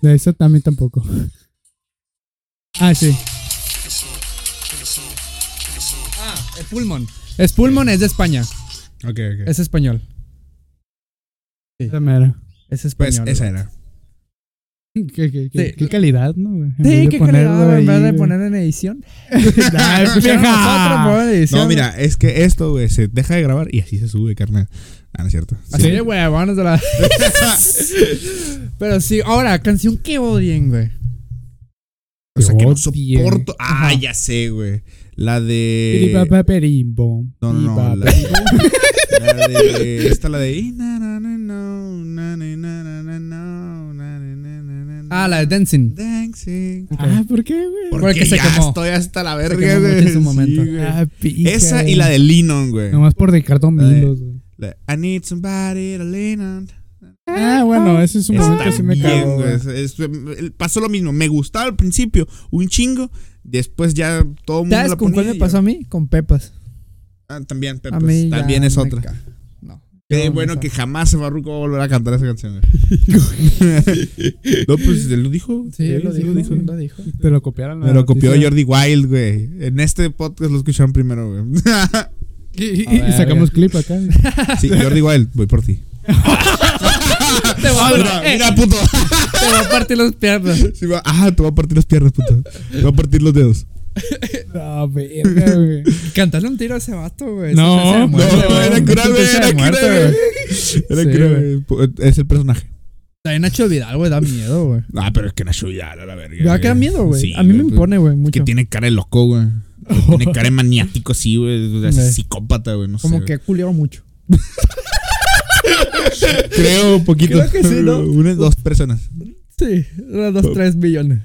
[SPEAKER 1] De eso también tampoco. Ah, sí.
[SPEAKER 2] Ah, es Pulmon. Es Pulmon, es de España.
[SPEAKER 3] Ok, ok.
[SPEAKER 2] Es español.
[SPEAKER 1] Esa mera.
[SPEAKER 2] Es
[SPEAKER 3] pues
[SPEAKER 2] español.
[SPEAKER 3] esa era.
[SPEAKER 1] ¿Qué, qué, qué,
[SPEAKER 2] Sí.
[SPEAKER 1] qué calidad, ¿no? güey? En vez
[SPEAKER 2] Sí,
[SPEAKER 1] de
[SPEAKER 2] qué
[SPEAKER 1] ponerlo
[SPEAKER 2] calidad, güey, en vez
[SPEAKER 1] ahí,
[SPEAKER 2] de
[SPEAKER 1] güey.
[SPEAKER 2] poner en edición.
[SPEAKER 1] Ay, pues,
[SPEAKER 2] Pusieron nosotros,
[SPEAKER 1] vieja.
[SPEAKER 2] poner en edición.
[SPEAKER 3] No, mira, es que esto, güey, se deja de grabar y así se sube, carnal. Ah, no es cierto.
[SPEAKER 2] Así
[SPEAKER 3] Sí.
[SPEAKER 2] de huevones de la. Pero sí, ahora, canción que odien, güey.
[SPEAKER 3] O sea, que no
[SPEAKER 1] Odie.
[SPEAKER 3] soporto. Ah,
[SPEAKER 1] Ajá.
[SPEAKER 3] ya sé, güey. La de.
[SPEAKER 1] Piripapaperimbo.
[SPEAKER 3] eh, No, no, la, la de. Esta la de. "Y na, na, na, no, na, na, na, na, na, no, na, na, na, na, na, na".
[SPEAKER 2] Ah, la de Dancing.
[SPEAKER 3] Dancing.
[SPEAKER 1] Ah, ¿por qué, güey?
[SPEAKER 3] Porque,
[SPEAKER 2] Porque se
[SPEAKER 3] ya
[SPEAKER 2] quemó.
[SPEAKER 3] estoy hasta la verga,
[SPEAKER 2] quemó mucho
[SPEAKER 3] güey.
[SPEAKER 2] en su momento.
[SPEAKER 3] güey.
[SPEAKER 1] Ah, pica,
[SPEAKER 3] Esa y la de Linon, güey.
[SPEAKER 1] Nomás por Ricardo
[SPEAKER 3] eh,
[SPEAKER 1] Milos, güey.
[SPEAKER 3] La- I need somebody to lean on.
[SPEAKER 1] Ah, bueno, ese es un momento
[SPEAKER 3] Está
[SPEAKER 1] que sí me
[SPEAKER 3] bien,
[SPEAKER 1] cagó,
[SPEAKER 3] güey.
[SPEAKER 1] güey.
[SPEAKER 3] Es- es- el- pasó lo mismo. Me gustaba al principio un chingo. Después ya todo el mundo
[SPEAKER 2] ¿Sabes
[SPEAKER 3] la
[SPEAKER 2] con cuál
[SPEAKER 3] ponía
[SPEAKER 2] me
[SPEAKER 3] y
[SPEAKER 2] pasó
[SPEAKER 3] yo-
[SPEAKER 2] a mí? Con Pepas.
[SPEAKER 3] Ah, también, pero
[SPEAKER 2] A
[SPEAKER 3] pues,
[SPEAKER 2] mí ya
[SPEAKER 3] también es
[SPEAKER 2] me
[SPEAKER 3] otra.
[SPEAKER 2] ca- No.
[SPEAKER 3] Qué
[SPEAKER 2] Yo
[SPEAKER 3] bueno
[SPEAKER 2] no
[SPEAKER 3] que
[SPEAKER 2] sé.
[SPEAKER 3] jamás Farruko va a volver a cantar esa canción. güey. no, pues él lo dijo.
[SPEAKER 2] Sí, él lo
[SPEAKER 1] Sí, sí lo
[SPEAKER 2] dijo,
[SPEAKER 1] dijo.
[SPEAKER 2] él lo dijo.
[SPEAKER 1] Te lo copiaron. la
[SPEAKER 3] Me lo copió
[SPEAKER 1] noticia.
[SPEAKER 3] Jordi Wild, güey. En este podcast lo escucharon primero, güey.
[SPEAKER 1] Y,
[SPEAKER 2] A
[SPEAKER 1] y- y sacamos
[SPEAKER 2] verga.
[SPEAKER 1] clip acá.
[SPEAKER 3] Sí, Jordi Wild, voy por ti. Ah,
[SPEAKER 2] Te voy a
[SPEAKER 3] mira,
[SPEAKER 2] partir-
[SPEAKER 3] mira, puto.
[SPEAKER 2] te voy a partir las piernas.
[SPEAKER 3] Sí, va- ah, te voy a partir las piernas, puto. Te voy a partir los dedos.
[SPEAKER 1] No, verga, güey.
[SPEAKER 2] Cantarle un tiro a ese vato, güey.
[SPEAKER 1] No,
[SPEAKER 2] Ese se
[SPEAKER 1] no,
[SPEAKER 2] ha
[SPEAKER 3] No,
[SPEAKER 2] muerto, güey.
[SPEAKER 3] era cura,
[SPEAKER 2] Ese
[SPEAKER 3] güey.
[SPEAKER 2] se ha
[SPEAKER 3] Era cura,
[SPEAKER 2] muerto,
[SPEAKER 3] güey.
[SPEAKER 2] güey.
[SPEAKER 3] Era
[SPEAKER 2] Sí,
[SPEAKER 3] cura, güey. Es el personaje.
[SPEAKER 2] También Nacho Vidal, güey, da miedo, güey.
[SPEAKER 3] Ah, pero es que Nacho Vidal, a la verga.
[SPEAKER 2] Me va a quedar miedo, güey.
[SPEAKER 3] Sí,
[SPEAKER 2] a mí me
[SPEAKER 3] pues,
[SPEAKER 2] impone, güey,
[SPEAKER 3] Que
[SPEAKER 2] mucho.
[SPEAKER 3] tiene cara de loco, güey. Tiene cara de maniático, sí, güey. O sea,
[SPEAKER 2] Sí.
[SPEAKER 3] psicópata, güey. No sé,
[SPEAKER 2] Como
[SPEAKER 3] güey.
[SPEAKER 2] que ha culiado mucho.
[SPEAKER 3] Creo un poquito.
[SPEAKER 2] Creo que sí, ¿no?
[SPEAKER 3] Unas dos personas.
[SPEAKER 2] Sí, unos dos, tres millones.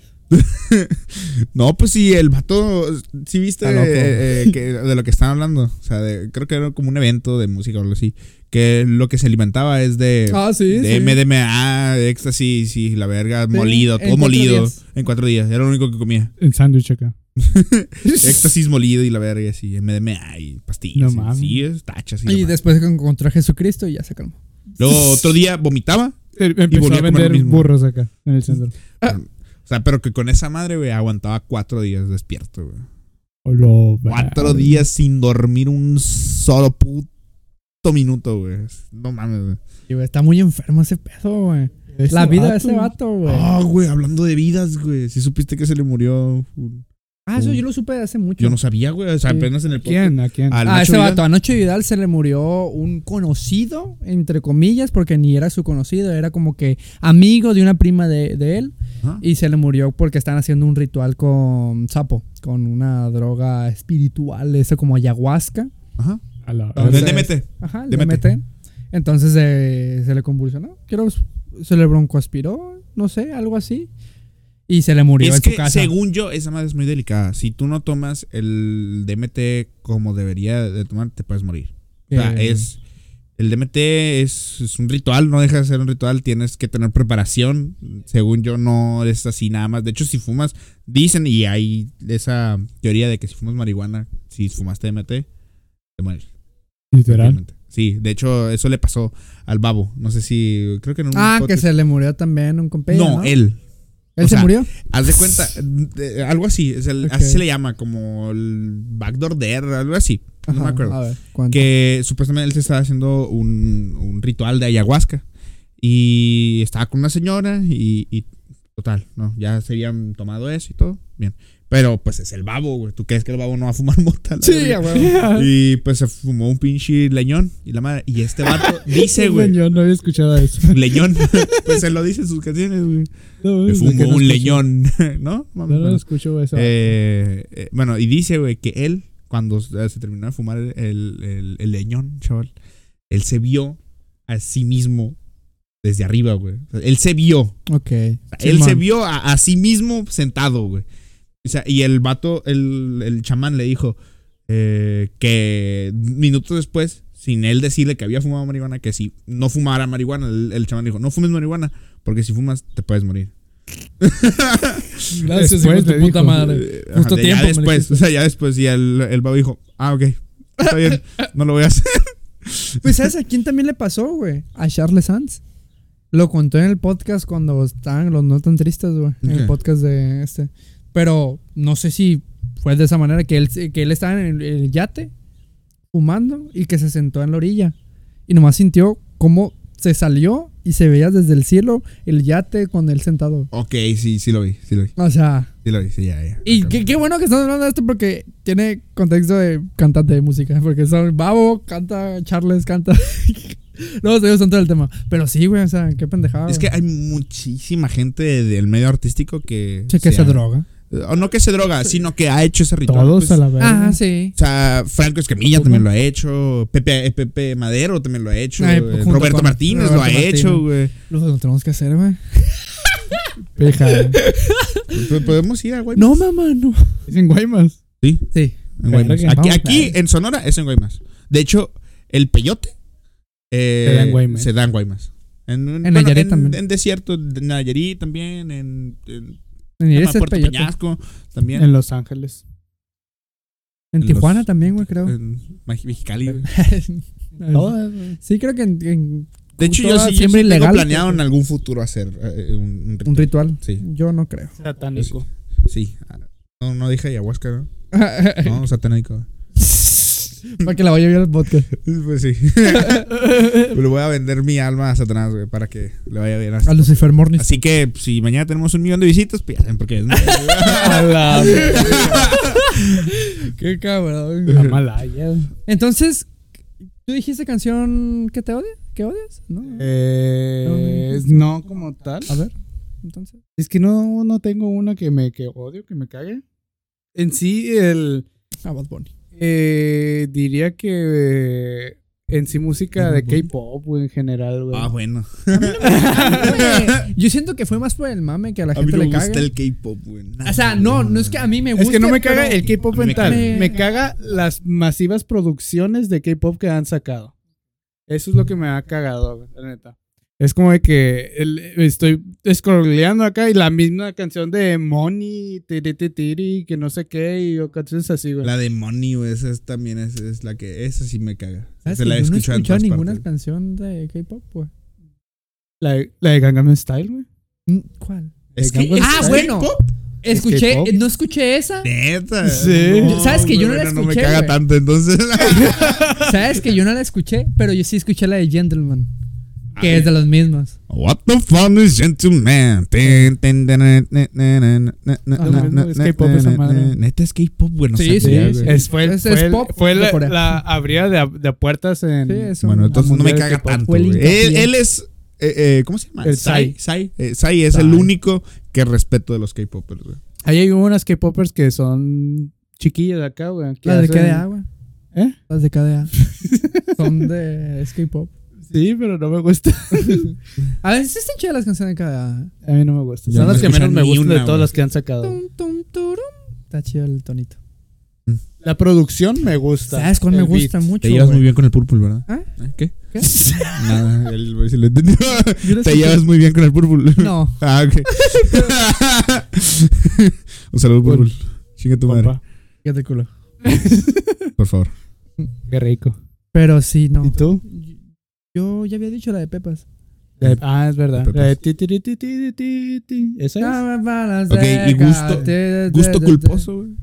[SPEAKER 3] No, pues sí, el vato. Sí, viste
[SPEAKER 2] Está loco.
[SPEAKER 3] eh, eh, que- de lo que estaban hablando. O sea, de- creo que era como un evento de música o algo así. Que lo que se alimentaba es de.
[SPEAKER 2] Ah, sí,
[SPEAKER 3] de
[SPEAKER 2] sí.
[SPEAKER 3] MDMA, éxtasis, sí, la verga,
[SPEAKER 2] Sí,
[SPEAKER 3] molido,
[SPEAKER 2] en
[SPEAKER 3] todo
[SPEAKER 2] cuatro
[SPEAKER 3] molido.
[SPEAKER 2] días.
[SPEAKER 3] En cuatro días, era lo único que comía.
[SPEAKER 1] El sándwich acá.
[SPEAKER 3] Éxtasis molido y la verga, y así, MDMA y
[SPEAKER 1] No
[SPEAKER 3] pastillas. y
[SPEAKER 1] mames.
[SPEAKER 3] sí, es tachas. Y, la
[SPEAKER 2] Y
[SPEAKER 3] madre.
[SPEAKER 2] después encontró a Jesucristo y ya se calmó.
[SPEAKER 3] Luego otro día vomitaba.
[SPEAKER 1] Empezó
[SPEAKER 3] volví
[SPEAKER 1] a
[SPEAKER 3] a comer lo
[SPEAKER 1] vender
[SPEAKER 3] mismo.
[SPEAKER 1] burros acá en el centro.
[SPEAKER 3] O sea, pero que con esa madre, güey, aguantaba cuatro días despierto, güey.
[SPEAKER 1] Hola,
[SPEAKER 3] Cuatro
[SPEAKER 1] verga.
[SPEAKER 3] días sin dormir un solo puto minuto, güey. No mames, güey.
[SPEAKER 2] Y, güey, está muy enfermo ese pedo, güey.
[SPEAKER 1] Ese
[SPEAKER 2] La vida de
[SPEAKER 1] vato,
[SPEAKER 2] ese vato, güey.
[SPEAKER 3] Ah, güey, hablando de vidas, güey. Si supiste que se le murió. un-
[SPEAKER 2] ah, eso yo lo supe de hace mucho.
[SPEAKER 3] Yo no sabía, güey. O sea,
[SPEAKER 1] Sí.
[SPEAKER 3] apenas en el
[SPEAKER 1] ¿A quién? ¿A quién?
[SPEAKER 3] podcast. Al
[SPEAKER 2] Ah,
[SPEAKER 3] Nacho
[SPEAKER 2] ese
[SPEAKER 3] Vidal.
[SPEAKER 2] vato, a Nacho Vidal se le murió un conocido, entre comillas, porque ni era su conocido, era como que amigo de una prima de, de él.
[SPEAKER 3] Ah.
[SPEAKER 2] Y se le murió porque están haciendo un ritual con sapo, con una droga espiritual, eso como ayahuasca.
[SPEAKER 3] Ajá.
[SPEAKER 1] A la
[SPEAKER 2] Entonces-
[SPEAKER 1] verga.
[SPEAKER 3] Del DMT.
[SPEAKER 2] Ajá, el DMT.
[SPEAKER 3] DMT.
[SPEAKER 2] Entonces eh, se le convulsionó. Creo se le broncoaspiró, no sé, algo así. Y se le murió
[SPEAKER 3] Es
[SPEAKER 2] en su
[SPEAKER 3] que
[SPEAKER 2] casa.
[SPEAKER 3] según yo, esa madre es muy delicada. Si tú no tomas el DMT como debería de tomar, te puedes morir. O sea,
[SPEAKER 2] Eh,
[SPEAKER 3] es. El DMT es, es un ritual, no deja de ser un ritual, tienes que tener preparación. Según yo, no es así nada más. De hecho, si fumas, dicen, y hay esa teoría de que si fumas marihuana, si fumaste DMT, te mueres.
[SPEAKER 1] Literal.
[SPEAKER 3] obviamente. Sí, de hecho, eso le pasó al babo. No sé si. Creo que en un
[SPEAKER 2] Ah, que
[SPEAKER 3] podcast-
[SPEAKER 2] se le murió también un compañero.
[SPEAKER 3] No,
[SPEAKER 2] No, él.
[SPEAKER 3] él. o
[SPEAKER 2] se
[SPEAKER 3] sea,
[SPEAKER 2] murió.
[SPEAKER 3] Haz de cuenta, de- algo así, es el-
[SPEAKER 2] Ok.
[SPEAKER 3] así se le llama, como el backdoor dare, algo así. no me acuerdo.
[SPEAKER 2] A ver, ¿cuánto?
[SPEAKER 3] Que supuestamente él se estaba haciendo un, un ritual de ayahuasca. Y estaba con una señora y, y total, ¿no? Ya se habían tomado eso y todo. Bien. Pero pues es el babo, güey. ¿Tú crees que el babo no va a fumar mota? La
[SPEAKER 2] Sí,
[SPEAKER 3] verga.
[SPEAKER 2] a huevo.
[SPEAKER 3] Y pues se fumó un pinche leñón y la madre. Y este vato dice, güey.
[SPEAKER 1] Yo no había escuchado eso.
[SPEAKER 3] Leñón. pues se lo dice en sus canciones, güey.
[SPEAKER 1] No,
[SPEAKER 3] Me
[SPEAKER 1] es de que
[SPEAKER 3] fumo
[SPEAKER 1] no escucho.
[SPEAKER 3] un leñón, ¿no? Mames,
[SPEAKER 1] No, no
[SPEAKER 3] bueno.
[SPEAKER 1] escucho eso.
[SPEAKER 3] Eh, eh, bueno, y dice, güey, que él, cuando eh, se se terminó de fumar el, el- el leñón, chaval, él se vio a sí mismo desde arriba, güey. O sea, él se vio. O
[SPEAKER 2] Ok.
[SPEAKER 3] sea, él se
[SPEAKER 2] Simón.
[SPEAKER 3] vio a, a sí mismo sentado, güey. O sea, y el vato, el, el chamán le dijo eh, que minutos después, sin él decirle que había fumado marihuana, que si no fumara marihuana, el, el chamán le dijo, no fumes marihuana, porque si fumas te puedes morir.
[SPEAKER 2] Gracias, hijo de
[SPEAKER 1] Después
[SPEAKER 2] tu
[SPEAKER 1] le
[SPEAKER 2] puta
[SPEAKER 1] dijo.
[SPEAKER 2] madre.
[SPEAKER 3] Eh,
[SPEAKER 2] Justo
[SPEAKER 3] de-
[SPEAKER 2] tiempo,
[SPEAKER 3] Ya
[SPEAKER 2] me
[SPEAKER 3] después,
[SPEAKER 2] dijiste.
[SPEAKER 3] o sea, ya después. Y el, el babo dijo, ah, ok, está bien, no lo voy a hacer.
[SPEAKER 2] Pues, ¿sabes a quién también le pasó, güey? A Charles Sanz. Lo contó en el podcast cuando estaban los no tan tristes, güey. En
[SPEAKER 3] Ok.
[SPEAKER 2] el podcast de este. Pero no sé si fue de esa manera que él, que él estaba en el, el yate fumando y que se sentó en la orilla. Y nomás sintió cómo se salió y se veía desde el cielo el yate con él sentado.
[SPEAKER 3] Ok, sí, sí lo vi, sí lo vi,
[SPEAKER 2] O sea,
[SPEAKER 3] sí lo vi, sí, ya, ya.
[SPEAKER 2] Y
[SPEAKER 3] Ok.
[SPEAKER 2] qué, qué bueno que estamos hablando de esto porque tiene contexto de cantante de música. Porque son Babo, canta Charles, canta. no sé, son todo el tema. Pero sí, güey, o sea, qué pendejada.
[SPEAKER 3] Es que hay muchísima gente del medio artístico que...
[SPEAKER 2] Che, que
[SPEAKER 3] se
[SPEAKER 2] se
[SPEAKER 3] ha-
[SPEAKER 2] droga.
[SPEAKER 3] O no que se droga, sino que ha hecho ese ritual.
[SPEAKER 1] Todos
[SPEAKER 3] pues.
[SPEAKER 1] a la verga.
[SPEAKER 2] Ah, sí.
[SPEAKER 3] O sea, Franco Escamilla también lo ha hecho, Pepe, eh, Pepe Madero también lo ha hecho,
[SPEAKER 2] Ay,
[SPEAKER 3] eh,
[SPEAKER 2] junto
[SPEAKER 3] Roberto
[SPEAKER 2] con
[SPEAKER 3] Martínez lo ha
[SPEAKER 2] Roberto
[SPEAKER 3] hecho, güey.
[SPEAKER 2] Lo que tenemos que hacer, güey.
[SPEAKER 1] Peja.
[SPEAKER 3] Pues Podemos ir a Guaymas.
[SPEAKER 2] No, mamá, no.
[SPEAKER 1] Dicen Guaymas.
[SPEAKER 3] Sí,
[SPEAKER 2] Sí.
[SPEAKER 3] en Guaymas.
[SPEAKER 1] Verga,
[SPEAKER 3] Aquí,
[SPEAKER 1] vamos,
[SPEAKER 3] aquí
[SPEAKER 1] claro.
[SPEAKER 3] en Sonora es en Guaymas. De hecho, el peyote eh,
[SPEAKER 1] Se da en Guaymas.
[SPEAKER 3] se da en Guaymas. En, bueno,
[SPEAKER 2] Nayarit también.
[SPEAKER 3] En desierto, en Nayarit también, en, en
[SPEAKER 2] En, Iris es
[SPEAKER 3] Puerto
[SPEAKER 2] peyote.
[SPEAKER 3] Peñasco también.
[SPEAKER 1] En Los Ángeles.
[SPEAKER 2] En
[SPEAKER 3] en
[SPEAKER 2] Tijuana
[SPEAKER 3] los- Eh,
[SPEAKER 2] también, güey, creo.
[SPEAKER 3] en Maj- Mexicali. güey.
[SPEAKER 1] Todas.
[SPEAKER 2] sí, creo que en, en
[SPEAKER 3] De hecho, yo
[SPEAKER 2] Toda
[SPEAKER 3] sí, yo
[SPEAKER 2] siembra
[SPEAKER 3] sí tengo
[SPEAKER 2] ilegal.
[SPEAKER 3] planeado en algún futuro hacer eh, un, un
[SPEAKER 2] un
[SPEAKER 3] ritual.
[SPEAKER 2] ritual.
[SPEAKER 3] Sí.
[SPEAKER 2] Yo no creo.
[SPEAKER 1] Satánico.
[SPEAKER 3] Sí. Ah, No, no dije ayahuasca, ¿no? No, satánico.
[SPEAKER 2] Para que la vaya a ver el podcast.
[SPEAKER 3] Pues sí. Le voy a vender mi alma a Satanás, güey, para que le vaya bien.
[SPEAKER 2] A Lucifer Morning.
[SPEAKER 3] Así que si mañana tenemos un millón de visitas, pues ya saben por qué. ¿no?
[SPEAKER 1] A la
[SPEAKER 2] Qué cabrón.
[SPEAKER 1] la Malaya.
[SPEAKER 2] Entonces, ¿tú dijiste canción que te odia? ¿Que odias? No.
[SPEAKER 1] Eh, no como tal.
[SPEAKER 2] A ver, entonces.
[SPEAKER 1] Es que no, no tengo una que me que odio, que me cague. En sí, el.
[SPEAKER 2] A Bad Bunny.
[SPEAKER 1] Eh, diría que eh, en sí música de
[SPEAKER 2] Ujú.
[SPEAKER 1] K-pop güey, en general, güey.
[SPEAKER 3] ah, bueno.
[SPEAKER 2] Yo siento que fue más por el mame que a la
[SPEAKER 3] Ah, A mí
[SPEAKER 2] gente
[SPEAKER 3] no me
[SPEAKER 2] le caga.
[SPEAKER 3] gusta el K-pop, güey.
[SPEAKER 2] O sea, no, no es que a mí me guste.
[SPEAKER 1] es que no me
[SPEAKER 2] pero-
[SPEAKER 1] caga el K-pop
[SPEAKER 3] A mí me
[SPEAKER 1] en tal.
[SPEAKER 2] caga.
[SPEAKER 1] Me caga las masivas producciones de K-pop que han sacado. Eso es lo que me ha cagado, güey, la neta. Es como de que el- estoy scrolleando acá y la misma canción de Money, tiri, tiri, tiri, que no sé qué, y o canciones así, güey.
[SPEAKER 3] La de Money, güey, esa es, también es, es la que. Esa sí me caga.
[SPEAKER 2] ¿Sabes
[SPEAKER 3] Se
[SPEAKER 2] que
[SPEAKER 3] la he
[SPEAKER 2] yo no he
[SPEAKER 3] escuchado en
[SPEAKER 2] escuchado
[SPEAKER 3] todas
[SPEAKER 2] ninguna
[SPEAKER 3] partes.
[SPEAKER 2] canción de K-pop, güey.
[SPEAKER 1] La, de- la de Gangnam Style, güey.
[SPEAKER 2] ¿Cuál?
[SPEAKER 3] Es que,
[SPEAKER 1] Gangnam
[SPEAKER 3] Mm, ah,
[SPEAKER 2] Style.
[SPEAKER 3] bueno. K-pop?
[SPEAKER 2] Pues, Escuché,
[SPEAKER 1] K-pop?
[SPEAKER 2] no escuché esa.
[SPEAKER 3] Neta.
[SPEAKER 1] Sí.
[SPEAKER 2] ¿Sabes que yo no
[SPEAKER 3] güey,
[SPEAKER 2] la
[SPEAKER 3] bueno, No me
[SPEAKER 2] escuché,
[SPEAKER 3] caga
[SPEAKER 2] güey?
[SPEAKER 3] tanto, entonces.
[SPEAKER 2] Sabes que yo no la escuché, pero yo sí escuché la de Gentleman, que
[SPEAKER 3] Ah,
[SPEAKER 2] es de los mismos.
[SPEAKER 3] What the fuck is gentleman? Tin, tin, tin, tin, tin, tin, tin, tin,
[SPEAKER 1] Ah, no,
[SPEAKER 3] tin,
[SPEAKER 1] es
[SPEAKER 3] tin,
[SPEAKER 1] K-pop
[SPEAKER 3] tin,
[SPEAKER 1] esa
[SPEAKER 3] tin,
[SPEAKER 1] madre.
[SPEAKER 3] tin. Neta es K-pop, güey. no
[SPEAKER 2] Sí,
[SPEAKER 3] sabía,
[SPEAKER 2] sí,
[SPEAKER 3] güey.
[SPEAKER 2] sí.
[SPEAKER 1] Es, fue
[SPEAKER 2] Es-
[SPEAKER 1] fue
[SPEAKER 2] es
[SPEAKER 1] el-
[SPEAKER 2] pop
[SPEAKER 1] fue
[SPEAKER 2] de
[SPEAKER 1] la,
[SPEAKER 2] Corea.
[SPEAKER 1] la abría de, de puertas en...
[SPEAKER 2] Sí, es un-
[SPEAKER 3] Bueno, entonces no me
[SPEAKER 1] mundial
[SPEAKER 3] caga
[SPEAKER 1] K-pop.
[SPEAKER 3] tanto.
[SPEAKER 2] Fue el
[SPEAKER 3] güey. Él,
[SPEAKER 2] hincapié.
[SPEAKER 3] él es. eh, eh, ¿Cómo se llama?
[SPEAKER 1] El
[SPEAKER 3] Sai.
[SPEAKER 1] Psy.
[SPEAKER 3] Sai, Eh, Psy es el
[SPEAKER 1] Psy.
[SPEAKER 3] único que respeto de los K-popers, güey.
[SPEAKER 1] Ahí hay unas K-popers que son chiquillas de acá, güey. que
[SPEAKER 2] Las de
[SPEAKER 1] hacen-
[SPEAKER 2] KDA, güey.
[SPEAKER 1] ¿Eh?
[SPEAKER 2] Las de KDA. Son de es K-pop.
[SPEAKER 1] Sí, pero no me gusta.
[SPEAKER 2] A veces están chidas las canciones de KDA.
[SPEAKER 1] A mí no me gusta.
[SPEAKER 3] Yo
[SPEAKER 1] Son
[SPEAKER 3] no
[SPEAKER 1] las que
[SPEAKER 3] escucho
[SPEAKER 1] menos me
[SPEAKER 3] ni
[SPEAKER 1] gustan
[SPEAKER 3] una,
[SPEAKER 1] de todas
[SPEAKER 3] güey.
[SPEAKER 1] las que han sacado.
[SPEAKER 2] Tum, tum, turum. Está chido el tonito.
[SPEAKER 1] La producción me gusta.
[SPEAKER 2] ¿Sabes cuál me
[SPEAKER 1] El
[SPEAKER 2] gusta
[SPEAKER 1] beat.
[SPEAKER 2] mucho?
[SPEAKER 3] Te llevas
[SPEAKER 2] güey?
[SPEAKER 3] muy bien con el Purple, ¿verdad?
[SPEAKER 2] ¿Ah?
[SPEAKER 3] ¿Eh? ¿Qué?
[SPEAKER 2] ¿Qué?
[SPEAKER 3] Nada, él güey, se lo entendió.
[SPEAKER 2] Yo la
[SPEAKER 3] Te
[SPEAKER 2] escuché-
[SPEAKER 3] llevas muy bien con el Purple.
[SPEAKER 2] No.
[SPEAKER 3] Ah, ok. Un saludo, Purple. Chinga tu madre,
[SPEAKER 1] Compa,
[SPEAKER 2] Fíjate el culo.
[SPEAKER 3] por favor.
[SPEAKER 1] Qué rico.
[SPEAKER 2] Pero sí,
[SPEAKER 1] ¿Y
[SPEAKER 2] no.
[SPEAKER 1] tú?
[SPEAKER 2] Yo ya había dicho la de Pepas.
[SPEAKER 1] La de- ah, es verdad.
[SPEAKER 3] Pepas.
[SPEAKER 1] La de ti, ti, ti, ti, ti, ti, ti.
[SPEAKER 2] Ah.
[SPEAKER 1] ¿Esa es?
[SPEAKER 3] Ok,
[SPEAKER 2] Ok,
[SPEAKER 3] y gusto- Gusto culposo, güey.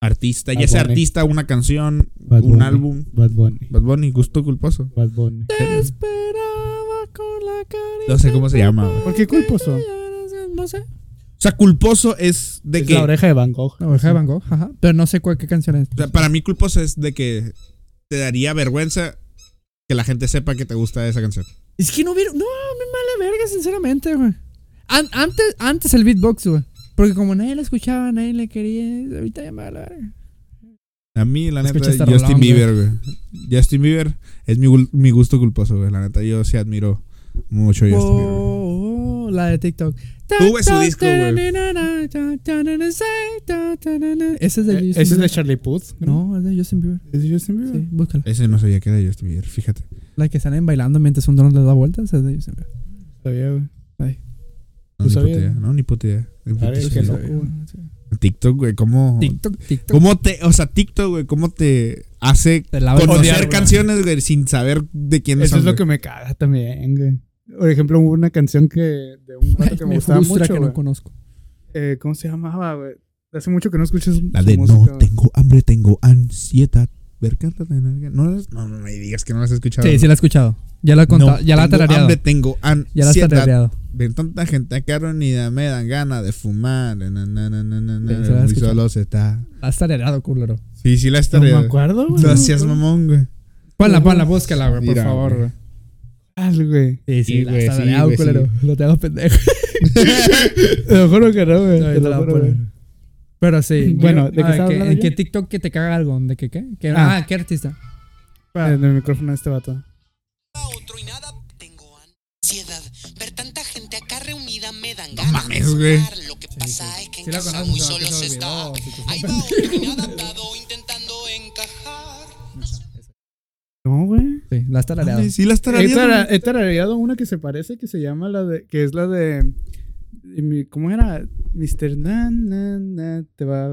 [SPEAKER 3] Artista, ya
[SPEAKER 1] Bad
[SPEAKER 3] sea
[SPEAKER 1] Bunny.
[SPEAKER 3] artista, una canción,
[SPEAKER 1] Bad
[SPEAKER 3] un
[SPEAKER 1] Bunny.
[SPEAKER 3] álbum.
[SPEAKER 1] Bad Bunny.
[SPEAKER 3] Bad Bunny, gusto culposo.
[SPEAKER 1] Bad Bunny.
[SPEAKER 2] Te esperaba con la cara.
[SPEAKER 3] No sé cómo se llama, güey.
[SPEAKER 1] ¿Por qué culposo?
[SPEAKER 2] No sé.
[SPEAKER 3] O sea, culposo es de
[SPEAKER 1] Es
[SPEAKER 3] que.
[SPEAKER 1] la oreja de Van Gogh.
[SPEAKER 2] La oreja de Van Gogh, ajá. Pero no sé cuál, qué canción es.
[SPEAKER 3] o sea, para mí, culposo es de que te daría vergüenza que la gente sepa que te gusta esa canción.
[SPEAKER 2] Es que no hubiera. No, me mala verga, sinceramente, güey. An- antes, antes el beatbox, güey. Porque como nadie la escuchaba, nadie le quería. Ahorita ya me vale verga.
[SPEAKER 3] A mí, la neta,
[SPEAKER 2] Escucha este
[SPEAKER 3] Justin
[SPEAKER 2] rolón,
[SPEAKER 3] Bieber, güey. Justin Bieber es mi, gul- mi gusto culposo, güey. La neta, yo sí admiro mucho a Justin Bieber. güey.
[SPEAKER 2] Oh, oh, la de TikTok.
[SPEAKER 3] Tuve su disco, güey.
[SPEAKER 2] Ese es de
[SPEAKER 1] Eh,
[SPEAKER 2] Justin
[SPEAKER 1] ¿Ese es de
[SPEAKER 2] Bieber.
[SPEAKER 1] Charlie Puth?
[SPEAKER 2] No, es de Justin Bieber.
[SPEAKER 1] ¿Es de Justin Bieber?
[SPEAKER 2] Sí, búscala.
[SPEAKER 3] Ese no sabía que era Justin Bieber, fíjate.
[SPEAKER 2] La que salen bailando mientras un dron les da vueltas es de Justin Bieber.
[SPEAKER 1] Sabía, güey. ¿Tú
[SPEAKER 3] No, ni puta
[SPEAKER 1] sabías?
[SPEAKER 3] idea. No, ni puta idea. Ni puta
[SPEAKER 1] Claro, es
[SPEAKER 3] idea.
[SPEAKER 1] que loco, güey.
[SPEAKER 3] TikTok, güey, ¿cómo,
[SPEAKER 2] TikTok, TikTok.
[SPEAKER 3] ¿Cómo te, o sea, TikTok, güey, cómo te hace
[SPEAKER 2] Te lava el
[SPEAKER 3] conocer
[SPEAKER 1] odiar, güey.
[SPEAKER 3] canciones, güey, sin saber de quién
[SPEAKER 1] Eso
[SPEAKER 3] son,
[SPEAKER 1] es lo
[SPEAKER 3] güey?
[SPEAKER 1] que me caga también, güey. Por ejemplo, hubo una canción que de un vato que me, gustaba mucho.
[SPEAKER 2] que
[SPEAKER 1] güey.
[SPEAKER 2] no conozco.
[SPEAKER 1] Eh, ¿Cómo se llamaba, güey? Hace mucho que no escuchas su-
[SPEAKER 3] La
[SPEAKER 1] su
[SPEAKER 3] de no
[SPEAKER 1] música, güey.
[SPEAKER 3] tengo hambre, tengo ansiedad. Ver, cántate, no, no, las- no, no me digas que no las has escuchado.
[SPEAKER 2] Sí, sí la he escuchado. Ya la he contado,
[SPEAKER 3] No,
[SPEAKER 2] ya la he
[SPEAKER 3] tengo
[SPEAKER 2] tarareado.
[SPEAKER 3] hambre, tengo
[SPEAKER 2] Ya la he
[SPEAKER 3] ansiedad.
[SPEAKER 2] tarareado.
[SPEAKER 3] De tanta gente acá ni me dan ganas de fumar. Na, na, na, na, na, na,
[SPEAKER 2] Sí,
[SPEAKER 3] na,
[SPEAKER 2] se la he
[SPEAKER 3] muy
[SPEAKER 2] escuchado.
[SPEAKER 3] solo se está.
[SPEAKER 2] La has tarareado, culero.
[SPEAKER 3] Sí, sí la has
[SPEAKER 1] No me
[SPEAKER 3] tarareado.
[SPEAKER 1] acuerdo, güey.
[SPEAKER 3] No seas mamón, güey.
[SPEAKER 2] Ponla, ponla, búscala, güey, por
[SPEAKER 3] Mira,
[SPEAKER 2] favor,
[SPEAKER 3] güey.
[SPEAKER 2] güey.
[SPEAKER 1] Ah, güey.
[SPEAKER 2] Sí,
[SPEAKER 3] Sí,
[SPEAKER 2] la
[SPEAKER 3] güey,
[SPEAKER 2] has
[SPEAKER 3] sí,
[SPEAKER 2] tarareado,
[SPEAKER 3] güey, sí.
[SPEAKER 2] culero. Lo tengo pendejo.
[SPEAKER 1] Te lo juro que no, güey.
[SPEAKER 2] No,
[SPEAKER 1] Te lo juro, güey.
[SPEAKER 2] Pero sí.
[SPEAKER 1] Bueno,
[SPEAKER 2] yo-
[SPEAKER 1] ¿de qué
[SPEAKER 2] ah,
[SPEAKER 1] estaba
[SPEAKER 2] que-
[SPEAKER 1] hablando
[SPEAKER 2] ¿En
[SPEAKER 1] yo?
[SPEAKER 2] qué TikTok que te caga algo? ¿De qué qué? ¿Qué-
[SPEAKER 1] Ah.
[SPEAKER 2] ah. ¿qué artista?
[SPEAKER 1] En el micrófono de este vato.
[SPEAKER 4] a otro y nada. Tengo ansiedad. Ver tanta gente acá reunida me dan
[SPEAKER 3] No
[SPEAKER 4] ganas.
[SPEAKER 3] mames,
[SPEAKER 4] de
[SPEAKER 3] güey.
[SPEAKER 4] sonar. Lo que pasa es que en
[SPEAKER 2] Sí la
[SPEAKER 4] casa
[SPEAKER 2] conoces,
[SPEAKER 4] muy
[SPEAKER 2] pero que
[SPEAKER 4] solo
[SPEAKER 2] se
[SPEAKER 4] se está.
[SPEAKER 2] olvidó, si te
[SPEAKER 4] Ahí va otro inadaptado intentando encajar.
[SPEAKER 1] No, güey.
[SPEAKER 2] Sí, la está lareado.
[SPEAKER 3] Sí, las
[SPEAKER 1] He tara-
[SPEAKER 3] tarareas.
[SPEAKER 1] he tarareado una que se parece, que se llama la de. Que es la de. de mi- ¿Cómo era? Mr. Dan, nan, nan, te va.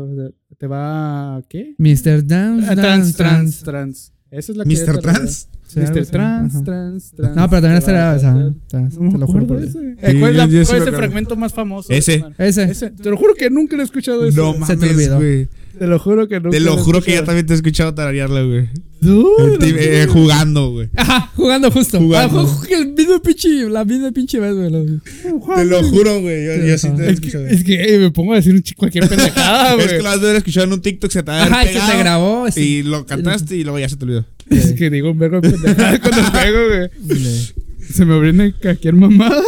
[SPEAKER 1] Te va. ¿Qué?
[SPEAKER 2] Mr. Dance,
[SPEAKER 1] Ah, Trans, trans, trans. Esa es la que. he
[SPEAKER 3] Mr.
[SPEAKER 1] tarareado.
[SPEAKER 3] Trans.
[SPEAKER 2] Sí, algo
[SPEAKER 1] Mr.
[SPEAKER 2] así.
[SPEAKER 1] Trans,
[SPEAKER 2] Ajá.
[SPEAKER 1] trans, trans.
[SPEAKER 2] No, pero también
[SPEAKER 1] te
[SPEAKER 2] está
[SPEAKER 1] va
[SPEAKER 2] lareado
[SPEAKER 1] a
[SPEAKER 2] esa.
[SPEAKER 1] hacer-
[SPEAKER 2] ¿eh? Te-
[SPEAKER 1] No
[SPEAKER 2] Te
[SPEAKER 1] me
[SPEAKER 2] lo juro
[SPEAKER 1] acuerdo
[SPEAKER 2] por
[SPEAKER 1] de
[SPEAKER 2] Dios.
[SPEAKER 1] ese. Eh,
[SPEAKER 3] Sí,
[SPEAKER 1] ¿Cuál es la-
[SPEAKER 3] yo- yo sí
[SPEAKER 1] cuál
[SPEAKER 3] me
[SPEAKER 1] es el
[SPEAKER 3] acuerdo.
[SPEAKER 1] fragmento más famoso? de
[SPEAKER 3] Ese.
[SPEAKER 1] esa madre?
[SPEAKER 2] Ese.
[SPEAKER 1] Ese. Te lo juro que nunca lo he escuchado eso.
[SPEAKER 3] No
[SPEAKER 2] Se te
[SPEAKER 3] mames,
[SPEAKER 2] olvidó.
[SPEAKER 3] güey.
[SPEAKER 1] Te lo juro que nunca.
[SPEAKER 3] Te lo
[SPEAKER 1] he
[SPEAKER 3] juro que ya
[SPEAKER 1] escuchado.
[SPEAKER 3] también te he escuchado tararearla, güey.
[SPEAKER 1] Dude,
[SPEAKER 3] Te- eh, jugando, güey.
[SPEAKER 2] Ajá, jugando justo.
[SPEAKER 3] Jugando.
[SPEAKER 2] Ah, ju- el mismo pinche, la misma pinche vez, güey. la-
[SPEAKER 3] Te lo juro, güey. Yo, yo sí te he
[SPEAKER 1] Es que,
[SPEAKER 3] escuchado.
[SPEAKER 1] es que, eh, me pongo a decir un chico cualquier pendejada, güey.
[SPEAKER 3] Es que lo has de haber escuchado en un TikTok, se te ha de haber
[SPEAKER 2] Ajá, y que
[SPEAKER 3] pegado,
[SPEAKER 2] se grabó. Sí.
[SPEAKER 3] Y lo cantaste y luego ya se te olvidó.
[SPEAKER 1] Es que digo un vergo de pendejada cuando juego, güey. Se me brinda cualquier mamada.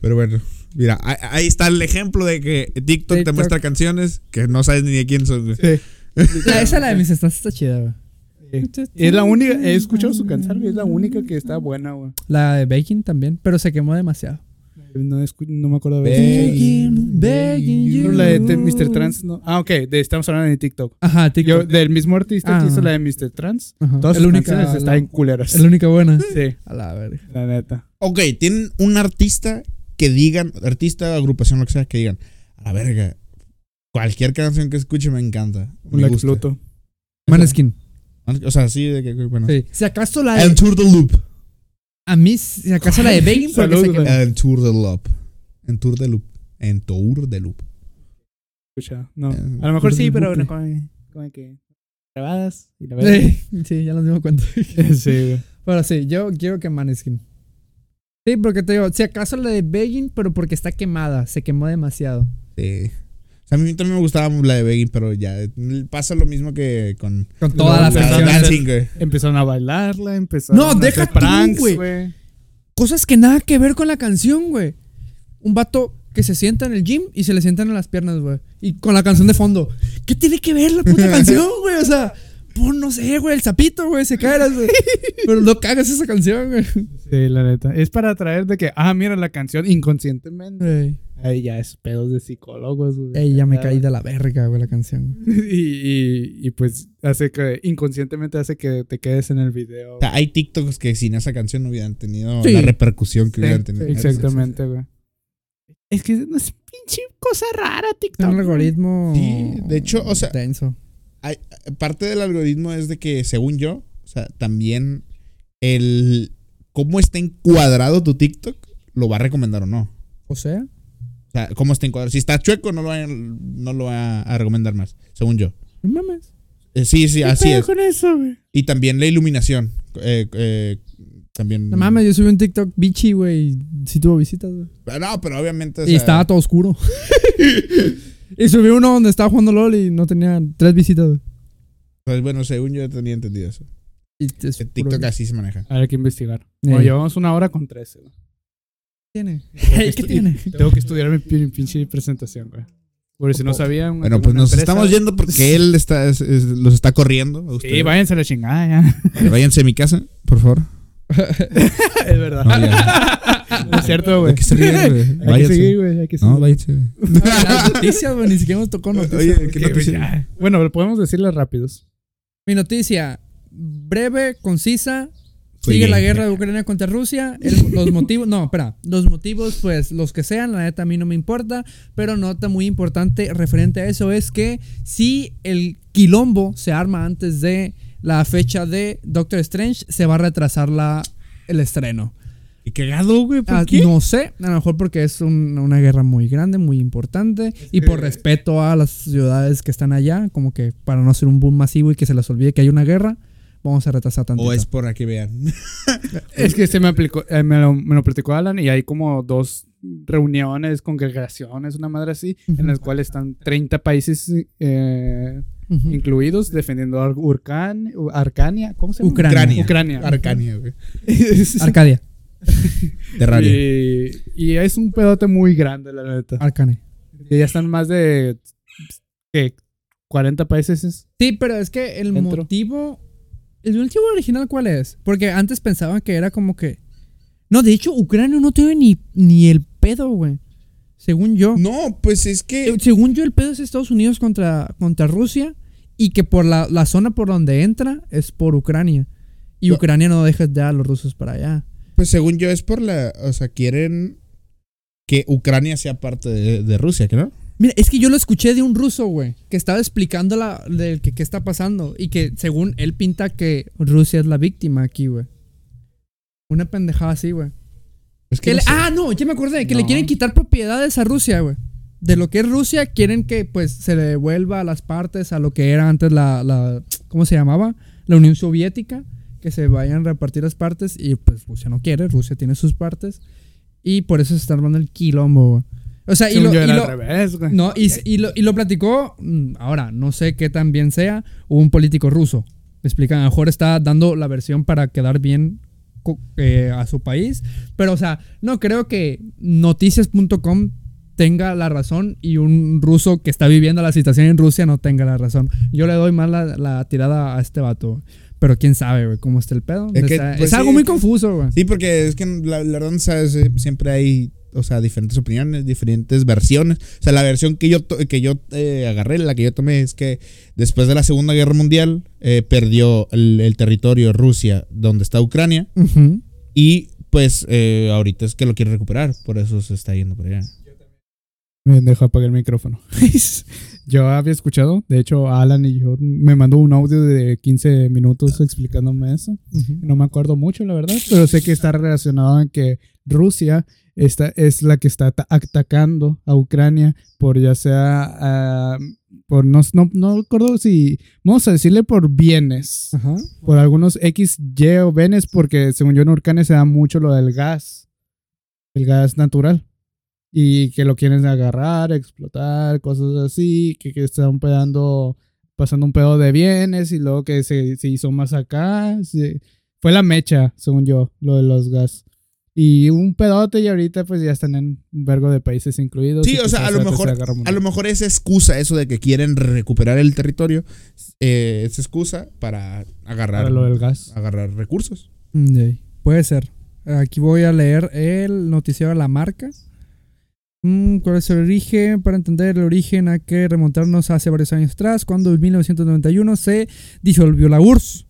[SPEAKER 3] Pero bueno, mira, ahí, ahí está el ejemplo de que TikTok, te
[SPEAKER 2] TikTok.
[SPEAKER 3] muestra canciones que no sabes ni de quién son, güey.
[SPEAKER 2] La- esa la de mis estás está chida, güey.
[SPEAKER 1] Es la única, he escuchado su canción y es la única que está buena, güey.
[SPEAKER 2] La de Baking también, pero se quemó demasiado.
[SPEAKER 1] No, escu- no me acuerdo de
[SPEAKER 2] Begging, begging you.
[SPEAKER 1] No, la de Te- Mr. Trans, no. Ah, ok, de- estamos hablando de TikTok.
[SPEAKER 2] Ajá,
[SPEAKER 1] Yo,
[SPEAKER 2] TikTok.
[SPEAKER 1] del mismo artista
[SPEAKER 2] Ah.
[SPEAKER 1] que hizo la de Mr. Trans.
[SPEAKER 2] Ajá.
[SPEAKER 1] Todas
[SPEAKER 2] El
[SPEAKER 1] sus
[SPEAKER 2] único-
[SPEAKER 1] canciones están en culeras.
[SPEAKER 2] Es la única buena.
[SPEAKER 1] Sí,
[SPEAKER 2] A la verga.
[SPEAKER 1] la neta.
[SPEAKER 3] Ok, tienen un artista que digan, artista, agrupación, lo que sea, que digan, a la verga, cualquier canción que escuche me encanta.
[SPEAKER 1] Un
[SPEAKER 3] me
[SPEAKER 1] la
[SPEAKER 3] gusta".
[SPEAKER 1] exploto.
[SPEAKER 2] Maneskin.
[SPEAKER 3] O sea, sí, de que, bueno.
[SPEAKER 2] Sí. Si acaso la
[SPEAKER 3] El
[SPEAKER 2] de.
[SPEAKER 3] Tour de Loop.
[SPEAKER 2] A mí, si acaso la de Begging, porque
[SPEAKER 1] Salud,
[SPEAKER 2] se quemó.
[SPEAKER 1] güey.
[SPEAKER 3] El Tour de Loop. En Tour de Loop. En Tour de Loop.
[SPEAKER 1] Escucha, no.
[SPEAKER 3] Eh,
[SPEAKER 1] A lo mejor sí, pero
[SPEAKER 2] Lupe.
[SPEAKER 1] no como, como que grabadas y la verdad.
[SPEAKER 2] Sí, sí, ya nos dimos cuenta.
[SPEAKER 1] sí, güey.
[SPEAKER 2] Bueno, sí, yo quiero que Maneskin. Sí, porque te digo, si acaso la de Begging, pero porque está quemada, se quemó demasiado.
[SPEAKER 3] Sí. Este, O sea, a mí también me gustaba la de Begging, pero ya eh, pasa lo mismo que con
[SPEAKER 2] Con todas
[SPEAKER 1] No,
[SPEAKER 2] las
[SPEAKER 1] la-
[SPEAKER 3] Last
[SPEAKER 2] canciones.
[SPEAKER 3] Dancing, güey.
[SPEAKER 1] Empezaron a bailarla, empezaron
[SPEAKER 2] No,
[SPEAKER 1] a
[SPEAKER 2] deja
[SPEAKER 1] hacer
[SPEAKER 2] tú,
[SPEAKER 1] pranks,
[SPEAKER 2] güey.
[SPEAKER 1] güey.
[SPEAKER 2] Cosas que nada que ver con la canción, güey. Un vato que se sienta en el gym y se le sientan en las piernas, güey. Y con la canción de fondo. ¿Qué tiene que ver la puta canción, güey? O sea, pon, no sé, güey, el sapito, güey, se cae. güey. Pero no cagas esa canción, güey.
[SPEAKER 1] Sí, la neta. Es para atraer de que, ah, mira la canción inconscientemente.
[SPEAKER 2] Güey.
[SPEAKER 1] Ahí ya es pedos de psicólogos, güey.
[SPEAKER 2] Ey, ya me caí de la verga, güey, la canción.
[SPEAKER 1] Y, y, y pues hace que inconscientemente hace que te quedes en el video.
[SPEAKER 3] O sea, hay TikToks que sin esa canción no hubieran tenido
[SPEAKER 2] Sí.
[SPEAKER 3] la repercusión que
[SPEAKER 1] Sí,
[SPEAKER 3] hubieran tenido.
[SPEAKER 1] Exactamente, güey. Es que es una pinche cosa rara
[SPEAKER 2] Es
[SPEAKER 1] TikTok.
[SPEAKER 2] un algoritmo.
[SPEAKER 3] Sí, de hecho, o sea-
[SPEAKER 2] Denso.
[SPEAKER 3] Hay- parte del algoritmo es de que, según yo, o sea, también el cómo está encuadrado tu TikTok lo va a recomendar o no.
[SPEAKER 2] O sea.
[SPEAKER 3] O sea, cómo está encuadrado. Si está chueco, no lo va, a- no lo va a recomendar más, según yo.
[SPEAKER 2] No mames.
[SPEAKER 3] Eh, sí, sí, así
[SPEAKER 1] ¿Qué
[SPEAKER 3] es.
[SPEAKER 1] pedo con eso, güey?
[SPEAKER 3] Y también la iluminación. eh, eh, también.
[SPEAKER 2] No mames, yo subí un TikTok bichi, güey. y Sí tuvo visitas, güey.
[SPEAKER 3] Pero Ah, No, pero obviamente. o
[SPEAKER 2] y
[SPEAKER 3] sea,
[SPEAKER 2] estaba todo oscuro. y subí uno donde estaba jugando LOL y no tenía tres visitas, güey.
[SPEAKER 3] pues, bueno, según yo tenía entendido eso.
[SPEAKER 2] Y es
[SPEAKER 3] El
[SPEAKER 2] puro-
[SPEAKER 3] TikTok así se maneja.
[SPEAKER 1] Hay que investigar.
[SPEAKER 2] Ey.
[SPEAKER 1] Bueno, llevamos una hora con trece, güey.
[SPEAKER 2] tiene?
[SPEAKER 1] que
[SPEAKER 2] ¿Qué
[SPEAKER 1] estu-
[SPEAKER 2] tiene?
[SPEAKER 1] Tengo que estudiar mi pin- pinche presentación, güey. Por si no sabían.
[SPEAKER 3] Bueno,
[SPEAKER 1] tengo
[SPEAKER 3] pues
[SPEAKER 1] una
[SPEAKER 3] nos
[SPEAKER 1] empresa.
[SPEAKER 3] estamos yendo porque él está, es- es- los está corriendo. a
[SPEAKER 1] Sí,
[SPEAKER 3] ustedes.
[SPEAKER 1] váyanse a la chingada ya.
[SPEAKER 3] Eh, Váyanse a mi casa, por favor.
[SPEAKER 1] es verdad.
[SPEAKER 3] No, ya.
[SPEAKER 1] es cierto, güey.
[SPEAKER 3] Hay que seguir, güey.
[SPEAKER 1] Hay que
[SPEAKER 3] Váyanse.
[SPEAKER 1] seguir, güey. Hay que seguir.
[SPEAKER 3] No, váyanse. güey.
[SPEAKER 2] Las noticias, güey. Ni siquiera nos tocó noticias.
[SPEAKER 3] Oye,
[SPEAKER 1] Que,
[SPEAKER 3] ¿qué
[SPEAKER 1] pues,
[SPEAKER 3] noticia?
[SPEAKER 1] ya. Bueno, pero podemos decirlas rápidos.
[SPEAKER 2] Mi noticia. Breve, concisa.
[SPEAKER 3] Soy
[SPEAKER 2] Sigue
[SPEAKER 3] gay.
[SPEAKER 2] la guerra de Ucrania contra Rusia. El- los motivos, no, espera. Los motivos, pues, los que sean, la neta a mí no me importa. Pero nota muy importante referente a eso es que si el quilombo se arma antes de la fecha de Doctor Strange, se va a retrasar la, el estreno.
[SPEAKER 3] Qué cagado, güey. ¿por
[SPEAKER 2] Ah,
[SPEAKER 3] qué?
[SPEAKER 2] No sé, a lo mejor porque es un- una guerra muy grande, muy importante. Y por respeto a las ciudades que están allá, como que para no hacer un boom masivo y que se les olvide que hay una guerra, vamos a retrasar tanto.
[SPEAKER 3] O es por aquí, vean.
[SPEAKER 1] Es que se me aplicó, eh, me, lo, me lo platicó Alan y hay como dos reuniones, congregaciones, una madre así, en las cuales están 30 países eh, incluidos defendiendo a Urcan, Arcania, ¿cómo se llama?
[SPEAKER 2] Ucrania.
[SPEAKER 1] Ucrania.
[SPEAKER 3] Arcania, güey.
[SPEAKER 2] Arcadia.
[SPEAKER 3] Terraria.
[SPEAKER 1] y, y es un pedote muy grande, la neta.
[SPEAKER 2] Arcane.
[SPEAKER 1] que ya están más de ¿qué? 40 países. es-
[SPEAKER 2] Sí, pero es que el
[SPEAKER 1] Dentro.
[SPEAKER 2] motivo. ¿El motivo original cuál es? Porque antes pensaban que era como que. No, de hecho, Ucrania no tiene ni, ni el pedo, güey. Según yo.
[SPEAKER 3] No, pues es que.
[SPEAKER 2] Eh, Según yo, el pedo es Estados Unidos contra, contra Rusia y que por la, la zona por donde entra es por Ucrania. Y
[SPEAKER 3] No.
[SPEAKER 2] Ucrania no deja de a los rusos para allá.
[SPEAKER 3] Pues según yo es por la. O sea, quieren que Ucrania sea parte de, de Rusia, ¿que ¿no?
[SPEAKER 2] Mira, es que yo lo escuché de un ruso, güey, que estaba explicando la, del que qué está pasando y que según él pinta que Rusia es la víctima aquí, güey. Una pendejada así, güey.
[SPEAKER 3] Es
[SPEAKER 2] Que
[SPEAKER 3] no
[SPEAKER 2] le-
[SPEAKER 3] sé.
[SPEAKER 2] Ah, no, ya me acordé, que le
[SPEAKER 3] No.
[SPEAKER 2] quieren quitar propiedades a Rusia, güey. De lo que es Rusia, quieren que pues se le devuelva a las partes a lo que era antes la, la ¿cómo se llamaba? La Unión Soviética, que se vayan a repartir las partes y pues Rusia no quiere, Rusia tiene sus partes y por eso se está armando el quilombo, güey. O sea, y
[SPEAKER 1] Según
[SPEAKER 2] lo,
[SPEAKER 1] yo
[SPEAKER 2] y
[SPEAKER 1] era
[SPEAKER 2] lo-
[SPEAKER 1] al revés, güey.
[SPEAKER 2] no, y, y lo, y lo platicó, mm, ahora, no sé qué tan bien sea, un político ruso. Me explican, a lo mejor está dando la versión para quedar bien co- eh, a su país. Pero, o sea, no creo que noticias.com tenga la razón y un ruso que está viviendo la situación en Rusia no tenga la razón. Yo le doy más la, la tirada a este vato. Pero quién sabe, güey, cómo está el pedo.
[SPEAKER 3] Es que,
[SPEAKER 2] Está-
[SPEAKER 3] pues,
[SPEAKER 2] es algo
[SPEAKER 3] sí,
[SPEAKER 2] muy
[SPEAKER 3] pues-
[SPEAKER 2] confuso, güey.
[SPEAKER 3] Sí, porque es que la, la verdad, ¿sabes? Eh, Siempre hay, o sea, diferentes opiniones, diferentes versiones. O sea, la versión que yo, to- que yo eh, agarré, la que yo tomé, es que después de la Segunda Guerra Mundial eh, perdió el, el territorio Rusia donde está Ucrania
[SPEAKER 2] Ujú.
[SPEAKER 3] y pues eh, ahorita es que lo quiere recuperar, por eso se está yendo para allá.
[SPEAKER 1] Me dejó apagar el micrófono. yo había escuchado, de hecho, Alan y yo me mandó un audio de 15 minutos explicándome eso. No me acuerdo mucho, la verdad, pero sé que está relacionado en que Rusia está, es la que está ata- atacando a Ucrania por ya sea, ah, por no, no, no recuerdo si, vamos a decirle por bienes,
[SPEAKER 2] Ajá.
[SPEAKER 1] por algunos X, Y o bienes, porque según yo en Ucrania se da mucho lo del gas, el gas natural. Y que lo quieren agarrar, explotar, cosas así, que, que están pedando, pasando un pedo de bienes y luego que se, se hizo más acá. se- fue la mecha, según yo, lo de los gas. Y un pedote y ahorita pues ya están en un vergo de países incluidos.
[SPEAKER 3] Sí,
[SPEAKER 1] y,
[SPEAKER 3] o
[SPEAKER 1] pues,
[SPEAKER 3] sea, a
[SPEAKER 1] hace
[SPEAKER 3] lo
[SPEAKER 1] la
[SPEAKER 3] mejor,
[SPEAKER 1] Tercera Guerra
[SPEAKER 3] a lo
[SPEAKER 1] Mundial.
[SPEAKER 3] mejor es excusa eso de que quieren recuperar el territorio, eh, es excusa para agarrar,
[SPEAKER 1] Para lo del gas.
[SPEAKER 3] agarrar recursos.
[SPEAKER 2] Mm, ey, Puede ser. Aquí voy a leer el noticiero de la marca. Mm, ¿Cuál es el origen? Para entender el origen hay que remontarnos hace varios años atrás, cuando en 1991 se disolvió la URSS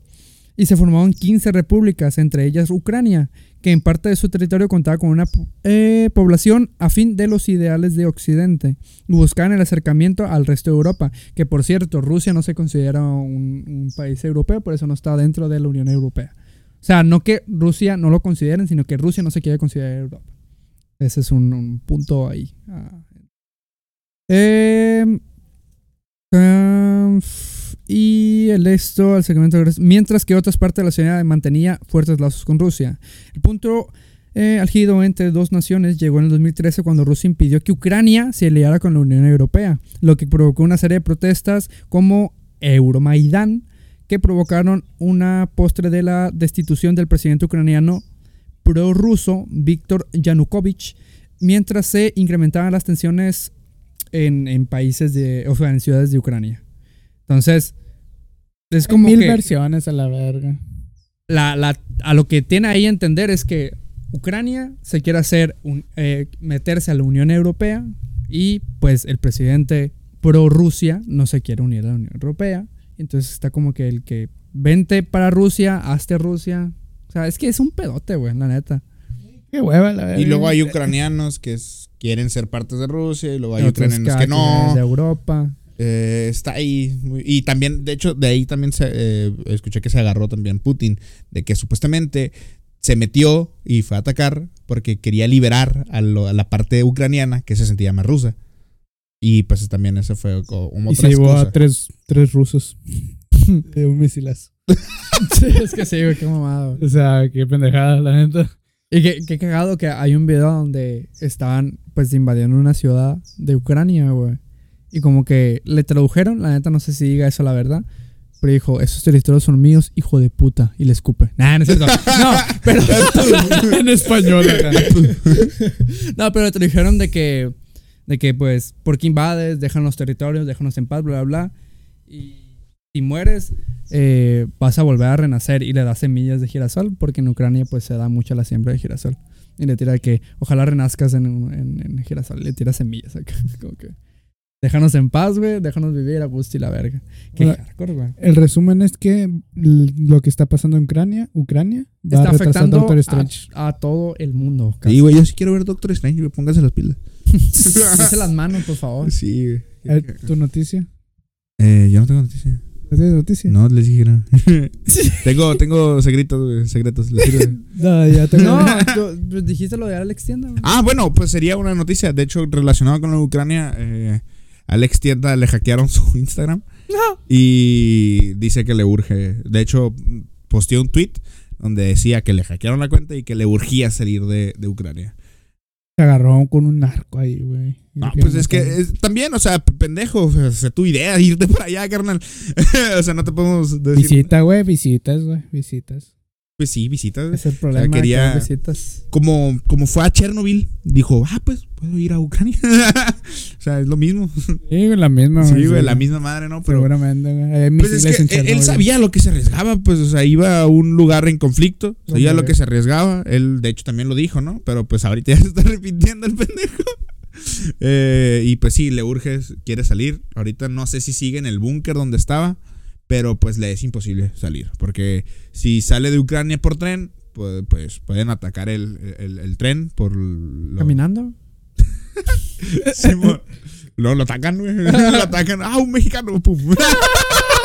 [SPEAKER 2] y se formaron 15 repúblicas, entre ellas Ucrania, que en parte de su territorio contaba con una po- eh, población afín de los ideales de Occidente y buscaban el acercamiento al resto de Europa, que por cierto Rusia no se considera un- un país europeo, por eso no está dentro de la Unión Europea. O sea, no que Rusia no lo consideren, sino que Rusia no se quiere considerar Europa. Ese es un, un punto ahí. Ah. Em, em, f- y el esto al segmento de Grecia. Mientras que otras partes de la sociedad mantenía fuertes lazos con Rusia. El punto eh, álgido entre dos naciones llegó en el 2013 cuando Rusia impidió que Ucrania se aliara con la Unión Europea, lo que provocó una serie de protestas como Euromaidán, que provocaron una postre de la destitución del presidente ucraniano prorruso Víctor Yanukovych, mientras se incrementaban las tensiones en, en países de, o sea, en ciudades de Ucrania. Entonces, es como
[SPEAKER 1] Mil
[SPEAKER 2] que
[SPEAKER 1] versiones a la verga.
[SPEAKER 2] la, la- a lo que tiene ahí a entender es que Ucrania se quiere hacer un- eh, meterse a la Unión Europea y pues el presidente pro Rusia no se quiere unir a la Unión Europea. Entonces está como que el que vente para Rusia, hazte Rusia. O sea, es que es un pedote, güey, la neta.
[SPEAKER 1] Qué hueva, la verga.
[SPEAKER 3] Y luego hay ucranianos que es- quieren ser partes de Rusia y luego hay
[SPEAKER 2] Otros
[SPEAKER 3] ucranianos
[SPEAKER 2] cada
[SPEAKER 3] que
[SPEAKER 2] quien es De
[SPEAKER 3] no.
[SPEAKER 2] Europa.
[SPEAKER 3] Eh, está ahí. muy- Y también, de hecho, de ahí también se, eh, escuché que se agarró también Putin, de que supuestamente se metió y fue a atacar porque quería liberar a, lo- a la parte ucraniana que se sentía más rusa. Y pues también eso fue co- como
[SPEAKER 1] Y
[SPEAKER 3] otra
[SPEAKER 1] se llevó
[SPEAKER 3] excusa.
[SPEAKER 1] a tres, tres rusos de un misilazo.
[SPEAKER 2] Sí, es que sí, güey, qué mamada, güey.
[SPEAKER 1] O sea, qué pendejada, la neta.
[SPEAKER 2] Y qué, qué cagado que hay un video donde estaban pues invadiendo una ciudad de Ucrania, güey. Y como que le tradujeron, la neta no sé si diga eso la verdad, pero dijo, esos territorios son míos, hijo de puta, y le escupe. Nah, no es cierto. No, pero
[SPEAKER 1] en español, acá.
[SPEAKER 2] no, pero tradujeron de que De que, pues, ¿por qué invades? Déjanos territorios, déjanos en paz, bla, bla, bla. Y si mueres, eh, vas a volver a renacer y le das semillas de girasol, porque en Ucrania, pues, se da mucho la siembra de girasol. Y le tira que, ojalá renazcas en, un- en, en girasol, le tira semillas acá, como que. Déjanos en paz, güey, déjanos vivir a gusto y la verga. Qué
[SPEAKER 1] Ahora,
[SPEAKER 2] hardcore, güey.
[SPEAKER 1] El resumen es que l- lo que está pasando en Ucrania, Ucrania va
[SPEAKER 2] Está
[SPEAKER 1] retrasando
[SPEAKER 2] afectando
[SPEAKER 1] a Doctor Strange.
[SPEAKER 2] a, a todo el mundo.
[SPEAKER 3] Sí, güey, yo sí quiero ver Doctor Strange, güey. Póngase las pilas.
[SPEAKER 2] Dice las manos, por favor.
[SPEAKER 3] Sí, güey.
[SPEAKER 1] A ver, ¿Tu noticia?
[SPEAKER 3] Eh, yo no tengo noticia.
[SPEAKER 1] ¿No tienes noticia?
[SPEAKER 3] No, les dije que no. tengo, tengo secretos, güey, secretos. ¿les sirve?
[SPEAKER 1] No, ya tengo.
[SPEAKER 2] No, tú- pues dijiste lo de Alex Tienda. güey.
[SPEAKER 3] ah, bueno, pues sería una noticia. De hecho, relacionado con la Ucrania, eh, Alex Tienda le hackearon su Instagram. Y dice que le urge. De hecho, posteó un tweet donde decía que le hackearon la cuenta y que le urgía salir de, de Ucrania.
[SPEAKER 1] Se agarró con un narco ahí, güey.
[SPEAKER 3] No, pues es que es- también, o sea, p- pendejo, o sea, tu idea irte para allá, carnal. o sea, no te podemos decir.
[SPEAKER 1] Visita, güey, visitas, güey, visitas.
[SPEAKER 3] Pues sí, visitas.
[SPEAKER 2] Es el problema. de
[SPEAKER 3] quería-
[SPEAKER 2] que visitas.
[SPEAKER 3] como, como fue a Chernobyl, dijo, ah, pues puedo ir a Ucrania. o sea, es lo mismo.
[SPEAKER 1] Ah, Sí, güey, la misma,
[SPEAKER 3] Sí, güey, la misma madre, ¿no? Pero
[SPEAKER 1] Seguramente, güey. Hay
[SPEAKER 3] pues es
[SPEAKER 1] misiles en
[SPEAKER 3] que él- él
[SPEAKER 1] Chernóbil.
[SPEAKER 3] sabía lo que se arriesgaba, pues, o sea, iba a un lugar en conflicto, sabía
[SPEAKER 1] Hombre.
[SPEAKER 3] lo que se arriesgaba. Él, de hecho, también lo dijo, ¿no? Pero pues ahorita ya se está repitiendo el pendejo. Eh, y pues sí, le urge, quiere salir. Ahorita no sé si sigue en el búnker donde estaba, pero pues le es imposible salir. Porque si sale de Ucrania por tren, pues, pues, pueden atacar el, el- el tren por. lo-
[SPEAKER 2] ¿Caminando?
[SPEAKER 3] Sí, mo- Luego lo atacan, güey. Lo atacan. ¡Ah, un mexicano! Pum.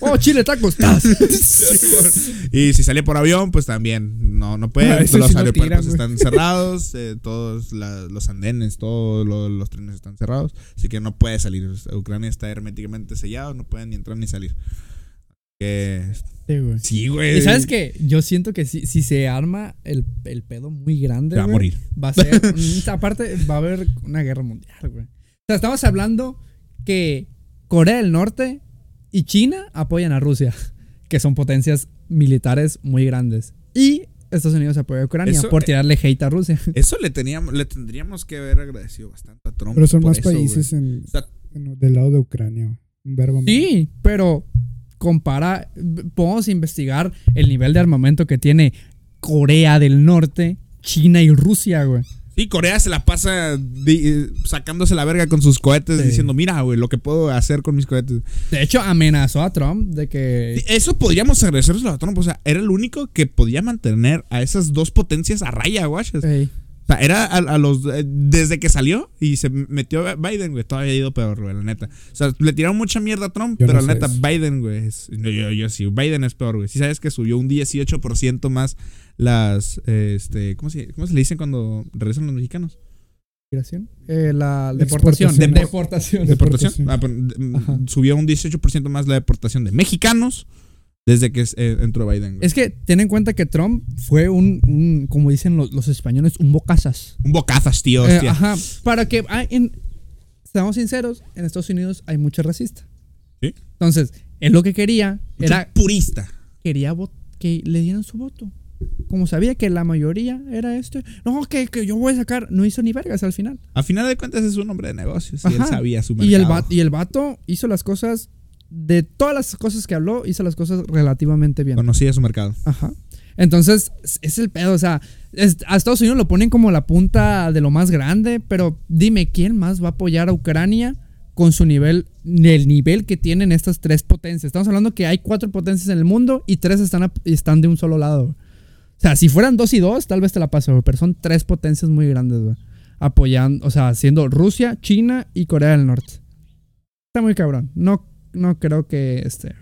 [SPEAKER 2] ¡Oh, Chile, tacos! ¡Tas!
[SPEAKER 3] y si sale por avión, pues también. No, no puede. pues,
[SPEAKER 1] Ah, ese
[SPEAKER 3] los
[SPEAKER 1] sí lo
[SPEAKER 3] aeropuertos
[SPEAKER 1] tiran,
[SPEAKER 3] están cerrados. eh, todos la- los andenes, todos lo- los, trenes están cerrados. Así que no puede salir. O sea, Ucrania está herméticamente sellado. No pueden ni entrar ni salir. Que-
[SPEAKER 2] Sí, güey.
[SPEAKER 3] sí, güey.
[SPEAKER 2] Y sabes qué? Yo siento que si, si se arma el, el pedo muy grande.
[SPEAKER 3] Se va a
[SPEAKER 2] güey,
[SPEAKER 3] morir.
[SPEAKER 2] Va a ser. mm, aparte, va a haber una guerra mundial, güey. O sea, estamos hablando que Corea del Norte y China apoyan a Rusia, que son potencias militares muy grandes. Y Estados Unidos apoya a Ucrania
[SPEAKER 3] Eso- eh,
[SPEAKER 2] por tirarle hate a Rusia.
[SPEAKER 3] Eso le, teníamos, le tendríamos que haber agradecido bastante a Trump.
[SPEAKER 1] Pero son
[SPEAKER 3] por
[SPEAKER 1] más
[SPEAKER 3] eso, güey.
[SPEAKER 1] países eh. en,
[SPEAKER 3] O sea,
[SPEAKER 1] en- del lado de Ucrania, güey. Un verbo más.
[SPEAKER 2] Sí, pero compara, podemos investigar el nivel de armamento que tiene Corea del Norte, China y Rusia, güey.
[SPEAKER 3] Sí, Corea se la pasa di- eh, sacándose la verga con sus cohetes
[SPEAKER 2] Sí.
[SPEAKER 3] diciendo, mira, güey, lo que puedo hacer con mis cohetes.
[SPEAKER 2] De hecho, amenazó a Trump de que...
[SPEAKER 3] Eso podríamos agradecerles a Trump. O sea, era el único que podía mantener a esas dos potencias a raya, guachas.
[SPEAKER 2] Ey,
[SPEAKER 3] O sea, era a, a los. eh, desde que salió y se metió Biden, güey, todavía ha ido peor, güey, la neta. O sea, le tiraron mucha mierda a Trump,
[SPEAKER 1] Yo
[SPEAKER 3] pero
[SPEAKER 1] no
[SPEAKER 3] la
[SPEAKER 1] sé
[SPEAKER 3] neta,
[SPEAKER 1] eso.
[SPEAKER 3] Biden, güey. es- no, yo, yo sí, Biden es peor, güey. Si sabes que subió un 18% más las. eh, este, ¿cómo, se, ¿Cómo se le dicen cuando regresan los mexicanos?
[SPEAKER 2] ¿migración? Eh, la deportación.
[SPEAKER 1] Exportación.
[SPEAKER 2] Deportación.
[SPEAKER 3] deportación.
[SPEAKER 1] Deportación.
[SPEAKER 3] Ah, pero, mm,
[SPEAKER 2] Ajá.
[SPEAKER 3] subió un 18% más la deportación de mexicanos desde que eh, entró Biden. güey.
[SPEAKER 2] Es que ten en cuenta que Trump fue un, un, como dicen los, los españoles, un bocazas.
[SPEAKER 3] un bocazas, tío.
[SPEAKER 2] Eh,
[SPEAKER 3] hostia.
[SPEAKER 2] ajá. Para que, ah, en- seamos sinceros, en Estados Unidos hay mucho racista.
[SPEAKER 3] Sí.
[SPEAKER 2] Entonces, él lo que quería
[SPEAKER 3] Mucho
[SPEAKER 2] era
[SPEAKER 3] purista.
[SPEAKER 2] quería vot- que le dieran su voto. Como sabía que la mayoría era este, no, que, que yo voy a sacar, no hizo ni vergas al final.
[SPEAKER 3] A final de cuentas es un hombre de negocios y él
[SPEAKER 2] Ajá.
[SPEAKER 3] sabía su mercado.
[SPEAKER 2] Y el, va- y el vato hizo las cosas, de todas las cosas que habló, hizo las cosas relativamente bien.
[SPEAKER 3] Conocía su mercado.
[SPEAKER 2] Ajá. Entonces, es- es el pedo, o sea, es- a Estados Unidos lo ponen como la punta de lo más grande, pero dime, ¿quién más va a apoyar a Ucrania con su nivel, el nivel que tienen estas tres potencias? Estamos hablando que hay cuatro potencias en el mundo y tres están, a- están de un solo lado. O sea, si fueran dos y dos, tal vez te la paso, güey, pero son tres potencias muy grandes, güey. Apoyando, o sea, siendo Rusia, China y Corea del Norte. Está muy cabrón. No, no creo que este.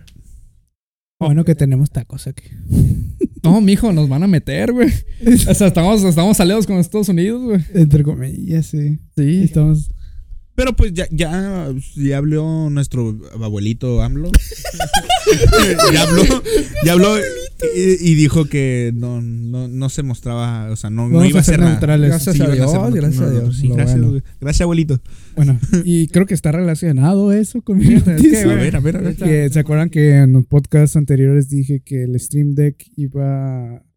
[SPEAKER 1] Bueno, que tenemos tacos aquí.
[SPEAKER 2] No, mijo, nos van a meter, güey. O sea, estamos, estamos aliados con Estados Unidos, güey.
[SPEAKER 1] Entre comillas, sí.
[SPEAKER 2] Sí.
[SPEAKER 1] Estamos.
[SPEAKER 3] Pero pues ya, ya, ya habló nuestro abuelito AMLO. ya habló, ya habló y, y dijo que no, no, no se mostraba, o sea, no, no
[SPEAKER 1] Vamos
[SPEAKER 3] iba a
[SPEAKER 1] ser
[SPEAKER 3] ser nada.
[SPEAKER 1] neutrales.
[SPEAKER 2] Gracias
[SPEAKER 3] Sí,
[SPEAKER 2] a
[SPEAKER 3] iban
[SPEAKER 2] Dios,
[SPEAKER 3] ser nosotros,
[SPEAKER 2] gracias a
[SPEAKER 3] nosotros.
[SPEAKER 2] Dios.
[SPEAKER 3] Sí,
[SPEAKER 1] Lo
[SPEAKER 3] gracias,
[SPEAKER 1] bueno.
[SPEAKER 3] güey. gracias, abuelito.
[SPEAKER 1] Bueno, y creo que está relacionado eso con mi
[SPEAKER 2] Es que,
[SPEAKER 1] noticia.
[SPEAKER 2] güey,
[SPEAKER 3] A ver, a ver, a ver.
[SPEAKER 1] Que, ¿Se acuerdan que en los podcasts anteriores dije que el Stream Deck iba.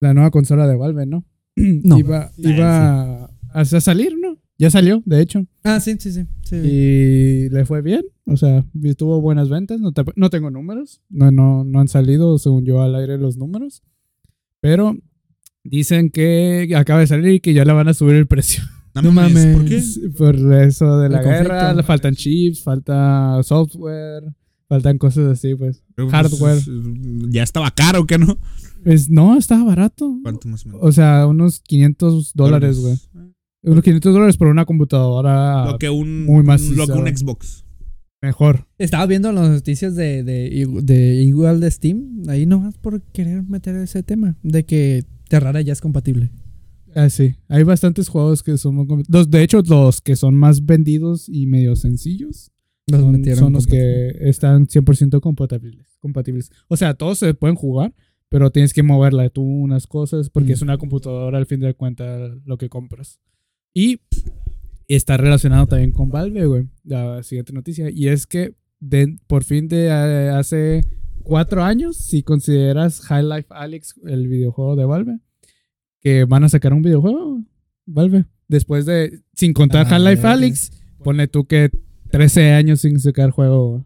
[SPEAKER 1] La nueva consola de Valve, ¿no?
[SPEAKER 3] Ah,
[SPEAKER 2] No.
[SPEAKER 1] Iba, iba a, a salir, ¿no? Ya salió, de hecho.
[SPEAKER 2] Ah, sí, sí, sí. sí.
[SPEAKER 1] Y le fue bien. O sea, y tuvo buenas ventas. No, te- no tengo números. No, no, no han salido, según yo, al aire los números. Pero dicen que acaba de salir y que ya le van a subir el precio.
[SPEAKER 2] No mames.
[SPEAKER 3] Pues, ¿Por qué?
[SPEAKER 1] Por eso de la
[SPEAKER 2] conflicto.
[SPEAKER 1] guerra, le faltan chips, falta software, faltan cosas así, pues.
[SPEAKER 3] Pero, pues,
[SPEAKER 1] Hardware.
[SPEAKER 3] es- ya estaba caro, ¿qué no?
[SPEAKER 1] Pues no, estaba barato.
[SPEAKER 3] ¿Cuánto más o menos?
[SPEAKER 1] O sea, unos 500 dólares, güey. Unos 500 dólares por una computadora
[SPEAKER 2] Ah,
[SPEAKER 3] Lo que un,
[SPEAKER 1] muy macizo.
[SPEAKER 3] lo que un Xbox.
[SPEAKER 1] mejor.
[SPEAKER 2] Estaba viendo las noticias de, de, de igual de Steam. Ahí nomás por querer meter ese tema de que Terraria ya es compatible.
[SPEAKER 1] Ah, sí. Hay bastantes juegos que son... muy com- Los, de hecho, los que son más vendidos y medio sencillos
[SPEAKER 2] Los
[SPEAKER 1] son,
[SPEAKER 2] metieron
[SPEAKER 1] son los
[SPEAKER 2] compatible.
[SPEAKER 1] que están 100% compatibles, compatibles. O sea, todos se pueden jugar, pero tienes que moverla tú unas cosas porque
[SPEAKER 2] Mm.
[SPEAKER 1] es una computadora al fin de cuentas lo que compras. Y está relacionado también con Valve, güey. La siguiente noticia. Y es que de- por fin de eh, hace cuatro años, si consideras High Life Alex el videojuego de Valve, que van a sacar un videojuego, Valve. Después de, sin contar
[SPEAKER 2] Ah,
[SPEAKER 1] High Life
[SPEAKER 2] ya, ya.
[SPEAKER 1] Alex, ponle tú que 13 años sin sacar juego.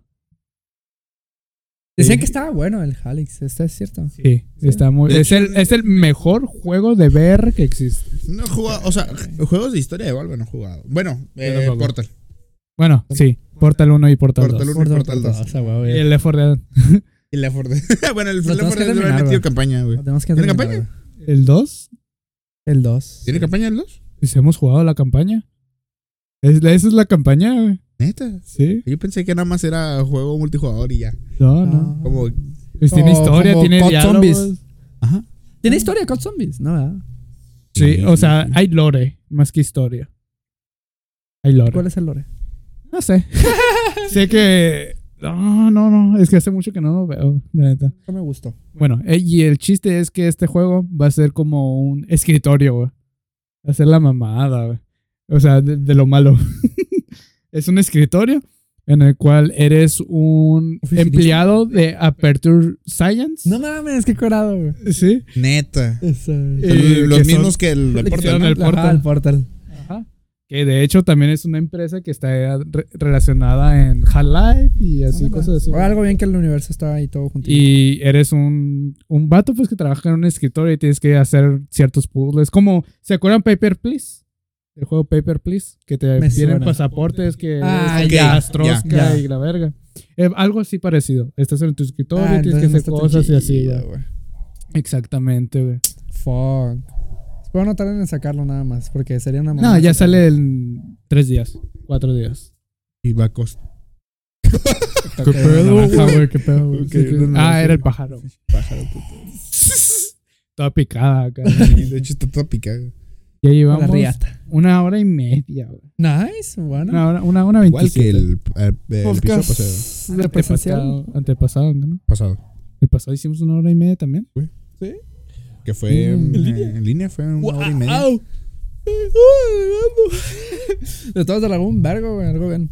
[SPEAKER 2] Decían
[SPEAKER 1] Sí.
[SPEAKER 2] que estaba bueno el Halix, ¿está es cierto?
[SPEAKER 1] Sí, está muy.
[SPEAKER 3] De
[SPEAKER 1] Es el, es el mejor juego de VR que existe.
[SPEAKER 3] No he jugado, o sea, juegos de historia de Valve no he jugado. Bueno, eh,
[SPEAKER 1] Yo tampoco.
[SPEAKER 3] Portal.
[SPEAKER 1] Bueno, sí, Portal 1 y Portal,
[SPEAKER 3] Portal
[SPEAKER 1] 2.
[SPEAKER 3] Uno y Portal dos.
[SPEAKER 2] O sea, güey,
[SPEAKER 1] Y
[SPEAKER 2] güey.
[SPEAKER 1] el Left 4 Dead.
[SPEAKER 3] Y Left 4 bueno, el
[SPEAKER 2] Lo
[SPEAKER 3] Left
[SPEAKER 2] tenemos
[SPEAKER 3] 4
[SPEAKER 2] que
[SPEAKER 3] Dead le
[SPEAKER 2] terminar,
[SPEAKER 3] han metido
[SPEAKER 2] güey.
[SPEAKER 3] campaña, güey.
[SPEAKER 2] Lo tenemos que
[SPEAKER 3] ¿Tiene
[SPEAKER 2] terminar,
[SPEAKER 3] campaña?
[SPEAKER 2] güey.
[SPEAKER 1] ¿El 2?
[SPEAKER 2] El 2.
[SPEAKER 3] ¿Tiene campaña el 2?
[SPEAKER 1] Pues hemos jugado la campaña. Es, esa es la campaña, güey.
[SPEAKER 3] Neta.
[SPEAKER 1] Sí.
[SPEAKER 3] Yo pensé que nada más era juego multijugador y ya.
[SPEAKER 1] Ah, No, no.
[SPEAKER 3] Como.
[SPEAKER 1] Pues tiene
[SPEAKER 2] Como-
[SPEAKER 1] historia,
[SPEAKER 2] Ah. Oh, como
[SPEAKER 1] tiene
[SPEAKER 2] COD
[SPEAKER 1] diálogos.
[SPEAKER 2] Zombies.
[SPEAKER 3] Ajá.
[SPEAKER 2] ¿Tiene historia con zombies? No, ¿verdad?
[SPEAKER 1] Sí, o sea, hay lore más que historia. Hay lore.
[SPEAKER 2] ¿Cuál es el lore?
[SPEAKER 1] No sé. sé que. No, no, no. Es que hace mucho que no lo veo, la neta.
[SPEAKER 2] No me gustó.
[SPEAKER 1] Bueno, eh, y el chiste es que este juego va a ser como un escritorio, güey. Va a ser la mamada, güey. O sea, de, de lo malo. es un escritorio en el cual eres un
[SPEAKER 2] Oficinista.
[SPEAKER 1] empleado de Aperture Science.
[SPEAKER 2] No mames, qué corado, güey.
[SPEAKER 1] Sí.
[SPEAKER 3] Neta.
[SPEAKER 1] Eh,
[SPEAKER 3] Son los
[SPEAKER 1] que
[SPEAKER 3] mismos
[SPEAKER 1] son-
[SPEAKER 3] que el de
[SPEAKER 1] que
[SPEAKER 3] Portal.
[SPEAKER 1] son
[SPEAKER 3] ¿no?
[SPEAKER 1] el
[SPEAKER 2] Ajá,
[SPEAKER 1] Portal.
[SPEAKER 2] el portal.
[SPEAKER 1] Ajá. Que de hecho también es una empresa que está re- relacionada en Half-Life y
[SPEAKER 2] Ah,
[SPEAKER 1] así, cosas así.
[SPEAKER 2] O algo bien que el universo está ahí todo juntito.
[SPEAKER 1] Y eres un, un vato pues que trabaja en un escritorio y tienes que hacer ciertos puzzles. Como, ¿se acuerdan Paper Please? El juego Paper Please, que te
[SPEAKER 2] Me
[SPEAKER 1] piden
[SPEAKER 2] suena.
[SPEAKER 1] pasaportes, que
[SPEAKER 2] Ah,
[SPEAKER 1] eres
[SPEAKER 3] ya,
[SPEAKER 1] castrosca
[SPEAKER 2] ya, ya.
[SPEAKER 1] y la verga. Eh, algo así parecido. Estás en tu escritorio
[SPEAKER 2] Ah,
[SPEAKER 1] y tienes que
[SPEAKER 2] entonces no
[SPEAKER 1] hacer
[SPEAKER 2] está tan
[SPEAKER 1] cosas y así,
[SPEAKER 2] chido,
[SPEAKER 1] güey. Exactamente, güey.
[SPEAKER 2] Fuck. Pues Espero no tarden en sacarlo nada más, porque sería una
[SPEAKER 1] No,
[SPEAKER 2] mamada
[SPEAKER 1] ya
[SPEAKER 2] sacarlo.
[SPEAKER 1] sale en tres días, cuatro días.
[SPEAKER 3] Y va a costar.
[SPEAKER 1] Qué pedo, güey, qué pedo, güey.
[SPEAKER 3] Ok,
[SPEAKER 1] Sí, sí.
[SPEAKER 3] no, no,
[SPEAKER 1] Ah,
[SPEAKER 3] sí.
[SPEAKER 1] era el pájaro.
[SPEAKER 3] Pájaro, puto.
[SPEAKER 1] Toda picada acá.
[SPEAKER 3] Y de hecho está toda picada.
[SPEAKER 1] Ya
[SPEAKER 2] A La
[SPEAKER 1] llevamos
[SPEAKER 2] riata.
[SPEAKER 1] una hora y media, güey.
[SPEAKER 2] Nice, bueno.
[SPEAKER 1] Una hora, una hora
[SPEAKER 3] Igual que
[SPEAKER 1] 27.
[SPEAKER 3] el, el, el episodio
[SPEAKER 1] pues,
[SPEAKER 3] pasado.
[SPEAKER 2] Podcast
[SPEAKER 1] eh,
[SPEAKER 2] de presencial.
[SPEAKER 1] Antepasado, antepasado, ¿no?
[SPEAKER 3] pasado.
[SPEAKER 1] El pasado hicimos una hora y media también.
[SPEAKER 3] Que fue
[SPEAKER 1] ¿En
[SPEAKER 2] Mm.
[SPEAKER 3] en, eh,
[SPEAKER 1] línea?
[SPEAKER 3] en línea, fue una hora y media.
[SPEAKER 2] Au. Uy, De todos de algún vergo, güey, algo bien.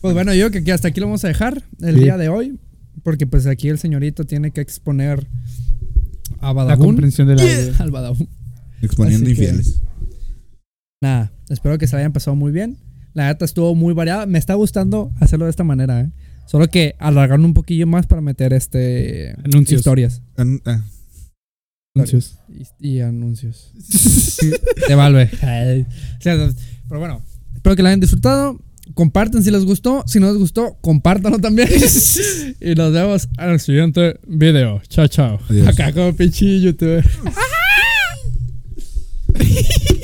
[SPEAKER 2] Pues bueno, yo creo que hasta aquí lo vamos a dejar el
[SPEAKER 1] Sí.
[SPEAKER 2] día de hoy. Porque pues aquí el señorito tiene que exponer a
[SPEAKER 1] La
[SPEAKER 2] Badabun.
[SPEAKER 1] comprensión de la vida.
[SPEAKER 2] Al Badabun.
[SPEAKER 3] Exponiendo
[SPEAKER 2] Así que-
[SPEAKER 3] infieles.
[SPEAKER 2] Nada, espero que se la hayan pasado muy bien. La neta estuvo muy variada. Me está gustando hacerlo de esta manera, ¿eh? Solo que alargarlo un poquillo más para meter este
[SPEAKER 1] Anuncios.
[SPEAKER 2] historias
[SPEAKER 3] An- ah,
[SPEAKER 1] Anuncios.
[SPEAKER 2] y, y anuncios. de Valve. Ay. O sea, Pero bueno, espero que la hayan disfrutado. Compartan si les gustó. Si no les gustó, compártanlo también. y nos vemos en el siguiente video. Chao, chao.
[SPEAKER 3] Adiós.
[SPEAKER 2] Acá como pinche youtuber.